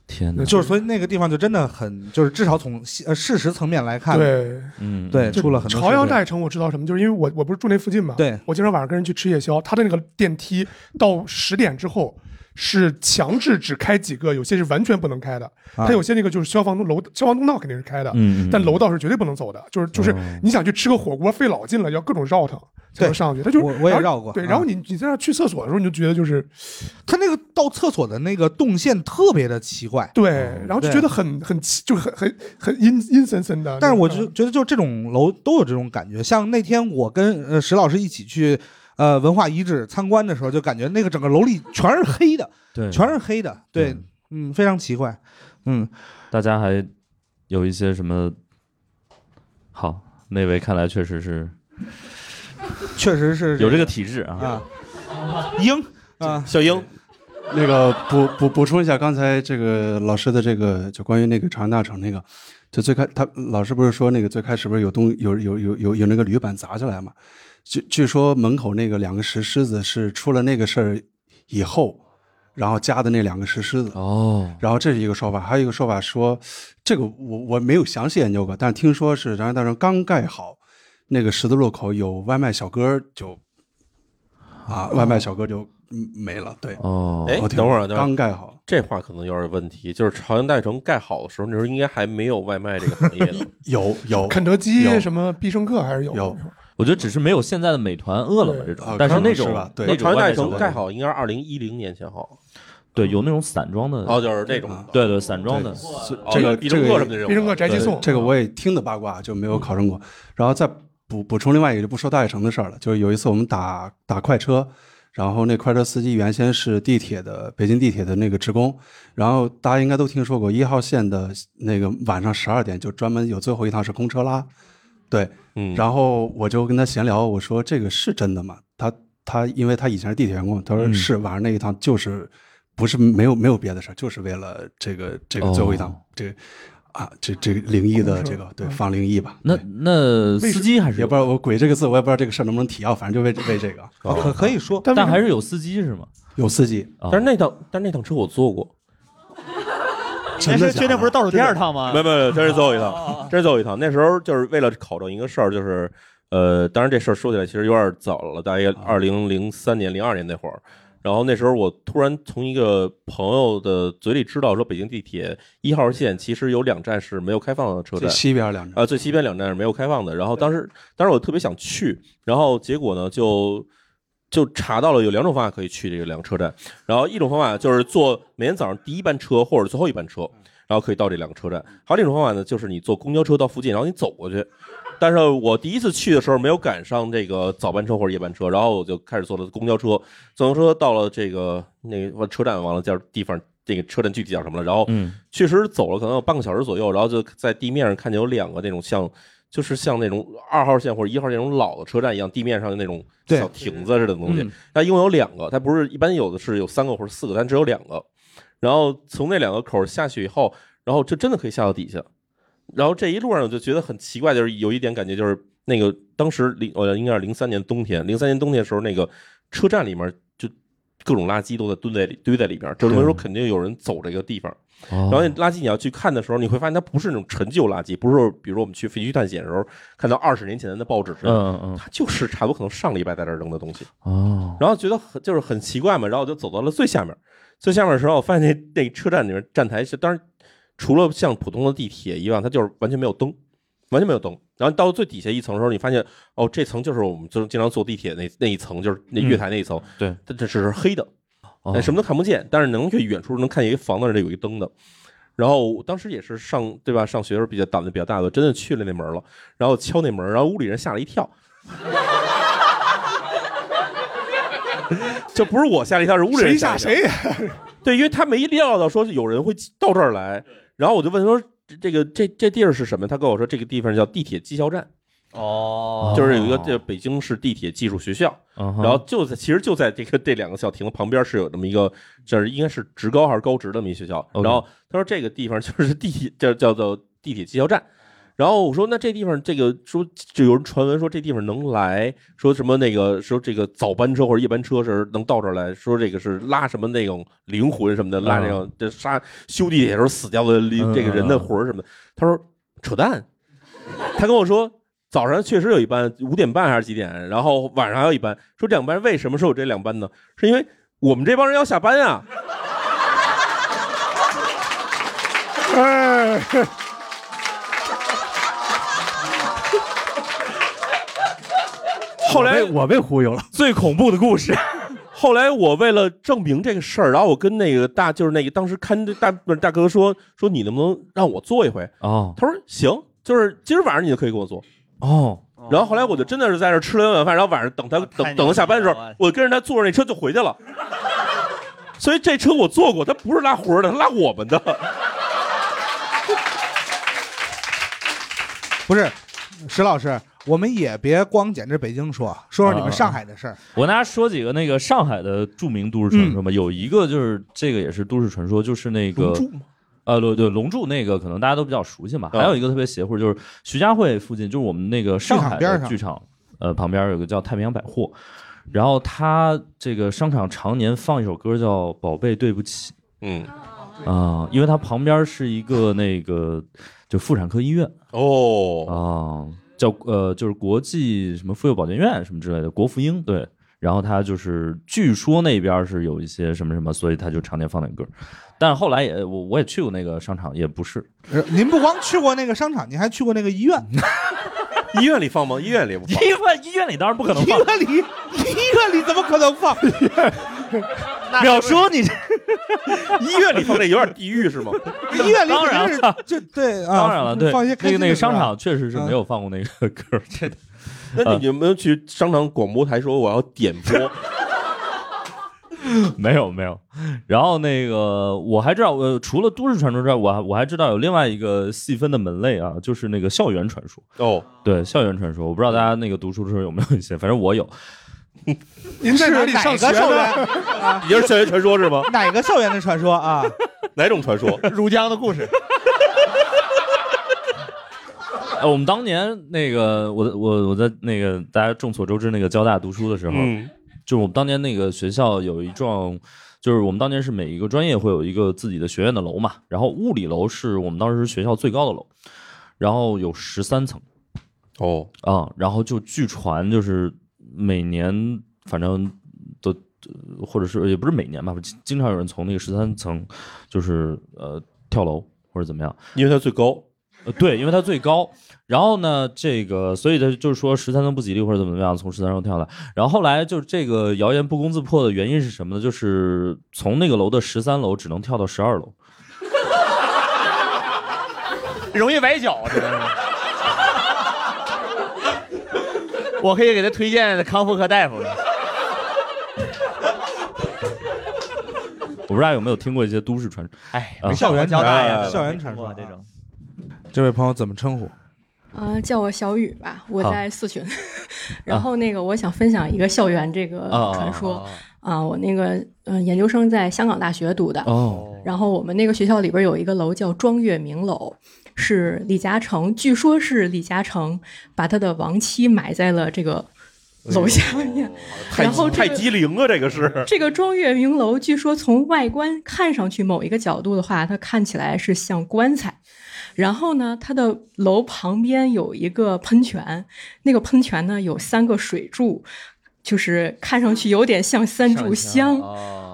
Speaker 1: 天
Speaker 5: 就是所以那个地方就真的很，就是至少从西呃事实层面来看，
Speaker 4: 对，
Speaker 1: 嗯
Speaker 5: 对，
Speaker 4: 就
Speaker 5: 出了很多
Speaker 4: 朝阳
Speaker 5: 事
Speaker 4: 大悦城我知道什么，就是因为我我不是住那附近嘛，
Speaker 5: 对，
Speaker 4: 我经常晚上跟人去吃夜宵，他的那个电梯到十点之后。是强制只开几个，有些是完全不能开的。
Speaker 5: 啊
Speaker 4: 它有些那个就是消防楼、消防通道肯定是开的，
Speaker 5: 嗯嗯
Speaker 4: 但楼道是绝对不能走的。就是就是
Speaker 5: 哦
Speaker 4: 你想去吃个火锅，费老劲了，要各种绕腾才能上去。它就是
Speaker 5: 我我也
Speaker 4: 然后
Speaker 5: 绕过
Speaker 4: 对，
Speaker 5: 啊
Speaker 4: 然后你你在那去厕所的时候，你就觉得就是
Speaker 5: 情，它那个到厕所的那个动线特别的奇怪，
Speaker 4: 对，
Speaker 1: 哦
Speaker 4: 然后就觉得很很奇，就很很很阴阴森森的。
Speaker 5: 但
Speaker 1: 嗯
Speaker 5: 是我
Speaker 4: 那
Speaker 5: 就
Speaker 4: 种
Speaker 5: 觉得，就这种楼都有这种感觉。像那天我跟呃石老师一起去呃文化遗址参观的时候，就感觉那个整个楼里全是黑的，
Speaker 1: 对
Speaker 5: 全是黑的，对，嗯，非常奇怪。嗯，
Speaker 1: 大家还有一些什么？好，那位看来确实是
Speaker 5: [laughs] 确实是
Speaker 1: 有这个体质啊。
Speaker 5: 啊，鹰啊，
Speaker 2: 小鹰，
Speaker 13: 那个补补补充一下刚才这个老师的这个，就关于那个长安大城那个，就最开他老师不是说那个最开始不是有东有有有有有那个铝板砸下来嘛？据据说门口那个两个石狮子是出了那个事儿以后，然后加的那两个石狮子。
Speaker 1: 哦，
Speaker 13: 然后这是一个说法，还有一个说法说，这个我我没有详细研究过，但听说是长安大城刚盖好，那个十字路口有外卖小哥就啊，外卖小哥就嗯没了，对。
Speaker 1: 哦
Speaker 2: 哎
Speaker 13: 我，听
Speaker 2: 等会儿，等会儿
Speaker 13: 刚盖好，
Speaker 2: 这话可能有点问题。就是朝阳大悦城盖好的时候，那时候应该还没有外卖这个行业 [laughs] 呢。
Speaker 13: 有有
Speaker 4: 肯德基什么必胜客还是有
Speaker 13: 有，
Speaker 1: 我觉得只是没有现在的美团、饿了么这种，但啊是那种那
Speaker 2: 朝阳大
Speaker 1: 种外卖
Speaker 2: 悦
Speaker 1: 小
Speaker 2: 城
Speaker 1: 哥
Speaker 2: 盖好应该是二零一零年前后。
Speaker 1: 对，有那种散装的，
Speaker 2: 哦就是这种
Speaker 1: 对对，散装的，
Speaker 13: 这个
Speaker 2: 必
Speaker 13: 这
Speaker 2: 胜
Speaker 13: 个
Speaker 2: 客什么的这种必胜客宅急
Speaker 13: 对
Speaker 2: 送
Speaker 13: 这个我也听的八卦，就没有考证过。然后再补补充另外一个，就不说大悦城的事儿了。就是有一次我们打打快车，然后那快车司机原先是地铁的北京地铁的那个职工，然后大家应该都听说过一号线的那个晚上十二点就专门有最后一趟是空车拉，对，
Speaker 2: 嗯
Speaker 13: 然后我就跟他闲聊，我说这个是真的吗？他他因为他以前是地铁员工，他说
Speaker 1: 嗯
Speaker 13: 是，晚上那一趟就是不是没有没有别的事儿，就是为了这个这个最后一趟、
Speaker 1: 哦
Speaker 13: 这个啊这这个灵异的
Speaker 1: 空车
Speaker 13: 这个对放灵异吧。
Speaker 1: 那那司机还是
Speaker 13: 也不知道我“鬼”这个字，我也不知道这个事儿能不能提啊，反正就为为这个
Speaker 1: 哦可可以
Speaker 5: 说
Speaker 1: 但但还是有司机是吗？
Speaker 13: 有司机，
Speaker 1: 但
Speaker 2: 但是那趟但是那趟车我坐过， [laughs]
Speaker 13: 真的假的
Speaker 6: 不是倒数第二趟吗哦
Speaker 2: 没有没有，真是最后一趟，真是最后一趟。那时候就是为了考证一个事儿，就是呃，当然这事儿说起来其实有点早了，大
Speaker 6: 哦
Speaker 2: 概二零零三年、零二年那会儿。然后那时候我突然从一个朋友的嘴里知道说，北京地铁一号线其实有两站是没有开放的车
Speaker 13: 最
Speaker 2: 站，
Speaker 13: 西边两站
Speaker 2: 啊、最西边两站是没有开放的。然后当时当时我特别想去，然后结果呢就。就查到了有两种方法可以去这个两个车站，然后一种方法就是坐每天早上第一班车或者最后一班车，然后可以到这两个车站。还有一种方法呢，就是你坐公交车到附近，然后你走过去。但是我第一次去的时候没有赶上这个早班车或者夜班车，然后我就开始坐了公交车。坐公交车到了这个那个车站，忘了叫地方，这个车站具体叫什么了。然后
Speaker 1: 嗯
Speaker 2: 确实走了可能有半个小时左右，然后就在地面上看见有两个那种像。就是像那种二号线或者一号线那种老的车站一样，地面上的那种
Speaker 5: 对
Speaker 2: 小亭子似的东西
Speaker 5: 嗯，
Speaker 2: 它一共有两个，它不是一般有的是有三个或者四个，但只有两个。然后从那两个口儿下去以后，然后这真的可以下到底下。然后这一路上我就觉得很奇怪，就是有一点感觉就是那个当时零呃应该是零三年冬天，零三年冬天的时候，那个车站里面就各种垃圾都在堆在里堆在里边儿，这证明说肯定有人走这个地方。
Speaker 1: 哦
Speaker 2: 然后那垃圾你要去看的时候，你会发现它不是那种陈旧垃圾，不是说比如说我们去废墟探险的时候看到二十年前的报纸似的，
Speaker 1: 嗯嗯
Speaker 2: 它就是差不多可能上礼拜在这儿扔的东西。
Speaker 1: 哦，
Speaker 2: 然后觉得很就是很奇怪嘛，然后我就走到了最下面，最下面的时候，我发现那那车站里面站台是，当然除了像普通的地铁一样，它就是完全没有灯，完全没有灯。然后到最底下一层的时候，你发现哦，这层就是我们就是经常坐地铁那那一层，就是那月台那一层，
Speaker 1: 嗯对，哦
Speaker 2: 它这只是黑的，哎，什么都看不见，但是能去远处能看见一个房子那儿有一个灯的。然后我当时也是上对吧，上学的时候比较胆子比较大的，真的去了那门了，然后敲那门，然后屋里人吓了一跳， [laughs] 这不是我吓了一跳，是屋里人
Speaker 4: 谁吓
Speaker 2: 一跳
Speaker 4: 谁
Speaker 2: 对，因为他没料到说有人会到这儿来，然后我就问他说这这个这这地儿是什么？他跟我说这个地方叫地铁技校站。
Speaker 7: 哦
Speaker 2: 就是有一个这北京市地铁技术学校，
Speaker 1: 嗯哼
Speaker 2: 然后就在其实就在这个这两个小亭子旁边是有这么一个，就是应该是职高还是高职的这么一学校。
Speaker 1: OK
Speaker 2: 然后他说这个地方就是地铁，叫叫做地铁技校站。然后我说那这地方这个说就有人传闻说这地方能来说什么那个说这个早班车或者夜班车是能到这儿来说这个是拉什么那种灵魂什么的
Speaker 1: 嗯
Speaker 2: 拉那种这杀修地铁时候死掉的灵这个人
Speaker 13: 嗯
Speaker 2: 的魂儿什么的。他说
Speaker 13: [laughs]
Speaker 2: 扯淡，他跟我说，早上确实有一班，五点半还是几点？然后晚上还有一班。说这两班为什么是有这两班呢？是因为我们这帮人要下班啊。
Speaker 4: 哎，
Speaker 2: [laughs] 后来
Speaker 13: 我被忽悠了，
Speaker 2: 最恐怖的故事。后来我为了证明这个事儿，然后我跟那个大就是那个当时看大大哥说说你能不能让我做一回？
Speaker 1: 哦
Speaker 2: 他说行，就是今儿晚上你就可以跟我做。
Speaker 1: 哦，
Speaker 2: 然后后来我就真的是在这儿吃了一碗饭，然后晚上等他等等他下班的时候，我跟着他坐着那车就回去了。所以这车我坐过，他不是拉活儿的，他拉我们的。
Speaker 5: 不是，石老师，我们也别光捡这北京说，说
Speaker 1: 啊
Speaker 5: 说你们上海的事儿。
Speaker 1: 我跟大家说几个那个上海的著名都市传说吧，有一个就是这个也是都市传说，就是那个
Speaker 5: 嗯龙柱吗
Speaker 1: 呃，对对，龙柱那个可能大家都比较熟悉嘛。
Speaker 5: 啊
Speaker 1: 还有一个特别邪乎，就是徐家汇附近，就是我们那个上海
Speaker 5: 剧场边
Speaker 1: 的
Speaker 5: 上
Speaker 1: 剧场，呃，旁边有个叫太平洋百货，然后它这个商场常年放一首歌叫《宝贝对不起》，
Speaker 2: 嗯，
Speaker 1: 啊，因为它旁边是一个那个就妇产科医院
Speaker 2: 哦
Speaker 1: 啊，叫呃就是国际什么妇幼保健院什么之类的，国妇婴对。然后它就是据说那边是有一些什么什么，所以它就常年放那歌。但后来也我我也去过那个商场，也不是 [laughs]
Speaker 5: 呃您不光去过那个商场，您还去过那个医院。
Speaker 2: 医院里放吗？医院里不
Speaker 1: [laughs] 医院医院里当然不可能
Speaker 5: 医
Speaker 1: 放。
Speaker 5: 院里，医院里怎么可能
Speaker 1: [laughs]
Speaker 5: 放？
Speaker 1: 淼叔， [laughs] 你
Speaker 2: 医院里放这有点地狱是
Speaker 5: [laughs]
Speaker 2: 吗？
Speaker 5: 医院里
Speaker 1: 当
Speaker 5: 可
Speaker 1: 然
Speaker 5: 能是
Speaker 1: 了，
Speaker 5: 就对啊，
Speaker 1: 当然了，对，
Speaker 5: 放一些开
Speaker 1: 那个
Speaker 5: 心的
Speaker 1: 那个
Speaker 5: 歌啊
Speaker 1: 商场确实是没有放过那个歌， [laughs] 这
Speaker 2: 那你有没有去商场广播台说我要点
Speaker 1: [laughs]
Speaker 2: 播？
Speaker 1: 没有没有。然后那个我还知道，呃，除了都市传说之外，我还我还知道有另外一个细分的门类啊，就是那个校园传说。
Speaker 2: 哦，
Speaker 1: 对，校园传说，我不知道大家那个读书的时候有没有一些，反正我有。
Speaker 5: 您在哪里上学的
Speaker 2: 你就是校园传说是吗？
Speaker 5: [laughs] 哪个校园的传说啊？
Speaker 2: 哪种传
Speaker 1: [laughs]
Speaker 2: 说？
Speaker 6: 汝江的故事。
Speaker 1: 呃，我们当年那个，我我我在那个大家众所周知那个交大读书的时候，
Speaker 2: 嗯
Speaker 1: 就是我们当年那个学校有一幢，就是我们当年是每一个专业会有一个自己的学院的楼嘛，然后物理楼是我们当时学校最高的楼，然后有十三层，
Speaker 2: 哦
Speaker 1: 啊，然后就据传就是每年反正都。呃或者是也不是每年吧，经经常有人从那个十三层，就是呃跳楼或者怎么样，
Speaker 2: 因为它最高。
Speaker 1: 呃，对，因为它最高。然后呢，这个所以它就是说十三层不吉利或者怎么怎么样，从十三层跳下来。然后后来就是这个谣言不攻自破的原因是什么呢？就是从那个楼的十三楼只能跳到十二楼。
Speaker 6: 容易崴脚，真的是。我可以给他推荐康复科大夫。
Speaker 1: 我不知道有没有听过一些都市传说，
Speaker 6: 哎
Speaker 1: 啊
Speaker 5: 校园
Speaker 1: 哎
Speaker 5: 校园传说这种。这位朋友怎么称呼？
Speaker 16: 呃，叫我小雨吧，我
Speaker 5: 好
Speaker 16: 在
Speaker 5: [laughs]
Speaker 16: 四群。然后那个，我想分享一个校园这个
Speaker 5: 啊
Speaker 16: 传说啊、我那个嗯、呃研究生在香港大学读的，
Speaker 1: 哦，
Speaker 16: 然后我们那个学校里边有一个楼叫庄月明楼，是李嘉诚，据说是李嘉诚把他的亡妻埋在了这个
Speaker 5: 哎
Speaker 16: 楼下面。
Speaker 2: 太
Speaker 16: 然后这
Speaker 2: 太
Speaker 16: 个
Speaker 2: 机灵啊，这
Speaker 16: [laughs]
Speaker 2: 个是
Speaker 16: 这个庄月明楼，据说从外观看上去某一个角度的话，它看起来是像棺材。然后呢，它的楼旁边有一个喷泉，那个喷泉呢有三个水柱，就是看上去有点像三炷 [laughs] 香，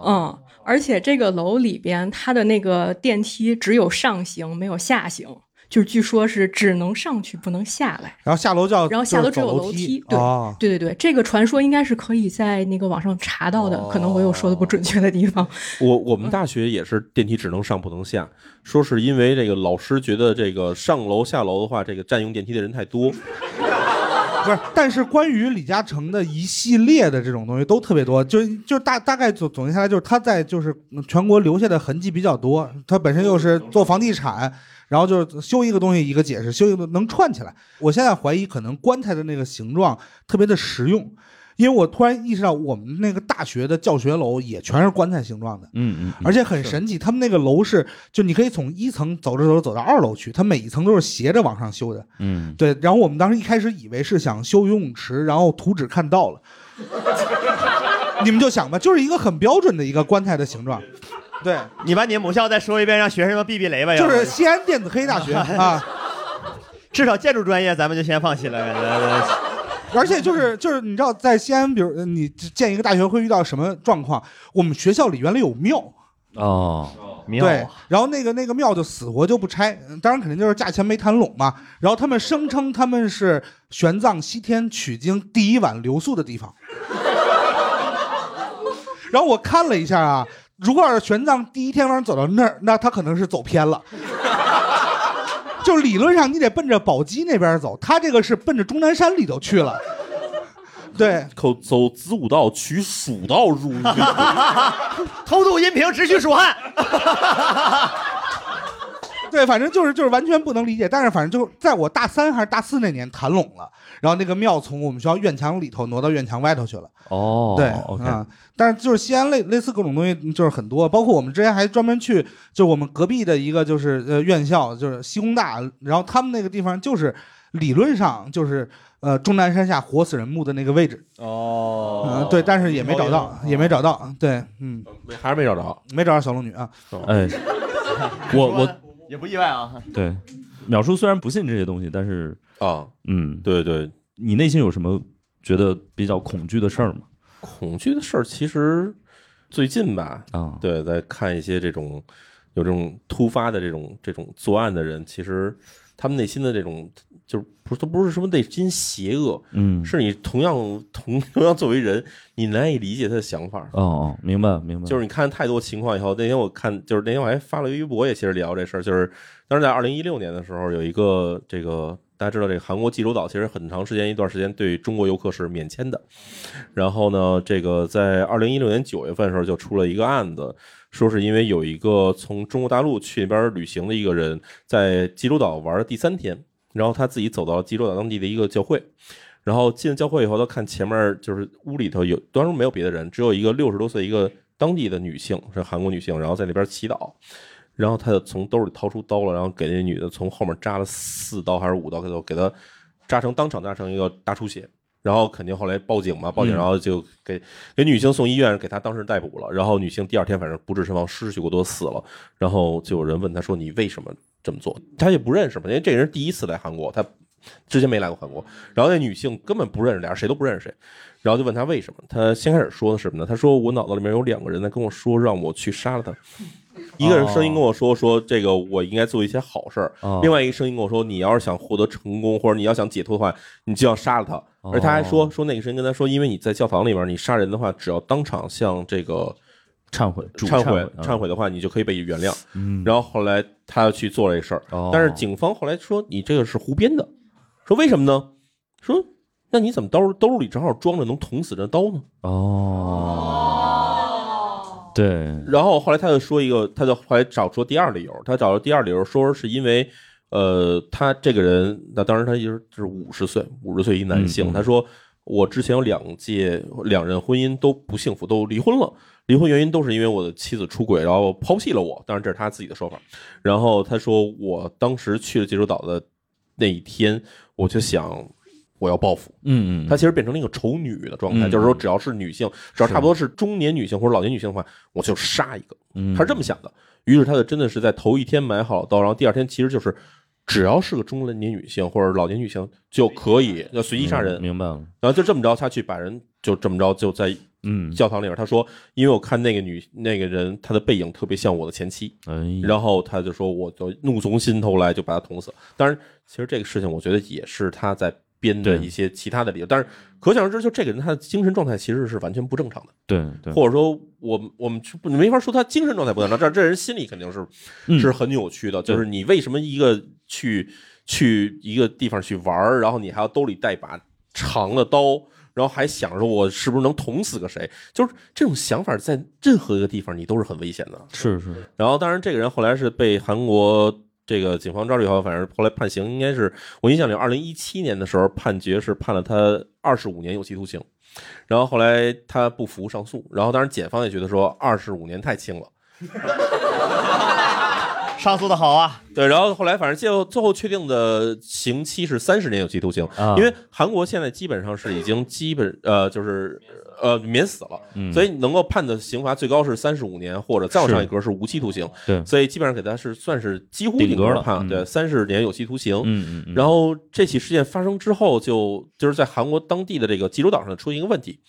Speaker 16: 嗯。而且这个楼里边，它的那个电梯只有上行没有下行，就是据说是只能上去不能下来。
Speaker 5: [laughs] 然后下楼叫，
Speaker 16: 然后下
Speaker 5: 就
Speaker 16: 楼
Speaker 5: 是
Speaker 16: 只有
Speaker 5: 走
Speaker 16: 楼
Speaker 5: 梯，
Speaker 16: 对、
Speaker 5: 哦
Speaker 16: 对对对，这个传说应该是可以在那个网上查到的，
Speaker 5: 哦
Speaker 16: 可能我有说的不准确的地方。
Speaker 2: [laughs] 我我们大学也是电梯只能上不能下，说是因为这个老师觉得这个上楼下楼的话，这个占用电梯的人太多，
Speaker 5: 不是，但是关于李嘉诚的一系列的这种东西都特别多，就就大大概总总结下来，就是他在就是全国留下的痕迹比较多。他本身又是做房地产，然后就是修一个东西一个解释，修一个能串起来。我现在怀疑可能棺材的那个形状特别的实用，因为我突然意识到我们那个大学的教学楼也全是棺材形状的。
Speaker 1: 嗯嗯，
Speaker 5: 而且很神奇，他们那个楼是，就你可以从一层走着走着走到二楼去，它每一层都是斜着往上修的。
Speaker 1: 嗯，
Speaker 5: 对，然后我们当时一开始以为是想修游泳池，然后图纸看到了， [laughs] 你们就想吧，就是一个很标准的一个棺材的形状，对
Speaker 6: 你把你的母校再说一遍，让学生们避避雷吧。要
Speaker 5: 就
Speaker 6: 不
Speaker 5: 是西安电子科技大学啊。
Speaker 6: [laughs] 至少建筑专业咱们就先放弃了，感觉。
Speaker 5: 而且就是就是你知道，在西安，比如呃你建一个大学会遇到什么状况？我们学校里原来有庙，
Speaker 1: 哦，
Speaker 5: 对，然后那个那个庙就死活就不拆，嗯当然肯定就是价钱没谈拢嘛。然后他们声称他们是玄奘西天取经第一晚留宿的地方。然后我看了一下啊，如果要是玄奘第一天晚上走到那儿，那他可能是走偏了。 [laughs] 就理论上你得奔着宝鸡那边走，他这个是奔着终南山里头去了。对，
Speaker 2: [laughs] 口走子午道，取蜀道入狱。
Speaker 6: 偷渡音频直取蜀汉。
Speaker 5: [laughs] 对，反正就是就是完全不能理解，但是反正就是在我大三还是大四那年谈拢了，然后那个庙从我们学校院墙里头挪到院墙外头去了。
Speaker 1: 哦，
Speaker 5: 对
Speaker 1: ，OK，
Speaker 5: 啊，但是就是西安类类似各种东西就是很多，包括我们之前还专门去，就我们隔壁的一个就是呃院校，就是西工大，然后他们那个地方就是理论上就是呃终南山下活死人墓的那个位置，
Speaker 6: 哦
Speaker 5: 嗯、对，但是也没找到，也没找到，对，嗯，
Speaker 2: 还是没找着，
Speaker 5: 没找着小龙女啊，
Speaker 1: 哎，我我
Speaker 6: 也不意外啊。
Speaker 1: 对，淼叔虽然不信这些东西，但是
Speaker 2: 啊，
Speaker 1: 嗯，
Speaker 2: 对对，
Speaker 1: 你内心有什么 [laughs] 觉得比较恐惧的事儿吗？
Speaker 2: 恐惧的事儿其实最近吧，
Speaker 1: 啊，
Speaker 2: 对，在看一些这种有这种突发的这种这种作案的人，其实他们内心的这种就是不都不是什么内心邪恶，
Speaker 1: 嗯
Speaker 2: 是你同样同同样作为人，你难以理解他的想法。
Speaker 1: 哦哦，明白明白，
Speaker 2: 就是你看太多情况以后，那天我看就是那天我还发了微博，也其实聊这事儿，就是当时在二零一六年的时候，有一个这个大家知道，这个韩国济州岛其实很长时间一段时间对中国游客是免签的，然后呢，这个在二零一六年九月份的时候就出了一个案子，说是因为有一个从中国大陆去那边旅行的一个人，在济州岛玩的第三天，然后他自己走到了济州岛当地的一个教会。然后进了教会以后，他看前面就是屋里头有，当时没有别的人，只有一个六十多岁一个当地的女性，是韩国女性，然后在那边祈祷，然后他就从兜里掏出刀了，然后给那女的从后面扎了四刀还是五刀，给她给她扎成当场扎成一个大出血，然后肯定后来报警嘛，报警
Speaker 1: 嗯
Speaker 2: 然后就给给女性送医院，给她当时逮捕了，然后女性第二天反正不治身亡，失血过多死了，然后就有人问她说你为什么这么做？她也不认识嘛，因为这人第一次来韩国，她之前没来过韩国。然后那女性根本不认识，俩人谁都不认识谁。然后就问她为什么，她先开始说的是什么呢？她说我脑子里面有两个人在跟我说让我去杀了他。一个人声音跟我说说这个我应该做一些好事儿，
Speaker 1: 哦
Speaker 2: 另外一个声音跟我说你要是想获得成功或者你要想解脱的话，你就要杀了他。
Speaker 1: 哦
Speaker 2: 而他还说说那个声音跟他说，因为你在教堂里面你杀人的话，只要当场向这个
Speaker 1: 忏悔主
Speaker 2: 忏
Speaker 1: 悔啊
Speaker 2: 悔忏悔的话，你就可以被原谅。
Speaker 1: 嗯哦
Speaker 2: 然后后来他又去做这事儿，但是警方后来说你这个是胡编的，说为什么呢？说那你怎么兜兜里正好装着能捅死人的刀呢？
Speaker 1: 哦，对，
Speaker 2: 然后后来他就说一个，他就后来找出第二理由，他找到第二理由说是因为，呃，他这个人，那当时他就是就是五十岁，五十岁一男性，
Speaker 1: 嗯嗯
Speaker 2: 他说我之前有两届两任婚姻都不幸福，都离婚了。离婚原因都是因为我的妻子出轨，然后抛弃了我。当然这是他自己的说法。然后他说，我当时去了济州岛的那一天，我就想我要报复。
Speaker 1: 嗯嗯，
Speaker 2: 她其实变成了一个丑女的状态，
Speaker 1: 嗯
Speaker 2: 就是说只要是女性，只要差不多是中年女性或者老年女性的话，我就杀一个。
Speaker 1: 嗯
Speaker 2: 她是这么想的。于是她就真的是在头一天买好刀，然后第二天其实就是只要是个中年女性或者老年女性就可以要随意杀人。
Speaker 1: 嗯明白了。
Speaker 2: 然后就这么着，她去把人就这么着就在
Speaker 1: 嗯
Speaker 2: 教堂里边，她说，因为我看那个女那个人她的背影特别像我的前妻，
Speaker 1: 哎
Speaker 2: 然后她就说我就怒从心头来，就把她捅死。当然，其实这个事情我觉得也是她在编的
Speaker 1: 对
Speaker 2: 一些其他的理由，但是可想而知，就这个人他的精神状态其实是完全不正常的。
Speaker 1: 对对，
Speaker 2: 或者说我们我们去不没法说他精神状态不正常，但是这人心里肯定是、
Speaker 1: 嗯
Speaker 2: 是很扭曲的。就是你为什么一个去去一个地方去玩儿，然后你还要兜里带把长的刀，然后还想着我是不是能捅死个谁？就是这种想法在任何一个地方你都是很危险的。
Speaker 1: 是是，
Speaker 2: 然后，当然这个人后来是被韩国这个警方抓住以后，反正后来判刑应该是我印象里，二零一七年的时候判决是判了他二十五年有期徒刑，然后后来他不服上诉，然后当然检方也觉得说二十五年太轻了。
Speaker 6: 上诉的好啊，
Speaker 2: 对，然后后来反正最后最后确定的刑期是三十年有期徒刑，
Speaker 1: 啊
Speaker 2: 因为韩国现在基本上是已经基本呃就是呃免死了，
Speaker 1: 嗯
Speaker 2: 所以能够判的刑罚最高是三十五年或者再往上
Speaker 1: 是
Speaker 2: 一格是无期徒刑，
Speaker 1: 对
Speaker 2: 所以基本上给他是算是几乎
Speaker 1: 顶格
Speaker 2: 格
Speaker 1: 了
Speaker 2: 判，
Speaker 1: 嗯
Speaker 2: 对，三十年有期徒刑，
Speaker 1: 嗯嗯嗯
Speaker 2: 然后这起事件发生之后就，就是在韩国当地的这个济州岛上出现一个问题，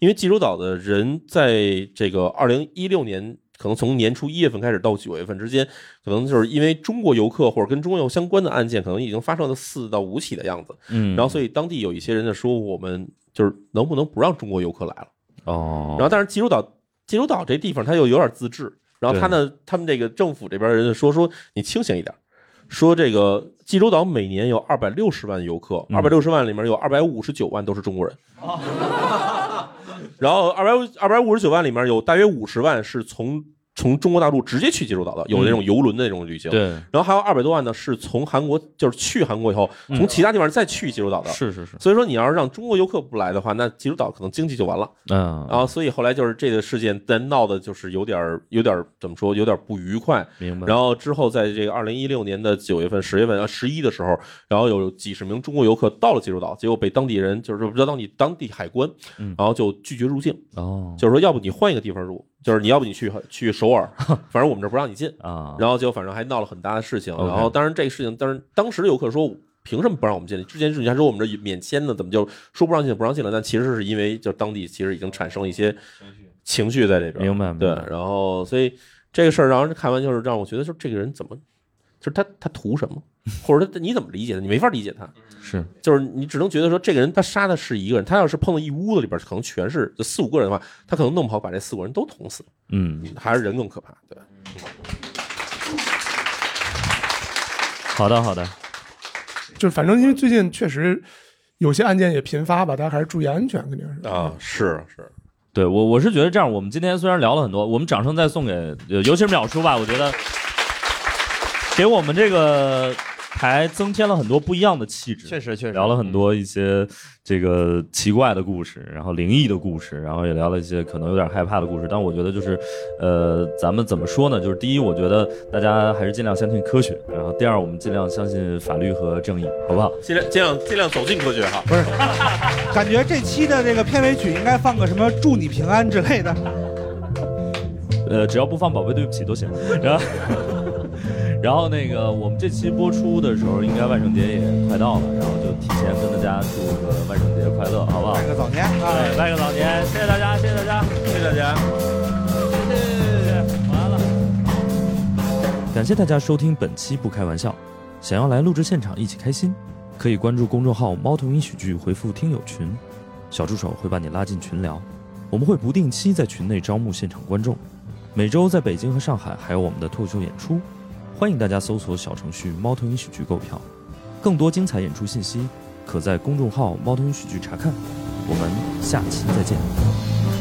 Speaker 2: 因为济州岛的人在这个二零一六年。可能从年初一月份开始到九月份之间，可能就是因为中国游客或者跟中国游相关的案件，可能已经发生了四到五起的样子。
Speaker 1: 嗯
Speaker 2: 然后所以当地有一些人就说，我们就是能不能不让中国游客来了？
Speaker 1: 哦，
Speaker 2: 然后但是济州岛济州岛这地方它又有点自治，然后他呢，他们这个政府这边人就说说你清醒一点，说这个济州岛每年有二百六十万游客，
Speaker 1: 嗯哦
Speaker 2: 二百六十万里面有二百五十九万都是中国人。 [laughs] 然后二百二百五十九万里面有大约五十万是从从中国大陆直接去济州岛的，有那种游轮的那种旅行。
Speaker 1: 嗯对
Speaker 2: 然后还有二百多万呢是从韩国就是去韩国以后，从其他地方再去济州岛的。
Speaker 1: 嗯是是是。
Speaker 2: 所以说你要是让中国游客不来的话，那济州岛可能经济就完了。
Speaker 1: 嗯，
Speaker 2: 然后所以后来就是这个事件，但闹的就是有点儿有点儿怎么说，有点儿不愉快。
Speaker 1: 明白
Speaker 2: 然后之后，在这个二零一六年的九月份、十月份、呃十一的时候，然后有几十名中国游客到了济州岛，结果被当地人就是不知道当地当地海关，
Speaker 1: 嗯
Speaker 2: 然后就拒绝入境。
Speaker 1: 哦，
Speaker 2: 就是说，要不你换一个地方入，就是你要不你去去首
Speaker 1: [laughs]
Speaker 2: 尔，反正我们这不让你进
Speaker 1: 啊。
Speaker 2: 然后就反正还闹了很大的事情。
Speaker 1: OK
Speaker 2: 然后当然这个事情，当然当时的游客说。凭什么不让我们进来？之前是你还说我们这免签呢，怎么就说不让进不让进来？但其实是因为就当地其实已经产生了一些情绪在这边。
Speaker 1: 明白明
Speaker 2: 对
Speaker 1: 白，
Speaker 2: 然后所以这个事儿，然后看完就是让我觉得，就这个人怎么，就是他他图什么，或者他你怎么理解他？你没法理解他。
Speaker 1: 是
Speaker 2: 就是你只能觉得说，这个人他杀的是一个人，他要是碰到一屋子里边，可能全是就四五个人的话，他可能弄不好把这四个人都捅死。
Speaker 1: 嗯，
Speaker 2: 还是人更可怕。对，
Speaker 1: 好的好的，
Speaker 4: 就是反正因为最近确实有些案件也频发吧，大家还是注意安全，肯定是。
Speaker 2: 啊，是是，
Speaker 1: 对我我是觉得这样，我们今天虽然聊了很多，我们掌声再送给，呃尤其是淼叔吧，我觉得给我们这个台增添了很多不一样的气质。确
Speaker 6: 实确实
Speaker 1: 聊了很多一些这个奇怪的故事，然后灵异的故事，然后也聊了一些可能有点害怕的故事。但我觉得就是，呃，咱们怎么说呢？就是第一，我觉得大家还是尽量相信科学，然后第二，我们尽量相信法律和正义，好不好？
Speaker 2: 尽量尽量尽量走进科学哈。不
Speaker 5: 是，感觉这期的这个片尾曲应该放个什么“祝你平安”之类的。
Speaker 1: 呃，只要不放宝贝对不起都行。然后， [laughs] 然后那个我们这期播出的时候，应该万圣节也快到了，然后就提前跟大家祝个万圣节快乐，好不好？拜个
Speaker 5: 早年，
Speaker 1: 对，拜个早年，谢谢大家，谢谢大家，谢谢大家，谢谢谢谢，完了。感谢大家收听本期《不开玩笑》，想要来录制现场一起开心，可以关注公众号“猫头鹰喜剧”，回复“听友群”，小助手会把你拉进群聊。我们会不定期在群内招募现场观众，每周在北京和上海还有我们的脱口秀演出，欢迎大家搜索小程序“猫头鹰喜剧”购票。更多精彩演出信息，可在公众号“猫头鹰喜剧”查看。我们下期再见。